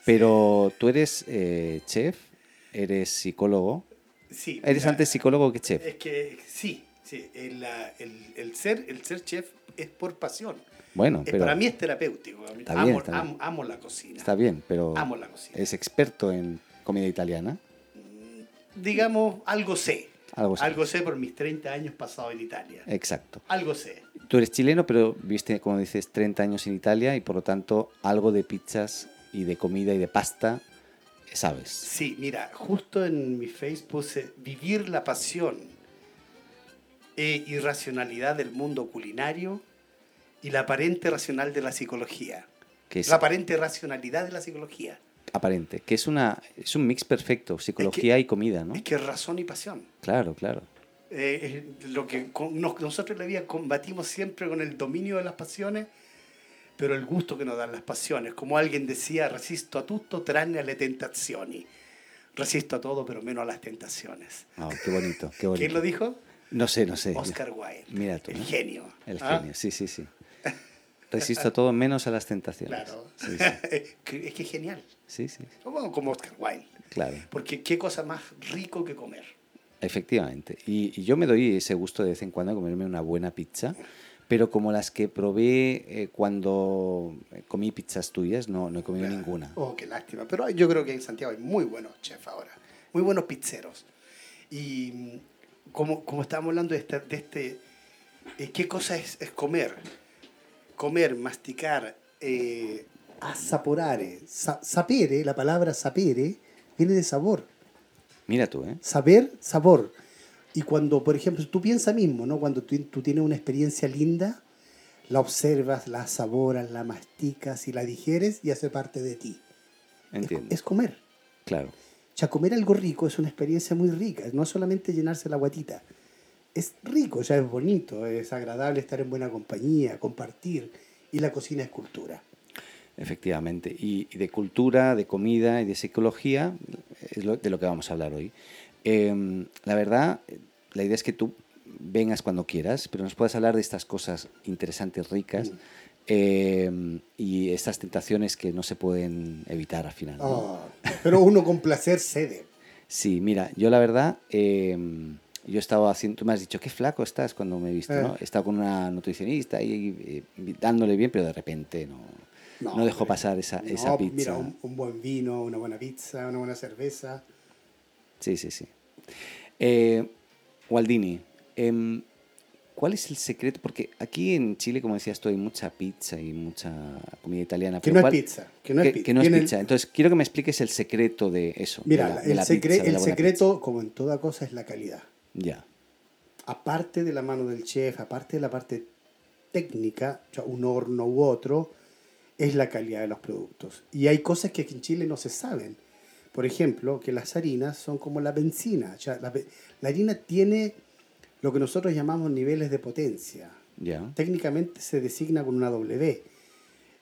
Speaker 3: Pero tú eres eh, chef, eres psicólogo.
Speaker 8: Sí,
Speaker 3: Eres
Speaker 8: mira,
Speaker 9: Eh,
Speaker 3: antes psicólogo que chef.
Speaker 8: Es que sí,
Speaker 9: Sí, el, ah, el- el ser, el ser chef es por pasión.
Speaker 3: Bueno,
Speaker 9: Eh,
Speaker 3: Ah, pero
Speaker 9: para mí es terapéutico. A mí-
Speaker 3: Está
Speaker 9: amo,
Speaker 3: bien, está bien.
Speaker 9: amo- amo la cocina.
Speaker 3: está bien, pero
Speaker 9: Amo la cocina.
Speaker 3: es experto en comida italiana.
Speaker 9: Digamos, algo sé.
Speaker 3: Algo Eh. así.
Speaker 9: Algo sé por mis 30 años pasados en Italia.
Speaker 3: Exacto.
Speaker 9: Algo sé.
Speaker 3: Tú eres chileno, pero viste, como dices, 30 años en Italia y por lo tanto algo de pizzas y de comida y de pasta eh, sabes.
Speaker 9: Sí, mira, justo en mi face puse vivir la pasión e irracionalidad del mundo culinario y la aparente racional de la psicología.
Speaker 3: Que es
Speaker 9: La aparente racionalidad de la psicología.
Speaker 3: aparente. Que es, una, es un mix perfecto, psicología y comida, ¿no?
Speaker 9: Es que es razón y pasión.
Speaker 3: Claro, claro.
Speaker 9: Eh, es lo que con- nos- nosotros en la vida combatimos siempre con el dominio de las pasiones, pero el gusto que nos dan las pasiones. Como alguien decía, resisto a tutto tranne alle tentazioni. Resisto a todo, pero menos a las tentaciones.
Speaker 3: Ah, qué bonito, qué bonito.
Speaker 9: ¿Quién lo dijo?
Speaker 3: No sé, no sé.
Speaker 9: Oscar Wilde.
Speaker 3: Mira tú,
Speaker 9: El
Speaker 3: ¿no?
Speaker 9: genio.
Speaker 3: El
Speaker 9: ¿Ah?
Speaker 3: genio, sí, sí, sí. Resisto a todo menos a las tentaciones.
Speaker 9: Claro.
Speaker 3: Sí, sí,
Speaker 9: Que- es que es genial.
Speaker 3: sí, sí,
Speaker 9: Como como Oscar Wilde.
Speaker 3: claro.
Speaker 9: Porque qué cosa más rico que comer.
Speaker 3: Efectivamente. Y, y yo me doy ese gusto de vez en cuando de comerme una buena pizza, pero como las que probé eh, cuando eh, comí pizzas tuyas, no, no he comido ninguna.
Speaker 9: Oh, qué lástima. Pero yo creo que en Santiago hay muy buenos chefs ahora, muy buenos pizzeros. Y mm, como, como estábamos hablando de este, de este eh, ¿qué cosa es, es comer? Comer, masticar, eh,
Speaker 8: Assaporare. Sa- sapere, la palabra sapere, viene de sabor.
Speaker 3: Mira tú, ¿eh?
Speaker 8: Saber, sabor. Y cuando, por ejemplo, tú piensas mismo, ¿no? Cuando tú, tú tienes una experiencia linda, la observas, la saboras, la masticas y la digieres y hace parte de ti. Es, co-
Speaker 3: Entiendo.
Speaker 8: es comer.
Speaker 3: Claro.
Speaker 8: O sea, comer algo rico es una experiencia muy rica. No es solamente llenarse la guatita. Es rico, ya es bonito, es agradable estar en buena compañía, compartir. Y la cocina es cultura.
Speaker 3: Efectivamente. Y, y de cultura, de comida y de psicología es lo- de lo que vamos a hablar hoy. Eh, la verdad, la idea es que tú vengas cuando quieras, pero nos puedas hablar de estas cosas interesantes, ricas, eh, y estas tentaciones que no se pueden evitar al final. ¿no?
Speaker 8: Ah, pero uno con placer cede.
Speaker 3: Sí, mira, yo la verdad, eh, yo estaba haciendo, tú me has dicho, qué flaco estás cuando me he visto,
Speaker 8: Eh.
Speaker 3: ¿no? He estado con una nutricionista y eh, dándole bien, pero de repente no, no,
Speaker 8: No,
Speaker 3: dejó
Speaker 8: hombre.
Speaker 3: pasar esa,
Speaker 8: No,
Speaker 3: esa pizza.
Speaker 8: Mira, un, un buen vino, una buena pizza, una buena cerveza.
Speaker 3: Sí, sí, sí. Eh, Waldini, em, ¿cuál es el secreto? Porque aquí en Chile, como decías tú, hay mucha pizza y mucha comida italiana.
Speaker 8: Que
Speaker 3: pero
Speaker 8: no
Speaker 3: ¿cuál-
Speaker 8: es pizza. Que no es
Speaker 3: que-
Speaker 8: pizza.
Speaker 3: que no es
Speaker 8: Viene el-
Speaker 3: pizza. Entonces, quiero que me expliques el secreto de eso. de
Speaker 8: Mira,
Speaker 3: la- de
Speaker 8: el,
Speaker 3: la
Speaker 8: secre-
Speaker 3: pizza, de
Speaker 8: el
Speaker 3: la buena
Speaker 8: secreto, como en toda cosa, es la calidad.
Speaker 3: pizza. Ya.
Speaker 8: Aparte de la mano del chef, aparte de la parte técnica, o sea, un horno u otro, es la calidad de los productos. Y hay cosas que aquí en Chile no se saben. Por ejemplo, que las harinas son como la benzina. O sea, la, be- la harina tiene lo que nosotros llamamos niveles de potencia.
Speaker 3: Ya.
Speaker 8: técnicamente se designa con una W.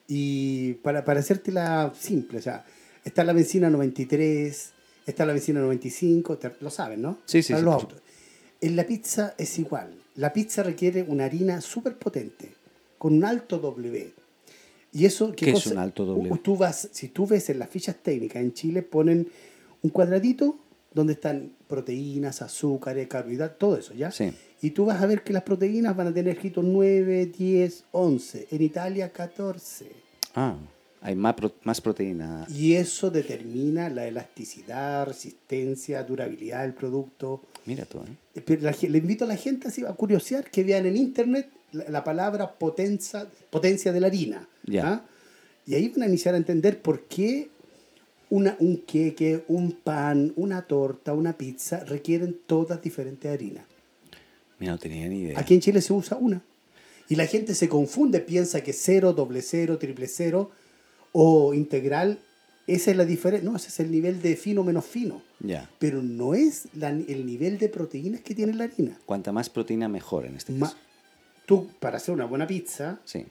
Speaker 8: Y para, para hacértela simple, o sea, está la benzina 93, está la benzina 95, te- lo saben, ¿no?
Speaker 3: Sí, sí,
Speaker 8: Para
Speaker 3: sí,
Speaker 8: los
Speaker 3: por
Speaker 8: autos. En la pizza es igual. La pizza requiere una harina súper potente, con un alto W. Y eso,
Speaker 3: ¿Qué es un alto W?
Speaker 8: U- Tú vas, si tú ves en las fichas técnicas en Chile, ponen un cuadradito donde están proteínas, azúcares, carbohidratos, todo eso, ¿ya?
Speaker 3: Sí.
Speaker 8: Y tú vas a ver que las proteínas van a tener escrito 9, 10, 11. En Italia, 14.
Speaker 3: Ah, hay más, pro- más proteína.
Speaker 8: Y eso determina la elasticidad, resistencia, durabilidad del producto.
Speaker 3: Mira tú, ¿eh?
Speaker 8: Pero la ge- le invito a la gente así a curiosear que vean en internet la, la palabra potencia, potencia de la harina.
Speaker 3: Ya.
Speaker 8: ¿ah? Y ahí van a iniciar a entender por qué una, un queque, un pan, una torta, una pizza requieren todas diferentes harinas.
Speaker 3: Mira, no tenía ni idea.
Speaker 8: Aquí en Chile se usa una. Y la gente se confunde, piensa que cero, doble cero, triple cero o integral, esa es la diferencia. No, ese es el nivel de fino menos fino.
Speaker 3: Ya.
Speaker 8: Pero no es la- el nivel de proteínas que tiene la harina.
Speaker 3: Cuanta más proteína, mejor en este
Speaker 8: Ma-
Speaker 3: caso.
Speaker 8: tú, para hacer una buena pizza,
Speaker 3: Sí.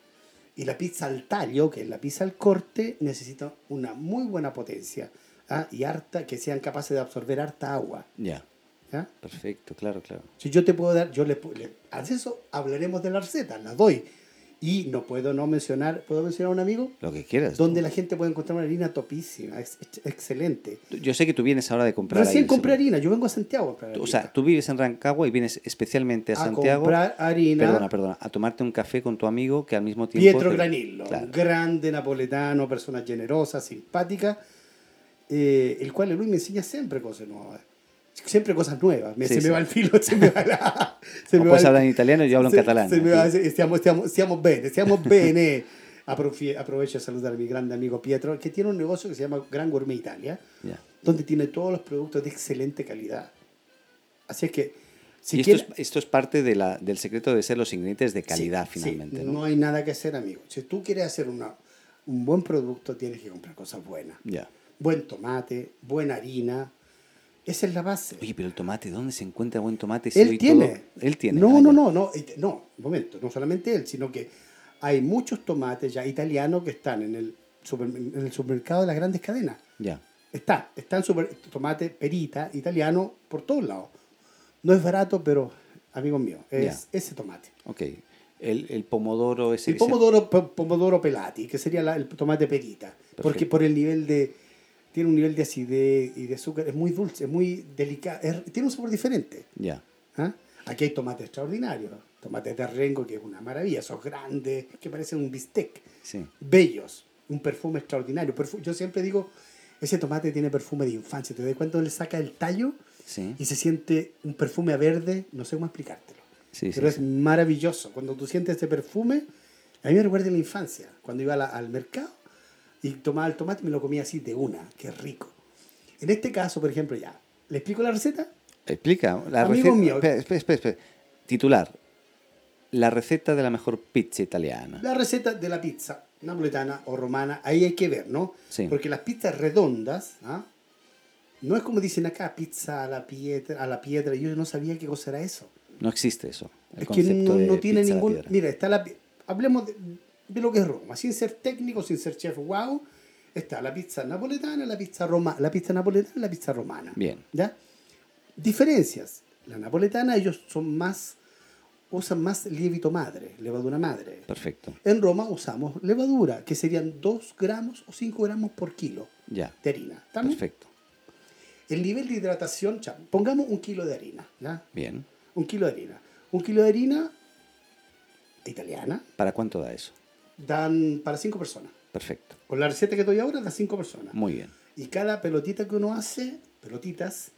Speaker 8: y la pizza al tallo, que es la pizza al corte, necesita una muy buena potencia. ¿ah? Y harta, que sean capaces de absorber harta agua.
Speaker 3: Ya.
Speaker 8: ¿ya?
Speaker 3: Perfecto, claro, claro.
Speaker 8: Si yo te puedo dar, yo le, pu- le- a eso hablaremos de la receta, la doy. Y no puedo no mencionar, ¿puedo mencionar a un amigo?
Speaker 3: Lo que quieras.
Speaker 8: Donde la gente puede encontrar una harina topísima, es- es- excelente.
Speaker 3: Yo sé que tú vienes ahora de comprar.
Speaker 8: Recién
Speaker 3: ahí,
Speaker 8: compré
Speaker 3: seguro.
Speaker 8: harina, yo vengo a Santiago a comprar
Speaker 3: Tú- O
Speaker 8: harina.
Speaker 3: sea, tú vives en Rancagua y vienes especialmente a,
Speaker 8: a
Speaker 3: Santiago.
Speaker 8: comprar harina.
Speaker 3: Perdona, perdona. A tomarte un café con tu amigo que al mismo tiempo.
Speaker 8: Pietro
Speaker 3: te-
Speaker 8: Granillo,
Speaker 3: Claro.
Speaker 8: un grande napoletano, persona generosa, simpática, eh, el cual Luis me enseña siempre cosas nuevas. Siempre cosas nuevas. Me-
Speaker 3: Sí,
Speaker 8: se
Speaker 3: sí.
Speaker 8: me va el filo, se me va la. Se
Speaker 3: O
Speaker 8: me
Speaker 3: puedes
Speaker 8: va el-
Speaker 3: hablar en italiano y yo hablo
Speaker 8: se-
Speaker 3: en catalán.
Speaker 8: Se me va,
Speaker 3: aquí.
Speaker 8: se- stiamo, stiamo- stiamo bene, stiamo bene. Aprofi- Aprovecho a saludar a mi grande amigo Pietro, que tiene un negocio que se llama Gran Gourmet Italia,
Speaker 3: Ya.
Speaker 8: donde tiene todos los productos de excelente calidad. Así es que, si
Speaker 3: y esto,
Speaker 8: quieres.
Speaker 3: es, esto es parte de la, del secreto de ser los ingredientes de calidad,
Speaker 8: Sí, sí,
Speaker 3: finalmente. ¿no?
Speaker 8: hay nada que hacer, amigo. Si tú quieres hacer una, un buen producto, tienes que comprar cosas buenas.
Speaker 3: Ya.
Speaker 8: Buen tomate, buena harina. Esa es la base.
Speaker 3: Oye, pero el tomate, ¿dónde se encuentra buen tomate? Si
Speaker 8: él
Speaker 3: hoy
Speaker 8: tiene.
Speaker 3: todo- Él tiene.
Speaker 8: No,
Speaker 3: ah,
Speaker 8: no,
Speaker 3: ya.
Speaker 8: no, no, it- no, un momento, no solamente él, sino que hay muchos tomates ya italianos que están en el, supermer- en el supermercado de las grandes cadenas.
Speaker 3: Ya.
Speaker 8: Está, está en super, tomate perita italiano por todos lados. No es barato, pero, amigo mío, es ese tomate.
Speaker 3: Ok. El, el pomodoro es
Speaker 8: El pomodoro, po- pomodoro pelati, que sería la- el tomate perita, porque por el nivel de tiene un nivel de acidez y de azúcar, es muy dulce, es muy delicado, es- tiene un sabor diferente.
Speaker 3: Ya.
Speaker 8: ¿ah? Aquí hay tomates extraordinarios, tomates de rengo que es una maravilla, esos grandes que parecen un bistec,
Speaker 3: Sí.
Speaker 8: bellos, un perfume extraordinario. Perfu- yo siempre digo, ese tomate tiene perfume de infancia, te das cuenta cuando le saca el tallo
Speaker 3: Sí.
Speaker 8: y se siente un perfume a verde, no sé cómo explicártelo.
Speaker 3: Sí, sí,
Speaker 8: Pero es
Speaker 3: sí.
Speaker 8: maravilloso. Cuando tú sientes ese perfume, a mí me recuerda la infancia, cuando iba a la- al mercado y tomaba el tomate y me lo comía así de una, que rico. En este caso, por ejemplo, ya, ¿le explico la receta?
Speaker 3: Explica. La
Speaker 8: Amigo
Speaker 3: receta...
Speaker 8: mío.
Speaker 3: Espera, espera, espera, espera. Titular. La receta de la mejor pizza italiana.
Speaker 8: La receta de la pizza napoletana o romana, ahí hay que ver, ¿no?
Speaker 3: Sí.
Speaker 8: Porque las pizzas redondas, ¿ah? no es como dicen acá, pizza a la piedra, a la piedra. Yo no sabía qué cosa era eso.
Speaker 3: No existe eso. El
Speaker 8: es que
Speaker 3: concepto
Speaker 8: no,
Speaker 3: de
Speaker 8: no tiene
Speaker 3: pizza a la
Speaker 8: ningún.
Speaker 3: piedra.
Speaker 8: Mira, está la. pi- Hablemos de, de lo que es Roma, sin ser técnico, sin ser chef, wow. Está la pizza napoletana, la pizza roma, la pizza napoletana y la pizza romana.
Speaker 3: Bien.
Speaker 8: ¿Ya? Diferencias. La napoletana, ellos son más. usan más lievito madre, levadura madre.
Speaker 3: Perfecto.
Speaker 8: En Roma usamos levadura, que serían 2 gramos o 5 gramos por kilo
Speaker 3: Ya.
Speaker 8: de harina. ¿Estamos?
Speaker 3: Perfecto.
Speaker 8: El nivel de hidratación, ya, pongamos un kilo de harina, ¿ya?
Speaker 3: Bien.
Speaker 8: Un kilo de harina. Un kilo de harina italiana
Speaker 3: ¿Para cuánto da eso?
Speaker 8: dan para 5 personas.
Speaker 3: Perfecto.
Speaker 8: Con la receta que doy ahora, da 5 personas.
Speaker 3: Muy bien.
Speaker 8: Y cada pelotita que uno hace, pelotitas,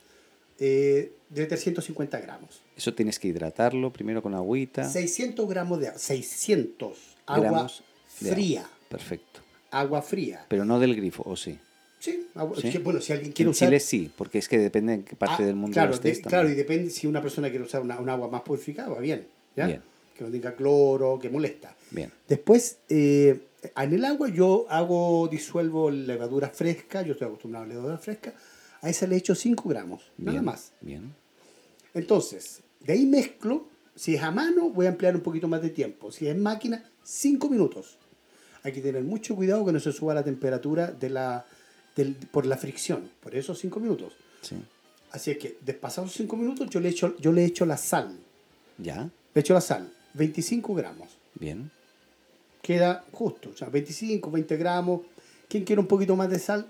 Speaker 8: eh, de 350 gramos.
Speaker 3: Eso tienes que hidratarlo primero con agüita.
Speaker 8: 600 gramos de agua. 600. Agua
Speaker 3: gramos de agua.
Speaker 8: fría.
Speaker 3: Perfecto.
Speaker 8: Agua fría.
Speaker 3: Pero no del grifo, ¿o sí.
Speaker 8: Sí, agua-
Speaker 3: ¿Sí?
Speaker 8: que, bueno, si alguien quiere
Speaker 3: En
Speaker 8: usar...
Speaker 3: Chile sí, porque es que depende en qué parte
Speaker 8: Ah,
Speaker 3: del mundo
Speaker 8: claro,
Speaker 3: estés
Speaker 8: de-
Speaker 3: también.
Speaker 8: claro, y depende si una persona quiere usar una, un agua más purificada, va bien, ¿ya?
Speaker 3: Bien.
Speaker 8: Que no tenga cloro, que molesta.
Speaker 3: Bien.
Speaker 8: Después, eh, en el agua yo hago, disuelvo levadura fresca, yo estoy acostumbrado a levadura fresca, a esa le echo 5 gramos, nada
Speaker 3: bien,
Speaker 8: más.
Speaker 3: Bien.
Speaker 8: Entonces, de ahí mezclo, si es a mano voy a emplear un poquito más de tiempo, si es máquina, 5 minutos. Hay que tener mucho cuidado que no se suba la temperatura de la, del- por la fricción, por eso 5 minutos.
Speaker 3: Sí.
Speaker 8: Así es que, despasados 5 minutos, yo le, echo, yo le echo la sal.
Speaker 3: Ya.
Speaker 8: Le echo la sal, 25 gramos.
Speaker 3: Bien.
Speaker 8: Queda justo, o sea, 25, 20 gramos. Quien quiere un poquito más de sal,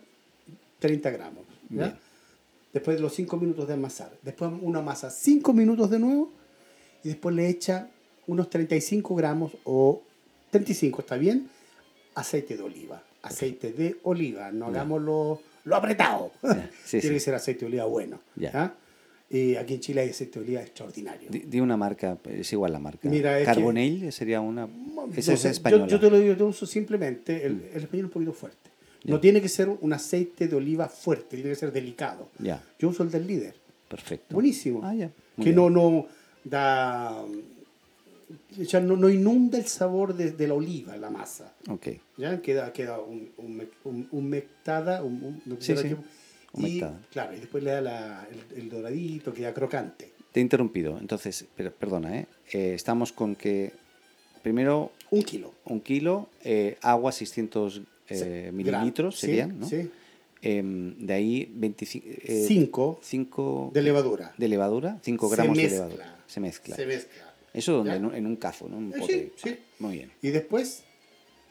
Speaker 8: 30 gramos. ¿ya?
Speaker 3: Bien.
Speaker 8: Después de los 5 minutos de amasar. Después uno amasa 5 minutos de nuevo y después le echa unos 35 gramos o 35, ¿está bien? Aceite de oliva. Aceite de oliva, no hagamos lo, lo apretado.
Speaker 3: sí,
Speaker 8: Tiene
Speaker 3: sí.
Speaker 8: que ser aceite de oliva bueno.
Speaker 3: Ya.
Speaker 8: ¿ah? Y aquí en Chile hay aceite de oliva extraordinario.
Speaker 3: Di, di una marca, es igual la marca.
Speaker 8: Mira, es que-
Speaker 3: Carbonell sería una. Esa
Speaker 8: No
Speaker 3: es
Speaker 8: sé, yo-
Speaker 3: española.
Speaker 8: Yo, te lo digo, yo uso simplemente el, el español un poquito fuerte. No
Speaker 3: Ya.
Speaker 8: tiene que ser un aceite de oliva fuerte, tiene que ser delicado.
Speaker 3: Ya.
Speaker 8: Yo uso el del líder.
Speaker 3: Perfecto.
Speaker 8: Buenísimo.
Speaker 3: Ah, ya. Muy
Speaker 8: Que
Speaker 3: bien.
Speaker 8: no, no da. o sea, no, no inunda el sabor de, de la oliva en la masa.
Speaker 3: Ok.
Speaker 8: ¿Ya? Queda, queda un, un, mec- un- humectada. Un, un- no
Speaker 3: Sí,
Speaker 8: queda
Speaker 3: sí.
Speaker 8: que- y,
Speaker 3: Humectada.
Speaker 8: claro, y después le da la- el, el doradito, queda crocante.
Speaker 3: Te he interrumpido. Entonces, pero- perdona, ¿eh? Eh, Estamos con que. Primero,
Speaker 8: Un kilo.
Speaker 3: un kilo, eh, agua 600 eh,
Speaker 8: Gra-
Speaker 3: mililitros
Speaker 8: sí,
Speaker 3: serían, ¿no?
Speaker 8: Sí.
Speaker 3: Em, de ahí 25. eh,
Speaker 8: Cinco
Speaker 3: cinco
Speaker 8: de levadura.
Speaker 3: de levadura, 5
Speaker 8: Se
Speaker 3: gramos de
Speaker 8: mezcla.
Speaker 3: levadura. Se mezcla.
Speaker 8: Se mezcla.
Speaker 7: Eso donde
Speaker 8: ¿Ya?
Speaker 7: en un, en un cazo, ¿no? Un
Speaker 8: Eh,
Speaker 7: pote.
Speaker 8: sí, sí.
Speaker 7: Muy bien.
Speaker 8: Y después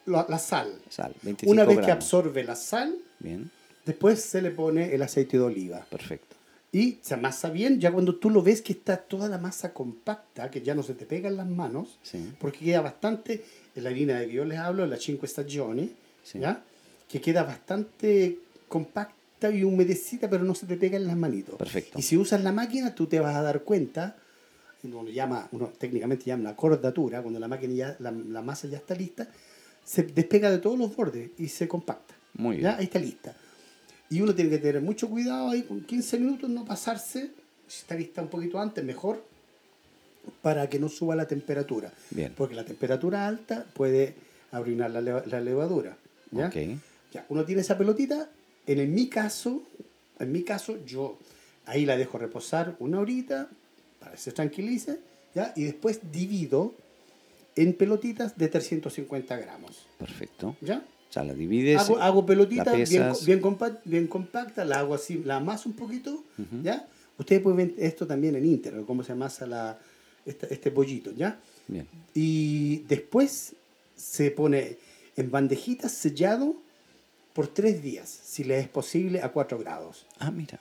Speaker 8: la, la sal.
Speaker 7: Sal, 25
Speaker 8: Una vez que
Speaker 7: gramos.
Speaker 8: absorbe la sal,
Speaker 7: Bien,
Speaker 8: después se le pone el aceite de oliva.
Speaker 7: perfecto.
Speaker 8: Y se amasa bien, ya cuando tú lo ves que está toda la masa compacta, que ya no se te pega en las manos,
Speaker 7: Sí.
Speaker 8: porque queda bastante, en la harina de que yo les hablo, la 5 Stagioni,
Speaker 7: Sí.
Speaker 8: ¿ya? que queda bastante compacta y humedecida, pero no se te pega en las manitos.
Speaker 7: Perfecto.
Speaker 8: Y si usas la máquina, tú te vas a dar cuenta, uno le llama, uno técnicamente llama la cordatura, cuando la, máquina ya, la, la masa ya está lista, se despega de todos los bordes y se compacta.
Speaker 7: Muy
Speaker 8: ¿ya?
Speaker 7: bien.
Speaker 8: Ahí está lista. Y uno tiene que tener mucho cuidado ahí con 15 minutos, no pasarse. Si está lista un poquito antes, mejor. Para que no suba la temperatura.
Speaker 7: Bien.
Speaker 8: Porque la temperatura alta puede arruinar la, leva- la levadura. ¿ya?
Speaker 7: Ok.
Speaker 8: Ya, uno tiene esa pelotita. En, el- mi caso, en mi caso, yo ahí la dejo reposar una horita para que se tranquilice. ¿ya? Y después divido en pelotitas de 350 gramos.
Speaker 7: Perfecto.
Speaker 8: ¿Ya?
Speaker 7: O sea, la divides.
Speaker 8: hago, hago pelotita
Speaker 7: la
Speaker 8: bien,
Speaker 7: pesas.
Speaker 8: bien, compa- bien compacta, la hago así, la amaso un poquito, ¿ya? Ustedes pueden ver esto también en internet, cómo se amasa la, esta- este pollito, ¿ya?
Speaker 7: Bien.
Speaker 8: Y después se pone en bandejitas sellado por tres días, si le es posible, a 4 grados.
Speaker 7: Ah, mira.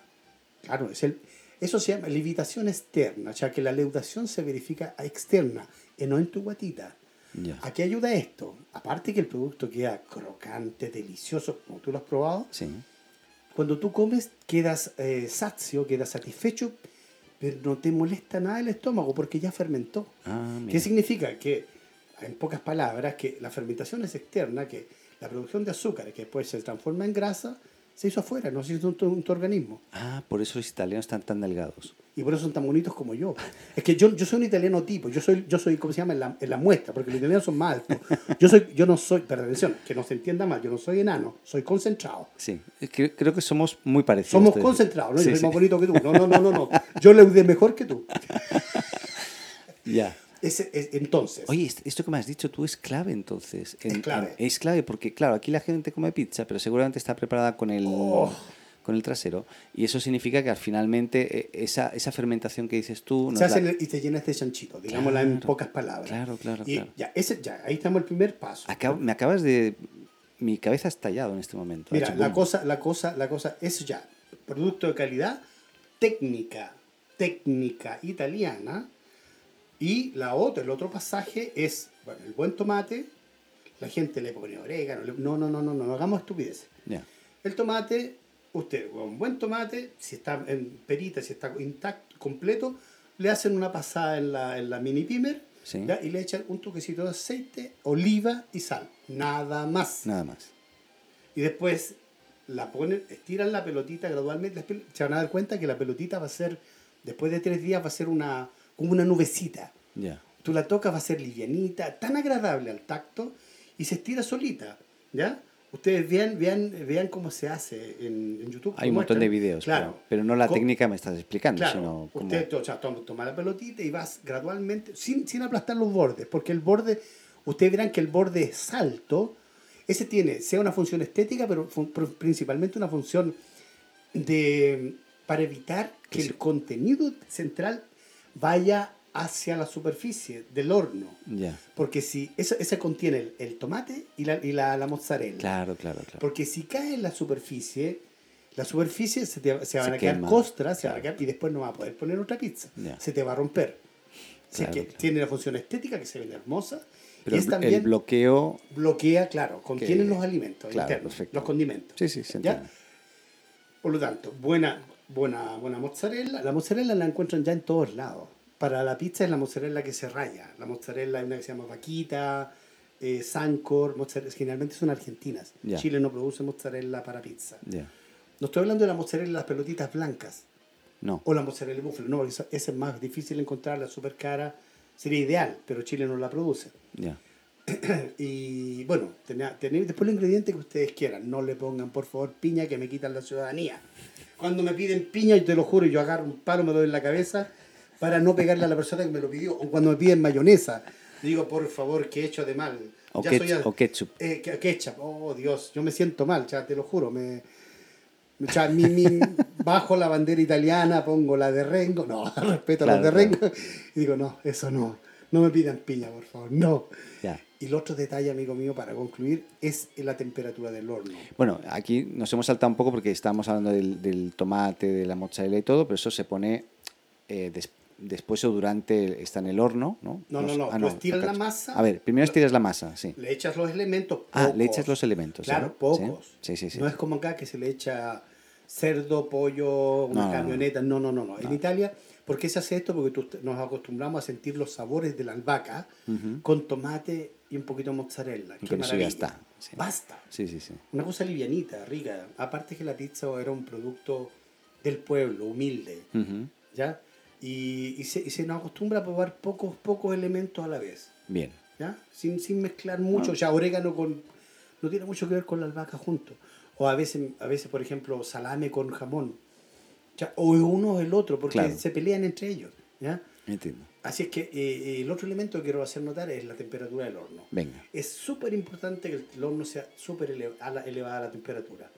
Speaker 8: Claro, es el, eso se llama levitación externa, ya que la leudación se verifica a externa, y no en tu guatita.
Speaker 7: Ya.
Speaker 8: ¿A qué ayuda esto? Aparte que el producto queda crocante, delicioso, como tú lo has probado,
Speaker 7: Sí.
Speaker 8: cuando tú comes quedas eh, sacio, quedas satisfecho, pero no te molesta nada el estómago porque ya fermentó.
Speaker 7: Ah, mira.
Speaker 8: ¿Qué significa? Que, en pocas palabras, que la fermentación es externa, que la producción de azúcares que después se transforma en grasa, se hizo afuera, no se hizo en tu- en tu organismo.
Speaker 7: Ah, por eso los italianos están tan delgados.
Speaker 8: Y por eso son tan bonitos como yo. Es que yo, yo soy un italiano tipo, yo soy, yo soy ¿cómo se llama? En la, en la muestra, porque los italianos son más altos. Yo, soy, yo no soy, perdón, atención, que no se entienda mal, yo no soy enano, soy concentrado.
Speaker 7: Sí. Eh, Creo, creo que somos muy parecidos.
Speaker 8: Somos
Speaker 7: ustedes.
Speaker 8: concentrados, ¿no?
Speaker 7: Sí,
Speaker 8: yo soy
Speaker 7: sí.
Speaker 8: más bonito que tú. No, no, no, no, no. Yo leudé mejor que tú.
Speaker 7: Ya.
Speaker 8: Ese- es- entonces,
Speaker 7: Oye, est- esto que me has dicho tú es clave entonces. En-
Speaker 8: clave.
Speaker 7: en- es clave porque, claro, aquí la gente come pizza, pero seguramente está preparada con el,
Speaker 8: Oh.
Speaker 7: con el trasero. Y eso significa que al finalmente eh, esa, esa fermentación que dices tú... nos
Speaker 8: se
Speaker 7: la-
Speaker 8: hacen el- y te llena este chanchito, digámosla en
Speaker 7: Claro,
Speaker 8: pocas palabras.
Speaker 7: claro, claro,
Speaker 8: Y
Speaker 7: claro.
Speaker 8: Ya, ese, ya, ahí estamos el primer paso.
Speaker 7: Acab- me acabas de... Mi cabeza ha estallado en este momento. Ha
Speaker 8: Mira,
Speaker 7: hecho
Speaker 8: la
Speaker 7: boom.
Speaker 8: cosa, la cosa, la cosa, eso ya, producto de calidad, técnica, técnica italiana. Y la otra, el otro pasaje es, bueno, el buen tomate, la gente le pone orégano, le- no, no, no, no, no, no hagamos estupideces.
Speaker 7: Ya.
Speaker 8: El tomate, usted con buen tomate, si está en perita, si está intacto, completo, le hacen una pasada en la, en la mini pimer
Speaker 7: Sí.
Speaker 8: ¿ya? y le echan un toquecito de aceite, oliva y sal. Nada más.
Speaker 7: Nada más.
Speaker 8: Y después la ponen, estiran la pelotita gradualmente. las pel- Se van a dar cuenta que la pelotita va a ser, después de tres días, va a ser una, como una nubecita.
Speaker 7: Ya.
Speaker 8: Tú la tocas, va a ser livianita, tan agradable al tacto y se estira solita, ¿ya? Ustedes vean, vean, vean cómo se hace en, en YouTube.
Speaker 7: Hay
Speaker 8: lo
Speaker 7: un montón de
Speaker 8: muestran.
Speaker 7: videos,
Speaker 8: claro.
Speaker 7: pero, pero no la
Speaker 8: Co-
Speaker 7: técnica me estás explicando,
Speaker 8: Claro,
Speaker 7: sino como...
Speaker 8: usted o sea, toma, toma la pelotita y vas gradualmente, sin, sin aplastar los bordes, porque el borde, ustedes verán que el borde es alto, ese tiene, sea una función estética, pero fun- pr- principalmente una función de para evitar que el contenido central vaya hacia la superficie del horno.
Speaker 7: Ya.
Speaker 8: Porque si eso, ese contiene el, el tomate y la, y la, la mozzarella.
Speaker 7: Claro, claro, claro.
Speaker 8: Porque si cae en la superficie, la superficie se, te- se van
Speaker 7: Se
Speaker 8: a quedar
Speaker 7: quema,
Speaker 8: costras, se van a
Speaker 7: claro.
Speaker 8: quedar- y después no va a poder poner otra pizza.
Speaker 7: Ya.
Speaker 8: Se te va a romper. Así
Speaker 7: Claro,
Speaker 8: que
Speaker 7: claro.
Speaker 8: tiene la función estética que se ve hermosa.
Speaker 7: Pero
Speaker 8: y es
Speaker 7: el, el
Speaker 8: también
Speaker 7: bloqueo...
Speaker 8: bloquea, claro, contiene
Speaker 7: Que-
Speaker 8: los alimentos
Speaker 7: claro,
Speaker 8: internos,
Speaker 7: perfecto.
Speaker 8: los condimentos.
Speaker 7: Sí, sí, se
Speaker 8: ¿Ya?
Speaker 7: entiende.
Speaker 8: Por lo tanto, buena, buena, buena mozzarella. La mozzarella la encuentran ya en todos lados. Para la pizza es la mozzarella que se raya. La mozzarella hay una que se llama vaquita, eh, Sancor, mozzarella, generalmente son argentinas.
Speaker 7: Ya.
Speaker 8: Chile no produce mozzarella para pizza.
Speaker 7: Ya.
Speaker 8: No estoy hablando de la mozzarella de las pelotitas blancas
Speaker 7: No.
Speaker 8: o la mozzarella de búfalo, no, porque esa esa es más difícil encontrarla, súper cara. Sería ideal, pero Chile no la produce.
Speaker 7: Ya.
Speaker 8: Y bueno, tenía- tenéis después los ingredientes que ustedes quieran. No le pongan, por favor, piña que me quitan la ciudadanía. Cuando me piden piña, yo te lo juro, yo agarro un palo, me lo doy en la cabeza para no pegarle a la persona que me lo pidió. O cuando me piden mayonesa, digo, por favor, que he hecho de mal.
Speaker 7: O,
Speaker 8: Ya
Speaker 7: ketch-
Speaker 8: soy a-
Speaker 7: o ketchup.
Speaker 8: eh, que- ketchup, oh Dios, yo me siento mal, ya te lo juro. Me, ya, mi- mi- bajo la bandera italiana, pongo la de Rengo, no, respeto a
Speaker 7: Claro,
Speaker 8: los de
Speaker 7: claro.
Speaker 8: Rengo, y digo, no, eso no. No me pidan piña, por favor, no.
Speaker 3: Ya.
Speaker 8: Y el otro detalle, amigo mío, para concluir, es la temperatura del horno.
Speaker 3: Bueno, aquí nos hemos saltado un poco porque estábamos hablando del, del tomate, de la mozzarella y todo, pero eso se pone eh, des- después o durante, está en el horno, ¿no?
Speaker 8: No, no, no, tú estiras la
Speaker 3: cacho.
Speaker 8: masa.
Speaker 3: A ver, primero estiras la masa, sí.
Speaker 8: Le echas los elementos.
Speaker 3: Ah, le
Speaker 8: pocos.
Speaker 3: echas los elementos.
Speaker 8: Claro,
Speaker 3: ¿sí?
Speaker 8: pocos.
Speaker 3: Sí, sí, sí. sí.
Speaker 8: No es como acá que se le echa cerdo,
Speaker 3: No,
Speaker 8: pollo, una
Speaker 3: no, no.
Speaker 8: camioneta. No, no, no, no. En
Speaker 3: No.
Speaker 8: Italia, ¿por qué se hace esto? Porque tú- nos acostumbramos a sentir los sabores de la albahaca
Speaker 3: Ujú.
Speaker 8: con tomate y un poquito de mozzarella. Qué
Speaker 3: Pero eso ya
Speaker 8: maravilla.
Speaker 3: está, sí.
Speaker 8: Basta.
Speaker 3: Sí, sí, sí.
Speaker 8: Una cosa livianita, rica. Aparte que la pizza era un producto del pueblo, humilde.
Speaker 3: Ujú.
Speaker 8: ¿Ya? Y, y se, y se nos acostumbra a probar pocos, pocos elementos a la vez.
Speaker 3: Bien.
Speaker 8: ¿ya? Sin, sin mezclar
Speaker 3: Ah.
Speaker 8: mucho, ya orégano con... No tiene mucho que ver con la albahaca junto. O a veces, a veces por ejemplo, salame con jamón. Ya, o es uno o el otro, porque
Speaker 3: Claro.
Speaker 8: se pelean entre ellos. ¿ya?
Speaker 3: Entiendo.
Speaker 8: Así es que eh, el otro elemento que quiero hacer notar es la temperatura del horno.
Speaker 3: Venga.
Speaker 8: Es súper importante que el horno sea súper ele- a la- elevada la temperatura.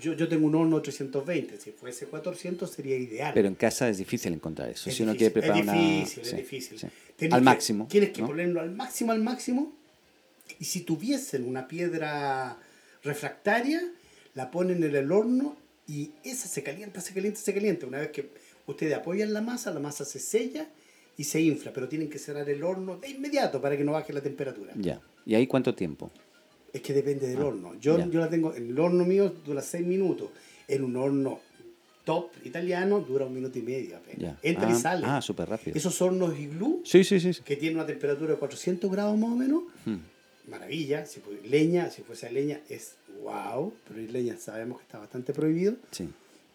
Speaker 8: Yo, yo tengo un horno 320, si fuese 400 sería ideal.
Speaker 3: Pero en casa es difícil encontrar eso.
Speaker 8: Es
Speaker 3: si uno quiere
Speaker 8: difícil,
Speaker 3: preparar
Speaker 8: es
Speaker 3: una-
Speaker 8: difícil,
Speaker 3: sí,
Speaker 8: es difícil.
Speaker 3: sí.
Speaker 8: Tenés
Speaker 3: Al
Speaker 8: que-
Speaker 3: máximo.
Speaker 8: Tienes que
Speaker 3: ¿no?
Speaker 8: ponerlo al máximo, al máximo. Y si tuviesen una piedra refractaria, la ponen en el horno y esa se calienta, se calienta, se calienta. Una vez que ustedes apoyan la masa, la masa se sella y se infla, pero tienen que cerrar el horno de inmediato para que no baje la temperatura.
Speaker 3: Ya. ¿Y ahí cuánto tiempo?
Speaker 8: Es que depende del
Speaker 3: Ah,
Speaker 8: horno. Yo,
Speaker 3: ya.
Speaker 8: yo la tengo, en el horno mío dura 6 minutos. En un horno top italiano dura un minuto y medio. apenas.
Speaker 3: Ya.
Speaker 8: Entra
Speaker 3: Ah,
Speaker 8: y sale.
Speaker 3: Ah, súper rápido.
Speaker 8: Esos hornos iglú
Speaker 3: Sí, sí, sí. sí.
Speaker 8: que tiene una temperatura de 400 grados más o menos,
Speaker 3: Hmm.
Speaker 8: maravilla, si fu- leña, si fuese leña es wow, pero en leña sabemos que está bastante prohibido.
Speaker 3: Sí.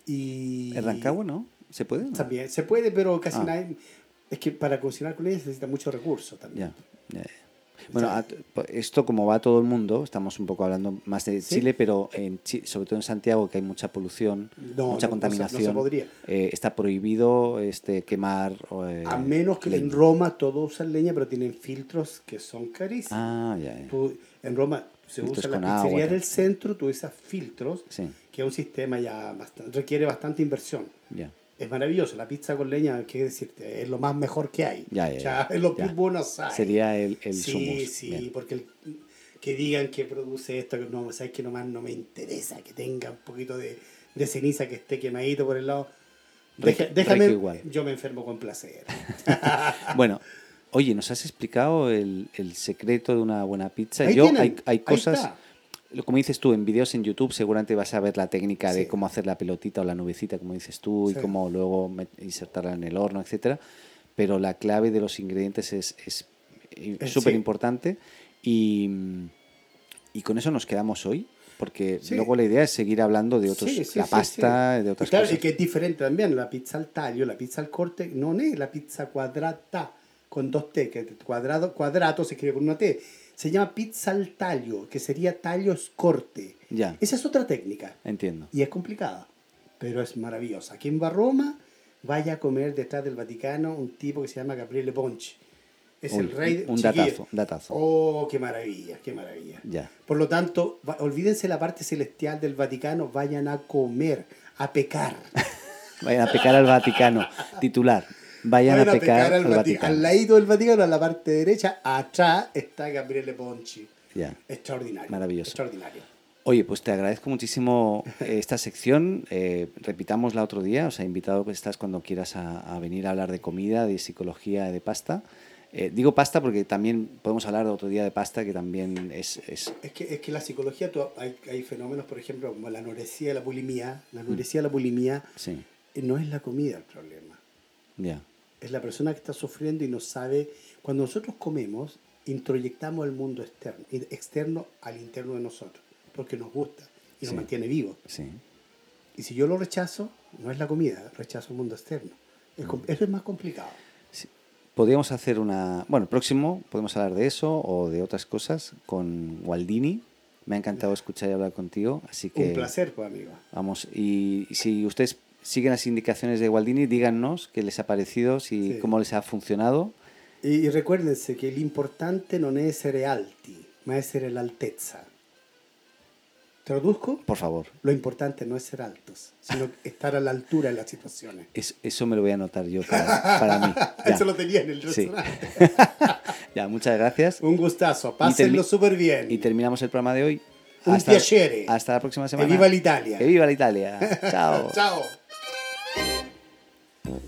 Speaker 8: Y
Speaker 3: ¿En Rancagua no? ¿Se puede? o no?
Speaker 8: También, se puede, pero casi
Speaker 3: Ah.
Speaker 8: nadie... Es que para cocinar con leña se necesita mucho recurso también.
Speaker 3: Ya, ya, ya. Bueno, a- po- esto como va a todo el mundo, estamos un poco hablando más de
Speaker 8: Sí.
Speaker 3: Chile, pero en Chi- sobre todo en Santiago, que hay mucha polución,
Speaker 8: No,
Speaker 3: mucha
Speaker 8: no, no se- no se
Speaker 3: contaminación,
Speaker 8: podría.
Speaker 3: eh, está prohibido este, quemar... o, eh,
Speaker 8: A menos que en
Speaker 3: leña.
Speaker 8: Roma todos usan leña, pero tienen filtros que son carísimos.
Speaker 3: Ah, ya, ya.
Speaker 8: Tú- en Roma se
Speaker 3: Filtros
Speaker 8: usa la
Speaker 3: con agua,
Speaker 8: pizzería
Speaker 3: tal.
Speaker 8: del centro, tú usas filtros,
Speaker 3: Sí,
Speaker 8: que es un sistema ya bastante- requiere bastante inversión.
Speaker 3: ya.
Speaker 8: Es maravilloso, la pizza con leña, qué decirte, es lo más mejor que hay.
Speaker 3: Ya, ya,
Speaker 8: O
Speaker 3: ya,
Speaker 8: sea, es lo
Speaker 3: ya.
Speaker 8: más bueno hay.
Speaker 3: Sería el, el
Speaker 8: sí,
Speaker 3: hummus,
Speaker 8: sí,
Speaker 3: bien.
Speaker 8: porque el- que digan que produce esto, que no, sabes que nomás no me interesa, que tenga un poquito de, de ceniza que esté quemadito por el lado. Deja-
Speaker 3: Rico-
Speaker 8: déjame,
Speaker 3: rico igual.
Speaker 8: yo me enfermo con placer.
Speaker 3: Bueno, oye, nos has explicado el, el secreto de una buena pizza.
Speaker 8: Ahí
Speaker 3: Yo
Speaker 8: tienen,
Speaker 3: hay, hay
Speaker 8: ahí
Speaker 3: cosas,
Speaker 8: está.
Speaker 3: lo- como dices tú, en videos en YouTube seguramente vas a ver la técnica de
Speaker 8: Sí.
Speaker 3: cómo hacer la pelotita o la nubecita, como dices tú,
Speaker 8: Sí.
Speaker 3: y cómo luego me- insertarla en el horno, etcétera. Pero la clave de los ingredientes es es, eh,
Speaker 8: Eh,
Speaker 3: súper
Speaker 8: sí.
Speaker 3: importante y, mm, y con eso nos quedamos hoy. Porque
Speaker 8: Sí.
Speaker 3: luego la idea es seguir hablando de otros,
Speaker 8: Sí, sí,
Speaker 3: la
Speaker 8: sí,
Speaker 3: pasta,
Speaker 8: sí.
Speaker 3: de otras
Speaker 8: Y claro,
Speaker 3: cosas.
Speaker 8: y que es diferente también, la pizza al taglio, la pizza al corte, no es la pizza cuadrata con dos T, que cuadrado, cuadrato se escribe con una T. Se llama pizza al taglio, que sería taglio es corte.
Speaker 3: Ya,
Speaker 8: Esa es otra técnica
Speaker 3: entiendo.
Speaker 8: y es complicada, pero es maravillosa. Quien va a Roma, vaya a comer detrás del Vaticano un tipo que se llama Gabriele Ponce. Es
Speaker 3: Uy,
Speaker 8: el rey de
Speaker 3: un
Speaker 8: chiquillo.
Speaker 3: datazo, un datazo.
Speaker 8: Oh, qué maravilla, qué maravilla.
Speaker 3: Ya.
Speaker 8: Por lo tanto, va- olvídense la parte celestial del Vaticano, vayan a comer, a pecar.
Speaker 3: Vayan a pecar al Vaticano. Titular. Vayan, a pecar, al,
Speaker 8: Vati-
Speaker 3: Vaticano.
Speaker 8: Al lado del Vaticano, a la parte derecha, atrás está Gabriele Ponchi.
Speaker 3: Ya.
Speaker 8: Extraordinario.
Speaker 3: Maravilloso.
Speaker 8: Extraordinario.
Speaker 3: Oye, pues te agradezco muchísimo eh, esta sección. Eh, repitámosla otro día. Os he invitado que estás cuando quieras a, a venir a hablar de comida, de psicología, de pasta. Eh, digo pasta porque también podemos hablar otro día de pasta, que también es. es-
Speaker 8: Es que, es que la psicología, tú- hay, hay fenómenos, por ejemplo, como la anorexia, la bulimia. La anorexia, la bulimia,
Speaker 3: sí,
Speaker 8: eh, no es la comida el problema.
Speaker 3: ya.
Speaker 8: Es la persona que está sufriendo y no sabe. Cuando nosotros comemos, introyectamos el mundo externo, i- externo al interno de nosotros, porque nos gusta y nos
Speaker 3: Sí.
Speaker 8: mantiene vivos.
Speaker 3: Sí,
Speaker 8: Y si yo lo rechazo, no es la comida, rechazo el mundo externo. Es
Speaker 3: Mm.
Speaker 8: com- eso es más complicado.
Speaker 3: sí. Podríamos hacer una. Bueno, el próximo podemos hablar de eso o de otras cosas con Waldini. Me ha encantado escuchar y hablar contigo. Así que
Speaker 8: Un placer, pues, amigo.
Speaker 3: Vamos, y si ustedes siguen las indicaciones de Gualdini, díganos qué les ha parecido, si,
Speaker 8: Sí.
Speaker 3: cómo les ha funcionado.
Speaker 8: Y, y recuérdense que lo importante no es ser alti, ma es ser l'altezza. Traduzco,
Speaker 3: Por favor.
Speaker 8: lo importante no es ser altos, sino estar a la altura de las situaciones.
Speaker 3: Es- eso me lo voy a anotar yo para, para mí. Ya.
Speaker 8: Eso lo tenía en el
Speaker 3: Sí.
Speaker 8: restaurante.
Speaker 3: ya, muchas gracias.
Speaker 8: Un gustazo, Uh, pásenlo
Speaker 3: termi-
Speaker 8: súper bien.
Speaker 3: Y terminamos el programa de hoy.
Speaker 8: Un piacere.
Speaker 3: Hasta la próxima
Speaker 8: Que
Speaker 3: semana.
Speaker 8: viva la Italia.
Speaker 3: Que viva la Italia. Chao.
Speaker 8: Chao.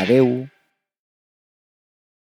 Speaker 3: Adeu.